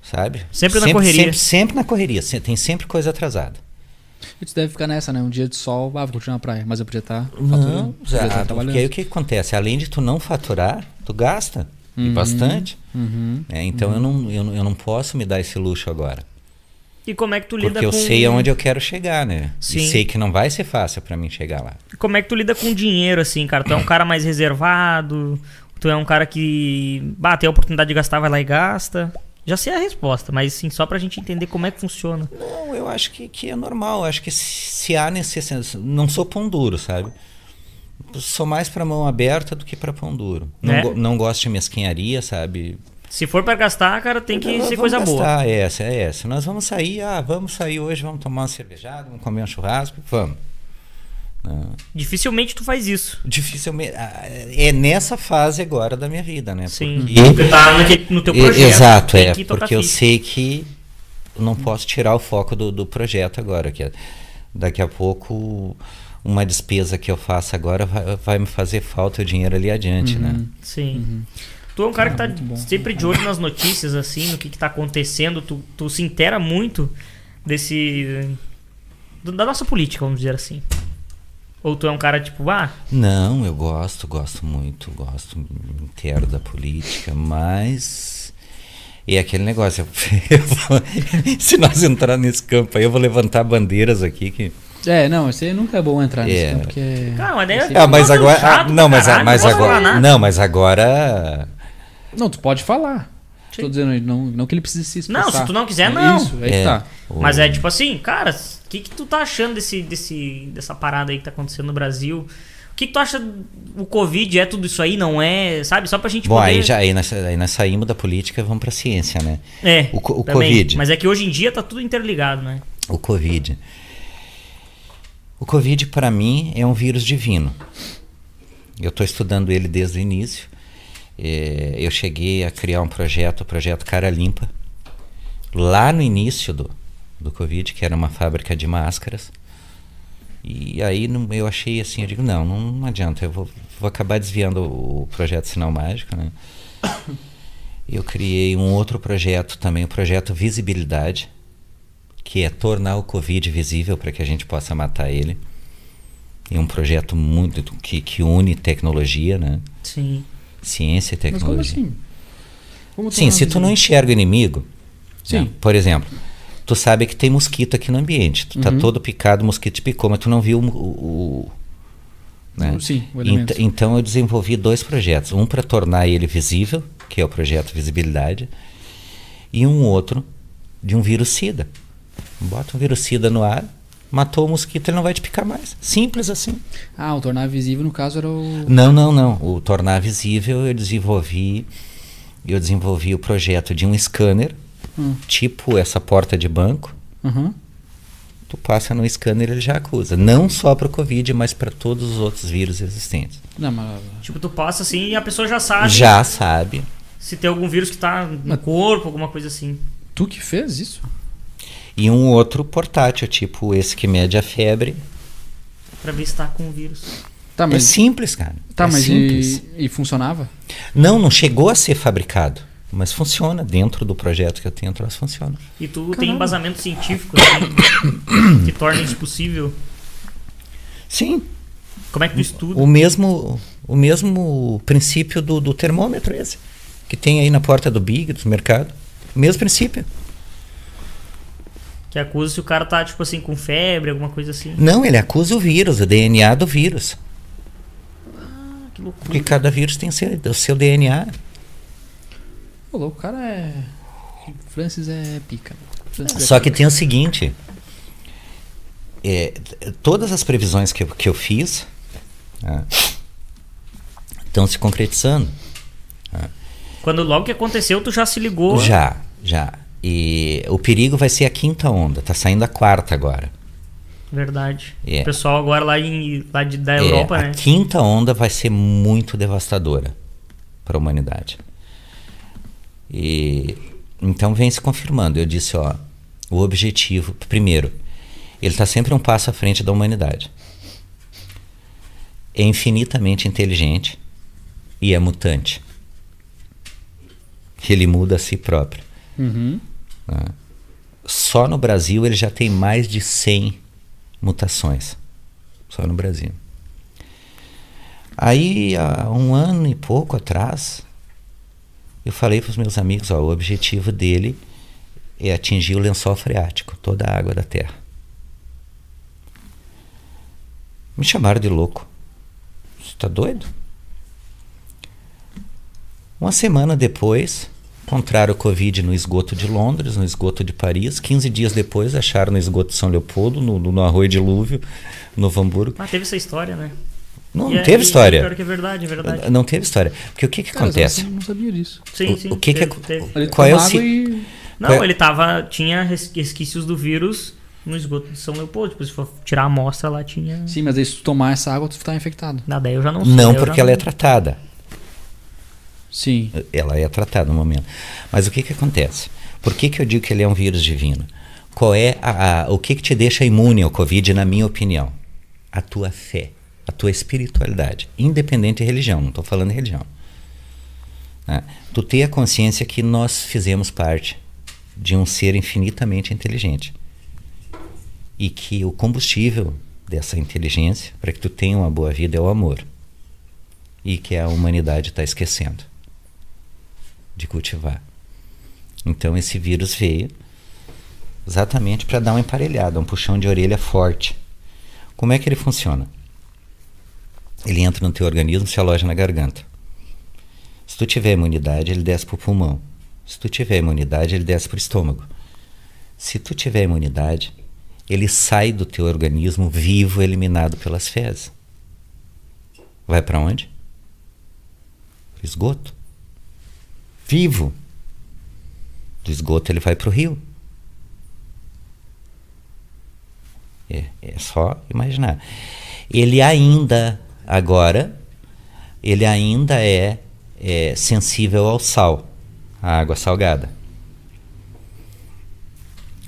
S3: Sabe?
S2: Sempre na correria.
S3: Sempre, sempre na correria, se- tem sempre coisa atrasada.
S1: E tu deve ficar nessa, né? Um dia de sol, ah, vou curtir na praia, mas eu podia estar
S3: Não,
S1: faturando. podia tá
S3: já, tá
S1: estar
S3: porque aí o que acontece? Além de tu não faturar, tu gasta e
S1: Uhum.
S3: bastante.
S1: Uhum.
S3: né? Então eu, não, eu, não- eu não posso me dar esse luxo agora.
S2: E como é que tu lida
S3: Porque eu
S2: com
S3: sei aonde eu quero chegar, né?
S2: Sim.
S3: E sei que não vai ser fácil pra mim chegar lá.
S2: Como é que tu lida com dinheiro assim, cara? Tu é um cara mais reservado? Tu é um cara que, bah, tem a oportunidade de gastar, vai lá e gasta? Já sei a resposta, mas sim, só pra gente entender como é que funciona.
S3: Não, eu acho que, que é normal. Eu acho que se, se há necessidade. Não sou pão duro, sabe? Sou mais pra mão aberta do que pra pão duro. Não,
S2: É?
S3: go- não gosto de mesquinharia, sabe?
S2: Se for pra gastar, cara, tem que
S3: Vamos
S2: ser coisa boa.
S3: gastar, É essa, é essa. Nós vamos sair, ah, vamos sair hoje, vamos tomar uma cervejada, vamos comer um churrasco, vamos. Ah,
S2: Dificilmente tu faz isso.
S3: Dificilmente. ah, É nessa fase agora da minha vida, né?
S2: Sim.
S3: Porque-
S2: Porque tá naquele- no teu
S3: E-
S2: projeto.
S3: Exato,
S2: tem tá
S3: é.
S2: que tocar
S3: Porque eu
S2: ficha.
S3: sei que eu não posso tirar o foco do, do projeto agora. Que é- daqui a pouco uma despesa que eu faço agora vai, vai me fazer falta o dinheiro ali adiante,
S2: Uhum.
S3: né?
S2: Sim. Tu é um cara que tá
S1: Uhum. Ah, muito bom.
S2: sempre de olho nas notícias, assim, no que, que tá acontecendo. Tu, tu se intera muito desse. do- da nossa política, vamos dizer assim. Ou tu é um cara tipo, ah,
S3: Não, eu gosto, gosto muito, gosto me intero da política, mas é aquele negócio. eu- eu vou- se nós entrar nesse campo aí, eu vou levantar bandeiras aqui que
S1: É, não, isso aí nunca é bom entrar nisso,
S3: É.
S1: né? Porque.
S2: cara, mas daí eu
S3: Ah, mas
S2: tô
S3: agora,
S2: chato
S3: ah, não, mas,
S2: um pra caralho,
S3: mas
S2: não vou falar
S3: agora,
S2: nada.
S3: não, mas agora
S1: Não, tu pode falar. Tô dizendo, não, não que ele precise se expressar.
S2: Não, se tu não
S1: É
S2: quiser, não.
S1: Isso, aí que tá.
S2: Mas é tipo assim, cara, o que, que tu tá achando desse, desse, dessa parada aí que tá acontecendo no Brasil? O que, que tu acha o Covid? É tudo isso aí? Não é? Sabe? Só pra gente
S3: Bom,
S2: poder...
S3: aí, já, aí, nós, aí nós saímos da política e vamos para a ciência, né?
S2: É,
S3: O co- o
S2: também.
S3: Covid.
S2: Mas é que hoje em dia tá tudo interligado, né?
S3: O Covid. O Covid, para mim, é um vírus divino. Eu estou estudando ele desde o início. É, eu cheguei a criar um projeto, o projeto Cara Limpa, lá no início do, do Covid, que era uma fábrica de máscaras. E aí não- eu achei assim, eu digo, não, não adianta, eu vou, vou acabar desviando o, o projeto Sinal Mágico, né? Eu criei um outro projeto também, o projeto Visibilidade, que é tornar o Covid visível para que a gente possa matar ele. É um projeto muito que, que une tecnologia, né?
S2: Sim.
S3: Ciência e
S1: Mas como
S3: tecnologia.
S1: assim? Como um
S3: Sim, se tu não enxerga o inimigo,
S1: Sim.
S3: né? por exemplo, tu sabe que tem mosquito aqui no ambiente. Tu tá
S1: Uhum.
S3: todo picado, o mosquito te picou, mas tu não viu o. o- o- né?
S1: Sim, o
S3: Ent-
S1: elemento.
S3: então eu desenvolvi dois projetos. Um para tornar ele visível, que é o projeto Visibilidade, e um outro de um vírus SIDA. Bota um vírus SIDA no ar, matou o mosquito, ele não vai te picar mais. Simples assim.
S1: Ah, o tornar visível, no caso, era o.
S3: Não, não, não. O tornar visível eu desenvolvi. Eu desenvolvi o projeto de um scanner,
S1: Hum.
S3: tipo essa porta de banco.
S1: Aham.
S3: Tu passa no scanner ele já acusa. Não só para o Covid, mas para todos os outros vírus existentes.
S1: Não, mas.
S2: Tipo, tu passa assim e a pessoa já
S1: Ah,
S2: sabe
S3: Já sabe.
S2: se tem algum vírus que tá no corpo, alguma coisa assim.
S1: Tu que fez isso?
S3: E um outro portátil, tipo esse que mede a febre.
S2: Pra ver se tá com o vírus.
S1: Tá,
S3: é
S1: mas.
S3: simples, cara.
S1: tá,
S3: é
S1: mas
S3: simples.
S1: e, e funcionava?
S3: Não, não chegou a ser fabricado. Mas funciona. Dentro do projeto que eu tenho, elas funcionam.
S2: E tu tem embasamento científico assim, que torna isso possível.
S3: Sim,
S2: Como é que tu estuda?
S3: O mesmo, o mesmo princípio do, do termômetro esse, que tem aí na porta do Big, do mercado. Mesmo princípio.
S2: Que acusa se o cara tá, tipo assim, com febre, alguma coisa assim.
S3: Não, ele acusa o vírus, o DNA do vírus.
S2: Ah, Que loucura.
S3: Porque cada vírus tem seu, o seu DNA.
S1: Ô, louco, o cara é. Francis é pica. Francis é
S3: Só
S1: pica.
S3: que tem o seguinte. é, t- todas as previsões que eu, que eu fiz né, estão se concretizando.
S2: Quando logo que aconteceu, tu já se ligou.
S3: Já, já. E o perigo vai ser a quinta onda. Tá saindo a quarta agora.
S2: Verdade.
S3: É.
S2: O pessoal agora lá, em, lá de, da
S3: É,
S2: Europa,
S3: a
S2: né?
S3: quinta onda vai ser muito devastadora para a humanidade. E então vem se confirmando. Eu disse, ó, o objetivo, primeiro, ele está sempre um passo à frente da humanidade. É infinitamente inteligente e é mutante. Ele muda a si próprio. Né?
S1: Uhum.
S3: Só no Brasil ele já tem mais de 100 mutações. Só no Brasil. Aí, há um ano e pouco atrás, eu falei para os meus amigos: ó, o objetivo dele é atingir o lençol freático, toda a água da Terra. Me chamaram de louco. Você está doido? Uma semana depois, encontraram o Covid no esgoto de Londres, no esgoto de Paris. 15 dias depois, acharam no esgoto de São Leopoldo, no, no, no Arroio Dilúvio, no Hamburgo.
S2: Mas teve essa história, né?
S3: Não,
S2: E
S3: não
S2: é-
S3: teve
S2: e-
S3: história.
S2: E pior que é verdade, é verdade.
S3: Não teve história. Porque o que, que
S1: Cara, assim,
S3: acontece?
S1: Eu não sabia disso.
S2: Sim,
S3: o-
S2: sim.
S3: o que que
S2: teve-
S3: é-
S2: teve.
S1: Ele
S3: Qual é o
S1: toma água
S3: se-
S1: e-
S2: Não,
S3: qual é-
S2: ele tava. Tinha res- resquícios do vírus no esgoto de São Leopoldo. Tipo, se for tirar a amostra lá, tinha.
S1: Sim, mas aí se tu tomar essa água, tu tá infectado.
S2: Nada, eu já não sei.
S3: Não,
S2: eu já
S3: porque ela é tratada.
S1: Sim.
S3: Ela é tratada no momento. Mas o que, que acontece? Por que, que eu digo que ele é um vírus divino? Qual é a, a- o que, que te deixa imune ao Covid, na minha opinião? A tua fé, a tua espiritualidade, independente de religião, não estou falando de religião. né? Tu ter a consciência que nós fizemos parte de um ser infinitamente inteligente e que o combustível dessa inteligência para que tu tenha uma boa vida é o amor e que a humanidade está esquecendo de cultivar. Então esse vírus veio exatamente para dar uma emparelhada, um puxão de orelha forte. Como é que ele funciona? Ele entra no teu organismo, se aloja na garganta. Se tu tiver imunidade, ele desce pro pulmão. Se tu tiver imunidade, ele desce pro estômago. Se tu tiver imunidade, ele sai do teu organismo vivo, eliminado pelas fezes. Vai para onde? Pro esgoto. Vivo. Do esgoto ele vai pro rio. É, é só imaginar. Ele ainda, agora, ele ainda é, é, sensível ao sal, à água salgada.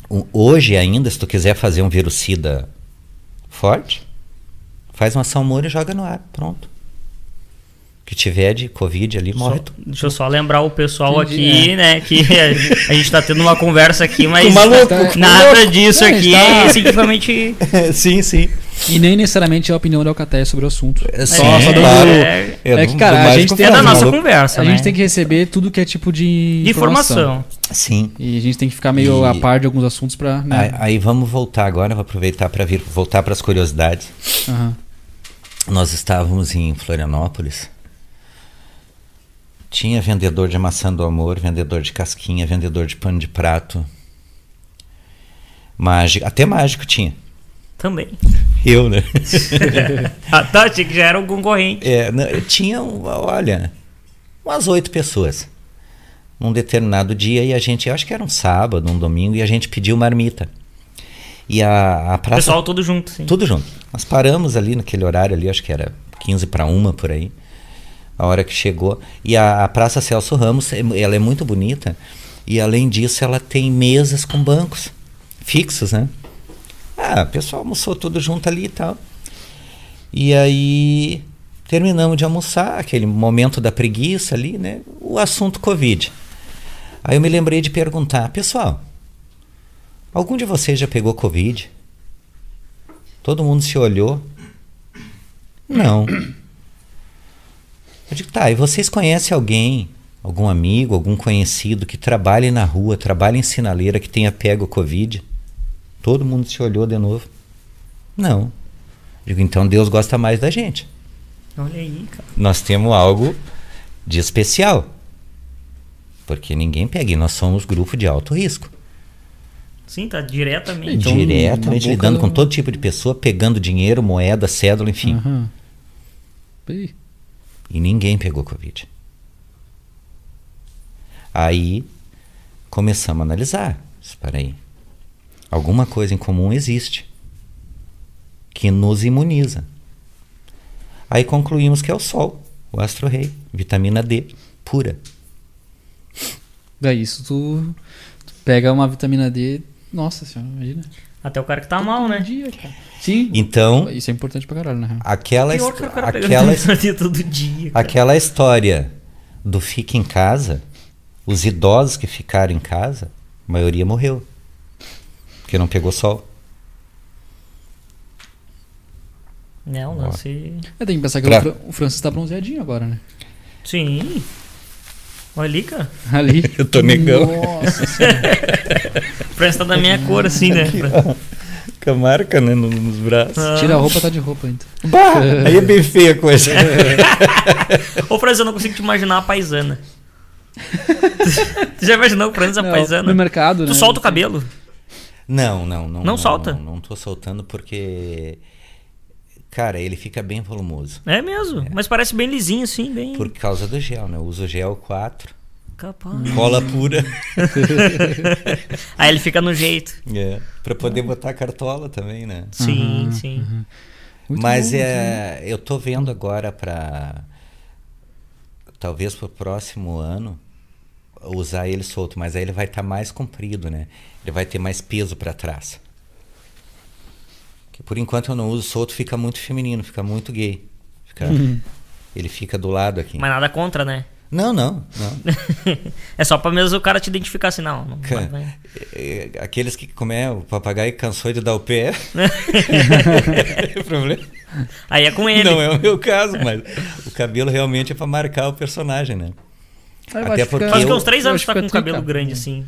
S3: O- Hoje ainda, se tu quiser fazer um virucida forte, faz uma salmoura e joga no ar, pronto. O que tiver de covid ali, morre
S2: Só-
S3: tu.
S2: deixa eu só lembrar o pessoal
S1: Entendi, é.
S2: aqui, né? Que a, a gente tá tendo uma conversa aqui, mas.
S3: maluco,
S1: tu
S2: nada disso
S1: É,
S2: aqui
S3: tá
S1: está-
S2: é simplesmente.
S3: sim, sim.
S1: E nem necessariamente é a opinião do Alcatel sobre o assunto.
S3: Sim,
S1: só dando-
S3: claro.
S2: é,
S3: Eu
S1: É que,
S3: não-
S1: cara,
S3: do
S1: a
S3: mais
S1: gente
S3: que eu
S1: tem-
S2: é
S3: falo,
S2: da nossa
S3: maluco.
S2: conversa,
S1: A
S2: né?
S1: gente tem que receber tudo que é tipo de
S2: De informação.
S3: Sim.
S1: E a gente tem que ficar meio
S3: E-
S1: a par de alguns assuntos pra.
S3: Aí,
S1: Né?
S3: aí vamos voltar agora, vou aproveitar para vir voltar para as curiosidades.
S1: Aham.
S3: Nós estávamos em Florianópolis. Tinha vendedor de maçã do amor, vendedor de casquinha, vendedor de pano de prato. Mágico, até mágico tinha.
S2: Também.
S3: Eu, né?
S2: Ah, tá, achei que já era um concorrente.
S3: É, não, eu tinha, um- olha, umas oito pessoas. Num determinado dia, e a gente, eu acho que era um sábado, um domingo, e a gente pediu marmita. E a, a praça.
S2: Pessoal todo junto, sim.
S3: Tá Tudo junto. Nós paramos ali naquele horário ali, acho que era 15 para uma por aí. A hora que chegou. E a, a Praça Celso Ramos, é mu- ela é muito bonita. E além disso, ela tem mesas com bancos fixos, né? Ah, o pessoal almoçou tudo junto ali e tal. E aí terminamos de almoçar, aquele momento da preguiça ali, né? O assunto Covid. Aí eu me lembrei de perguntar, pessoal, algum de vocês já pegou Covid? Todo mundo se olhou. Não. Eu digo, tá, e vocês conhecem alguém, algum amigo, algum conhecido que trabalhe na rua, trabalhe em sinaleira, que tenha pego Covid? Todo mundo se olhou de novo. Não. Eu Digo, então Deus gosta mais da gente.
S2: Olha aí, cara.
S3: Nós temos algo de especial. Porque ninguém pega, e nós somos grupo de alto risco.
S2: Sim, tá diretamente.
S1: Então,
S3: Diretamente
S1: na boca-
S3: lidando com todo tipo de pessoa, pegando dinheiro, moeda, cédula, enfim.
S1: Aham. Ih,
S3: E ninguém pegou Covid. Aí começamos a analisar. Espera aí. Alguma coisa em comum existe que nos imuniza. Aí concluímos que é o sol, o astro-rei, vitamina D pura.
S1: Daí é isso tu, tu pega uma vitamina D. Nossa senhora, imagina.
S2: Até o cara que tá mal, né?
S1: Dia, cara. Sim.
S3: Então,
S1: Isso é importante pra caralho, na real.
S3: aquela,
S2: Pior
S3: his-
S2: que o cara pega
S3: é aquela, é his-
S2: vitamina D todo dia. cara.
S3: aquela história do fica em casa, os idosos que ficaram em casa, a maioria morreu. Porque não pegou sol.
S2: Não,
S3: Ó.
S2: É, lance.
S1: Eu tenho que pensar que
S3: Pra-
S1: o, Fran- o Francis tá bronzeadinho agora, né?
S2: Sim. Olha ali, cara.
S1: Ali.
S3: Eu tô negão.
S1: Nossa,
S2: Parece que tá da minha cor, assim, né?
S3: Com a marca, né, no- nos braços.
S2: Ah.
S1: tira a roupa, tá de roupa ainda.
S3: Bah, aí é bem feia a coisa.
S1: tá-
S2: Ô, Franz, eu não consigo te imaginar a paisana. tu já imaginou o Franz a
S1: Não,
S2: Tá paisana?
S1: No mercado, né?
S2: Tu solta o cabelo.
S3: Não, não, não.
S2: Não solta?
S3: Não, não tô soltando porque. Cara, ele fica bem volumoso.
S2: É mesmo. Mas parece bem lisinho, assim, bem.
S3: Por causa do gel, né? Eu uso gel 4,
S2: Capaz.
S3: cola pura,
S2: Aí ele fica no jeito.
S3: é, pra poder botar cartola também, né?
S2: Sim, sim.
S1: Muito
S3: Mas
S1: bom,
S3: é, eu tô vendo agora pra. Talvez pro próximo ano usar ele solto, mas aí ele vai estar mais comprido, né? Ele vai ter mais peso pra trás. Que por enquanto eu não uso solto, fica muito feminino, fica muito gay. Fica-
S1: Uhum.
S3: ele fica do lado aqui.
S2: Mas nada contra, né?
S3: Não, não, não.
S2: é só pra mesmo o cara te identificar assim, não. não
S3: Cara,
S2: vai-
S3: é, é, Aqueles que, como é, o papagaio cansou de dar o pé. é o problema.
S2: Aí é com ele.
S3: Não é o meu caso, mas o cabelo realmente é pra marcar o personagem, né?
S1: Ah, eu
S3: Até
S1: acho que
S3: porque
S1: fica-
S2: Faz
S3: eu-
S2: que uns três
S1: eu
S2: anos
S1: acho
S2: que tá
S1: que
S2: com o
S1: fica
S2: cabelo
S1: trinta.
S2: grande, assim.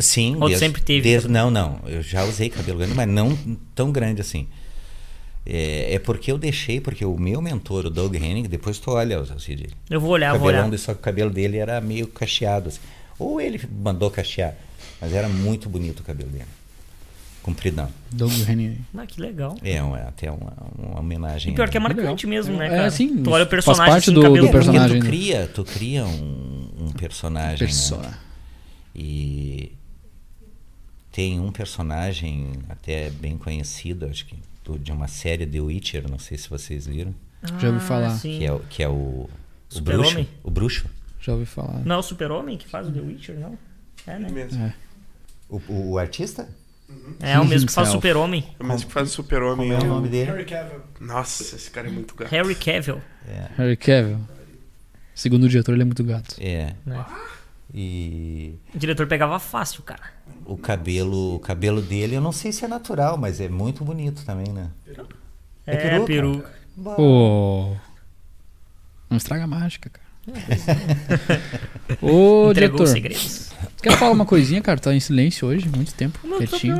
S3: Sim.
S2: Ou tu sempre teve
S3: Desde, não, não. Eu já usei cabelo grande, mas não tão grande assim. É, é porque eu deixei, porque o meu mentor, o Doug Henning, depois tu olha, o Cid,
S2: Eu vou olhar,
S3: o
S2: eu vou olhar.
S3: cabelão, dele, só que o cabelo dele era meio cacheado. Assim. Ou ele mandou cachear, mas era muito bonito o cabelo dele. Compridão.
S1: Doug Henning.
S2: Ah, que legal.
S3: É, um- é até uma, uma homenagem.
S2: E pior que é
S3: né?
S2: marcante
S1: Legal.
S2: mesmo, né,
S1: É,
S2: cara?
S1: sim,
S2: Tu olha o
S1: faz
S2: personagem
S1: parte
S2: assim,
S1: do-
S2: cabelo...
S1: do
S3: É, porque
S1: personagem,
S3: Tu
S1: né?
S3: cria, tu cria um, um personagem. Né?
S1: Persona.
S3: E tem um personagem até bem conhecido, acho que do- de uma série The Witcher, não sei se vocês viram,
S1: Já ouvi
S2: Ah,
S1: falar.
S2: sim.
S3: que é, o- que é o, o bruxo.
S2: Super-Homem?
S3: O bruxo.
S1: Já ouvi falar.
S2: Não é o super-homem que faz o The Witcher, não? É, né?
S4: mesmo.
S3: O, o- o artista?
S2: É o mesmo que faz o
S1: Himself.
S2: super-homem.
S4: É o mesmo que faz o super-homem.
S3: Como é o
S4: eu-
S3: nome dele?
S5: Harry Cavill.
S4: Nossa, esse cara é muito gato.
S2: Harry Cavill.
S3: É.
S1: Harry Cavill. Segundo o diretor, ele é muito gato.
S3: é.
S2: Né?
S3: E
S2: O diretor pegava fácil, cara.
S3: o cabelo, o cabelo dele, eu não sei se é natural, mas é muito bonito também, né?
S2: É,
S3: peruca?
S2: peruca.
S3: Bah.
S1: Pô. Não estraga a mágica, cara. Ô,
S2: Entregou
S1: diretor.
S2: os segredos.
S1: Quer falar uma coisinha, cara? Tá em silêncio hoje, muito tempo, quietinho.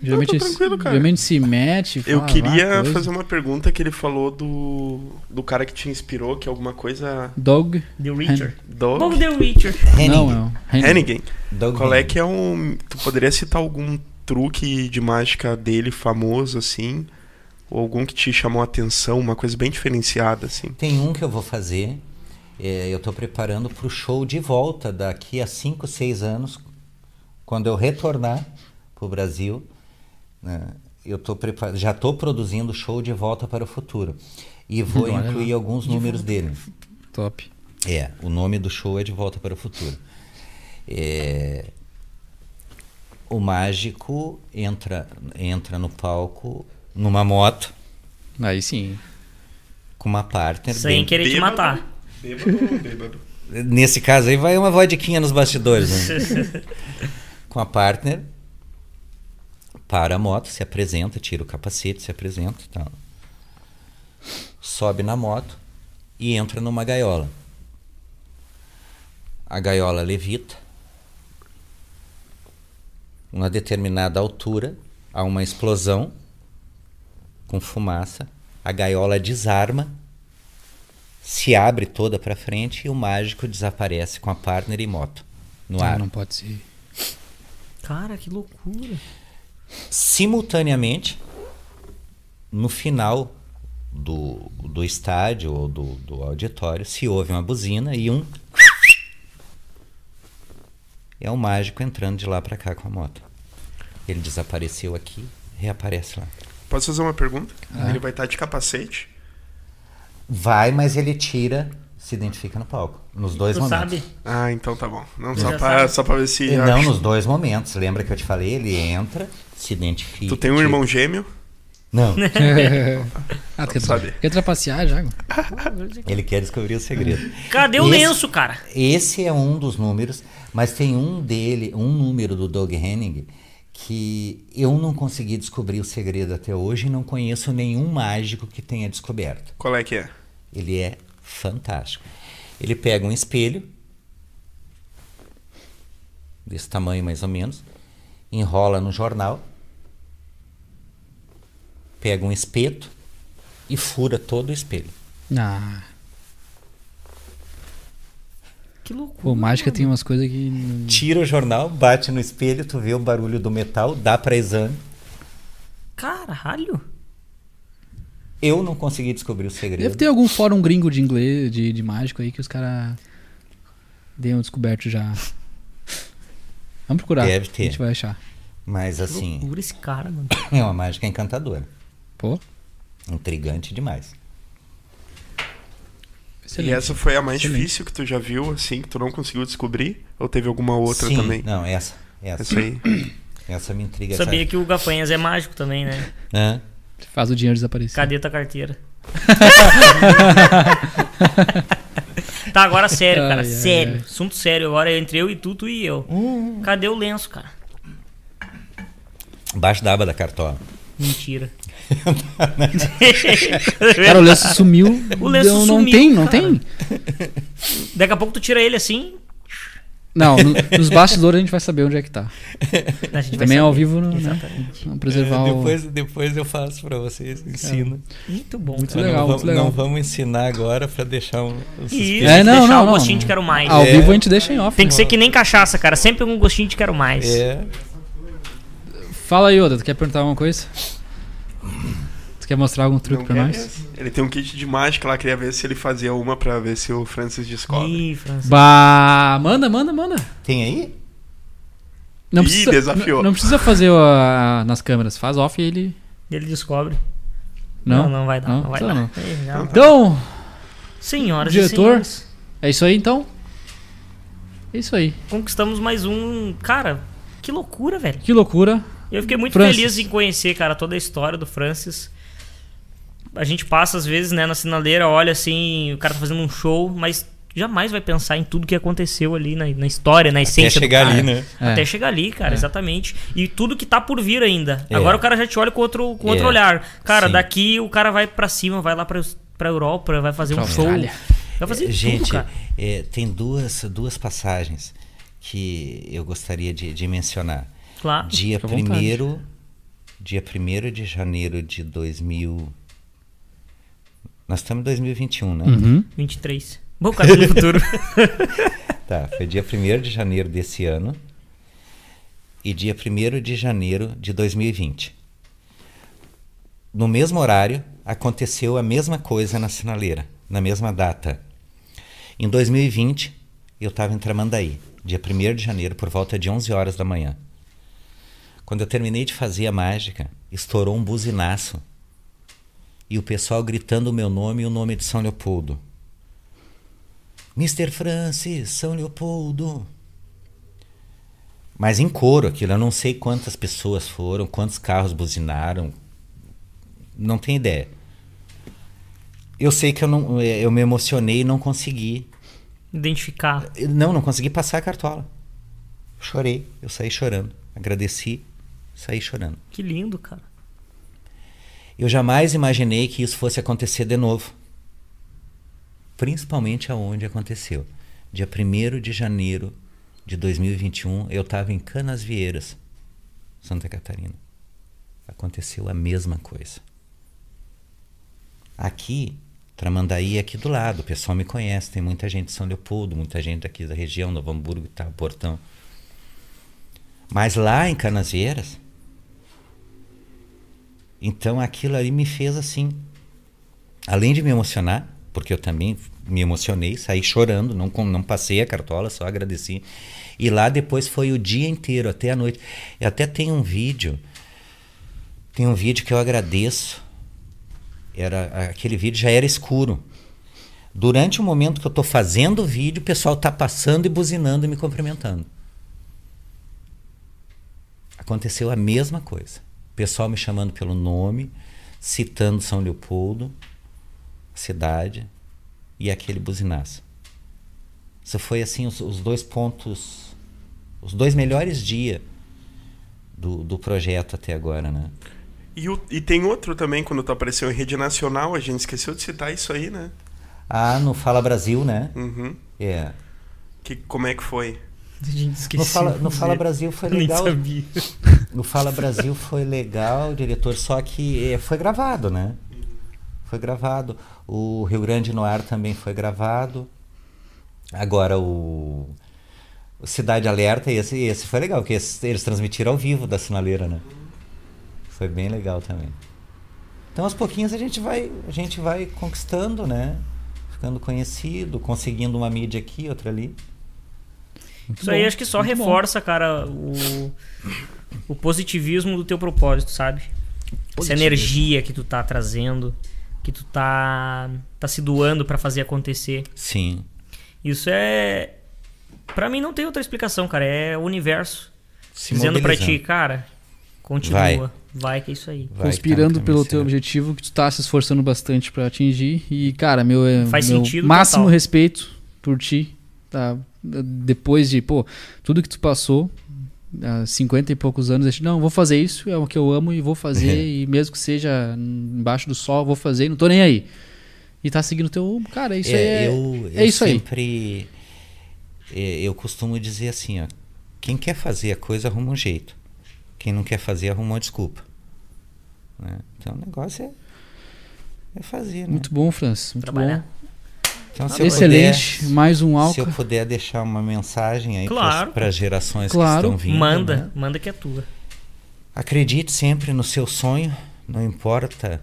S1: Geralmente,
S4: Não, tô tranquilo, cara.
S1: geralmente se mete, fala
S4: Eu
S1: lá,
S4: queria
S1: coisa.
S4: fazer uma pergunta que ele falou do, do cara que te inspirou, que é alguma coisa
S1: Dog...
S2: The Witcher.
S4: do
S2: Bom, The Witcher.
S3: Henning.
S1: Não, não.
S4: Hennigan.
S3: Doug
S4: Qual é
S3: Henning.
S4: que é um... Tu poderia citar algum truque de mágica dele famoso, assim? Ou algum que te chamou a atenção, uma coisa bem diferenciada, assim?
S3: Tem um que eu vou fazer. é, eu estou preparando para o show de volta daqui a 5, 6 anos, quando eu retornar para o Brasil. né, eu tô prepa- já estou produzindo o show de volta para o futuro. E vou
S1: Olha
S3: incluir alguns números dele.
S1: Top.
S3: É, o nome do show é De Volta para o Futuro. É, o mágico entra, entra no palco numa moto
S1: Aí sim.
S3: com uma partner
S2: Sem
S3: bem-
S2: querer te
S4: bêbado.
S2: matar.
S4: Bêbado ou bêbado?
S3: Nesse caso aí vai uma vodiquinha nos bastidores, né? Com a partner, para a moto, se apresenta, tira o capacete, se apresenta e tal. Sobe na moto e entra numa gaiola. A gaiola levita. Uma determinada altura, há uma explosão com fumaça. A gaiola desarma se abre toda pra frente e o mágico desaparece com a partner e moto no
S1: Ah,
S3: ar.
S1: não pode ser.
S2: Cara, que loucura.
S3: Simultaneamente, no final do, do estádio ou do, do auditório, se ouve uma buzina e um. É o mágico entrando de lá pra cá com a moto. Ele desapareceu aqui, reaparece lá.
S4: Posso fazer uma pergunta?
S3: Ah.
S4: Ele vai estar de capacete?
S3: Vai, mas ele tira, se identifica no palco. Nos dois
S2: tu
S3: momentos.
S2: sabe?
S4: Ah, então tá bom. Não, só
S2: Já
S4: pra,
S2: sabe.
S4: só pra ver se...
S3: E Não,
S4: acho-
S3: nos dois momentos. Lembra que eu te falei? Ele entra, se identifica.
S4: Tu tem um
S3: te-
S4: irmão gêmeo?
S3: Não,
S1: ah, tu quer,
S4: saber.
S1: quer trapacear já?
S3: ele quer descobrir o segredo.
S2: Cadê o
S3: Esse-
S2: lenço, cara?
S3: Esse é um dos números, mas tem um dele, um número do Doug Henning, que eu não consegui descobrir o segredo até hoje e não conheço nenhum mágico que tenha descoberto.
S4: Qual é que é?
S3: Ele é fantástico. Ele pega um espelho, desse tamanho mais ou menos, enrola no jornal, pega um espeto e fura todo o espelho.
S1: Ah,
S2: Que loucura.
S1: pô, mágica tem umas coisas que. não-
S3: Tira o jornal, bate no espelho, tu vê o barulho do metal, dá para exame.
S2: Caralho.
S3: Eu não consegui descobrir o segredo.
S1: Deve ter algum fórum gringo de inglês, de, de mágico aí que os caras tenham descoberto já. Vamos procurar.
S3: Deve ter.
S1: A gente vai achar.
S3: Mas
S2: Que
S3: assim,
S2: loucura esse cara, mano.
S3: é uma mágica encantadora.
S1: Pô,
S3: Intrigante demais.
S1: excelente.
S4: E essa foi a mais
S1: Excelente.
S4: difícil que tu já viu, assim, que tu não conseguiu descobrir? Ou teve alguma outra
S3: Sim,
S4: também?
S3: Não, essa. Essa,
S4: Essa aí.
S3: essa me intriga.
S2: Sabia que o Gafanhas é mágico também, né?
S3: que... Hã?
S1: Faz o dinheiro desaparecer.
S2: Cadê tua carteira? tá, agora sério, cara.
S1: Ai, ai,
S2: sério.
S1: ai.
S2: Assunto sério agora entre eu e tu, tu e eu.
S3: Hum,
S2: Cadê o lenço, cara?
S3: Embaixo da aba da cartola.
S2: Mentira.
S1: Cara, o lenço sumiu.
S2: O lenço
S1: não, não
S2: sumiu,
S1: tem, não
S2: cara.
S1: tem.
S2: Daqui a pouco tu tira ele assim.
S1: Não, no- nos bastidores a gente vai saber onde é que tá.
S2: A gente vai
S1: Também ao
S2: saber.
S1: vivo, né?
S2: Exatamente.
S1: Vamos preservar o.
S3: É, depois eu faço para vocês, ensino.
S2: Muito bom.
S1: Muito
S2: cara.
S1: é legal,
S3: não,
S1: muito
S3: vamos,
S1: legal.
S3: não vamos ensinar agora para deixar um, um
S2: E
S3: suspense.
S2: isso,
S1: É, não,
S2: deixar
S1: não,
S2: o
S1: não.
S2: gostinho de quero mais.
S1: Ao
S3: É.
S1: vivo a gente deixa em off.
S2: Tem
S1: né?
S2: que ser que nem cachaça, cara. Sempre um gostinho de quero mais.
S3: É,
S1: Fala aí, Oda, tu quer perguntar alguma coisa? Tu quer mostrar algum truque
S4: Não
S1: pra
S4: quer
S1: nós?
S4: essa. Ele tem um kit de mágica lá, queria ver se ele fazia uma pra ver se o Francis descobre.
S2: Ih, Francisco.
S1: Bah, manda, manda, manda.
S3: Tem aí?
S1: Não
S4: Ih,
S1: precisa,
S4: desafiou.
S1: n- Não precisa fazer a- nas câmeras, faz off e ele.
S2: Ele descobre.
S1: Não.
S2: não, vai dar. Não,
S1: Não,
S2: vai
S1: então
S2: dar.
S1: não.
S2: Ei, não.
S1: Então,
S2: Senhoras
S1: Diretor?
S2: e senhores,
S1: é isso aí então. É isso aí.
S2: conquistamos mais um. Cara, que loucura, velho.
S1: Que loucura.
S2: Eu fiquei muito
S1: Francis.
S2: feliz em conhecer, cara, toda a história do Francis. A gente passa, às vezes, né, na sinaleira, olha assim, o cara tá fazendo um show, mas jamais vai pensar em tudo que aconteceu ali na, na história, na
S3: Quer
S2: essência do
S3: chegar
S2: cara.
S3: ali, né?
S1: É.
S2: Até chegar ali, cara, exatamente. E tudo que tá por vir ainda.
S3: É.
S2: Agora o cara já te olha com outro, com outro
S3: É.
S2: olhar. Cara,
S3: Sim.
S2: daqui o cara vai pra cima, vai lá pra, pra Europa, vai fazer um
S1: Pra
S2: show.
S1: Austrália.
S2: Vai fazer
S3: Gente,
S2: tudo, cara.
S3: é, tem duas, duas passagens que eu gostaria de, de mencionar.
S2: Claro.
S3: Dia
S1: fica à vontade.
S3: 1 dia 1 de janeiro de 2000. Nós estamos em 2021, né?
S1: Uhum.
S2: 23. Bom, cara, no futuro.
S3: Tá, foi dia 1 de janeiro desse ano e dia 1 de janeiro de 2020. No mesmo horário, aconteceu a mesma coisa na sinaleira, na mesma data. Em 2020, eu estava em Tramandaí, dia 1 de janeiro, por volta de 11 horas da manhã. Quando eu terminei de fazer a mágica, estourou um buzinaço e o pessoal gritando o meu nome e o nome de São Leopoldo. Mr. Francis, São Leopoldo. Mas em coro aquilo, eu não sei quantas pessoas foram, quantos carros buzinaram, não tenho ideia. Eu sei que eu, não, eh, eu me emocionei e não consegui.
S2: Identificar.
S3: eh, Não, não consegui passar a cartola. Chorei, eu saí chorando. Agradeci, saí chorando.
S2: Que lindo, cara.
S3: Eu jamais imaginei que isso fosse acontecer de novo. Principalmente aonde aconteceu. Dia 1 de janeiro de 2021, eu estava em Canas Vieiras, Santa Catarina. Aconteceu a mesma coisa. Aqui, Tramandaí é aqui do lado, o pessoal me conhece, tem muita gente de São Leopoldo, muita gente aqui da região, Novo Hamburgo, tá, Portão. Mas lá em Canas Vieiras, então aquilo ali me fez assim, além de me emocionar, porque eu também me emocionei, saí chorando, não, con- não passei a cartola, só agradeci. E lá depois foi o dia inteiro, até a noite. Eu até tem um vídeo, tem um vídeo que eu agradeço. Era, aquele vídeo já era escuro. Durante o momento que eu tô fazendo o vídeo, o pessoal tá passando e buzinando e me cumprimentando. Aconteceu a mesma coisa. O pessoal me chamando pelo nome, citando São Leopoldo, a cidade e aquele buzinaço. Isso foi assim os, os dois pontos, os dois melhores dias do, do projeto até agora, né?
S4: E, o- e tem outro também, quando tu apareceu em rede nacional, a gente esqueceu de citar isso aí, né?
S3: Ah, no Fala Brasil, né?
S4: Uhum.
S3: É.
S4: Que, como é que foi?
S3: No Fala, no
S1: Né?
S3: Fala Brasil foi legal.
S2: né? Nem sabia.
S3: No Fala Brasil foi legal, diretor, só que eh, foi gravado, né? Foi gravado. O Rio Grande no Ar também foi gravado. Agora o, o Cidade Alerta, esse, esse foi legal, porque esse- eles transmitiram ao vivo da sinaleira, né? Foi bem legal também. Então aos pouquinhos a gente vai, a gente vai conquistando, né? Ficando conhecido, conseguindo uma mídia aqui, outra ali.
S2: Isso aí
S1: bom,
S2: acho que só
S1: muito bom.
S2: reforça, cara, o, o positivismo do teu propósito, sabe? Essa energia que tu tá trazendo, que tu tá, tá se doando pra fazer acontecer.
S3: Sim.
S2: Isso é. Pra mim não tem outra explicação, cara. É o universo
S3: Se
S2: dizendo pra ti,
S3: mobilizando.
S2: cara, continua. Vai,
S3: Vai.
S2: que é isso aí.
S3: Vai, tá no
S1: Conspirando
S3: caminho
S1: pelo teu
S3: certo.
S1: objetivo que tu tá se esforçando bastante pra atingir. E, cara, meu, é-
S2: Faz
S1: meu
S2: sentido
S1: máximo
S2: total.
S1: respeito por ti, tá? Depois de, pô, tudo que tu passou, há 50 e poucos anos, deixa, não, vou fazer isso, é o que eu amo e vou fazer, e mesmo que seja embaixo do sol, vou fazer, não tô nem aí. E tá seguindo o teu. Cara, isso aí é.
S3: eu,
S1: é
S3: eu
S1: isso aí.
S3: sempre, é, eu costumo dizer assim, ó, quem quer fazer a coisa arruma um jeito. Quem não quer fazer arruma uma desculpa. né? Então o negócio é, é fazer, né?
S1: Muito bom, Franz. Muito
S2: Trabalhar.
S1: bom.
S3: Então, se eu
S1: Excelente. mais um
S3: puder, se eu
S1: Alca.
S3: puder deixar uma mensagem aí
S2: Claro.
S3: para as gerações
S1: Claro.
S3: que estão vindo.
S2: manda,
S3: né?
S2: manda que é tua.
S3: Acredite sempre no seu sonho, não importa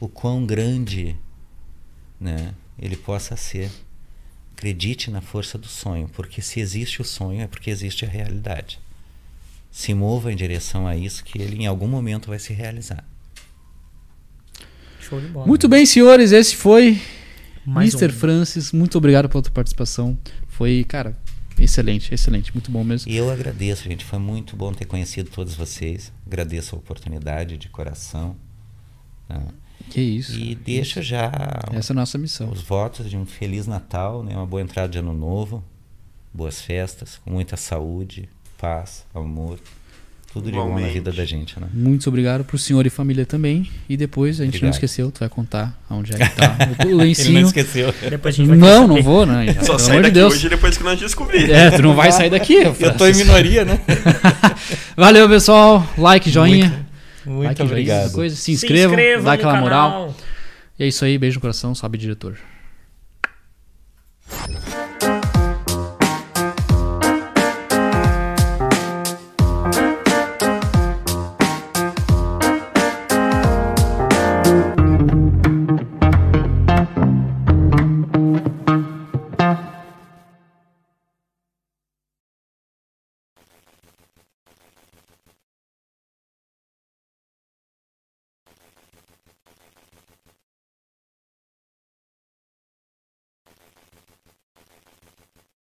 S3: o quão grande né, ele possa ser. Acredite na força do sonho, porque se existe o sonho é porque existe a realidade. Se mova em direção a isso que ele em algum momento vai se realizar.
S2: Show de bola.
S1: Muito bem, senhores, esse foi
S2: Mais
S1: Mr.
S2: um.
S1: Francis, muito obrigado pela tua participação. Foi, cara, excelente, excelente, muito bom mesmo.
S3: E eu agradeço, gente. Foi muito bom ter conhecido todos vocês. Agradeço a oportunidade de coração. tá?
S1: Que isso.
S3: E
S1: cara.
S3: deixo já um
S1: Essa é a nossa missão.
S3: os votos de um feliz Natal, né? uma boa entrada de ano novo, boas festas, com muita saúde, paz, amor, tudo de bom na
S4: Igualmente.
S3: vida da gente, né?
S1: Muito obrigado pro senhor e família também. E depois, a gente não
S3: Obrigado.
S1: esqueceu, tu vai contar aonde é que tá o
S3: Ele não
S1: lencinho.
S3: esqueceu.
S2: Depois a gente vai querer
S1: Não, não
S2: saber.
S1: vou, né?
S4: Só
S1: Pelo
S4: sai
S1: amor de
S4: daqui
S1: Deus.
S4: hoje depois que nós descobrimos.
S1: É, tu não vai sair daqui.
S3: Eu tô em
S1: Francis.
S3: minoria, né?
S1: Valeu, pessoal. Like, joinha.
S3: Muito
S1: like, joinha,
S3: obrigado.
S1: coisa. Se inscrevam,
S2: inscrevam
S1: dá
S2: no
S1: aquela moral.
S2: canal.
S1: E é isso aí, beijo no coração, sobe diretor.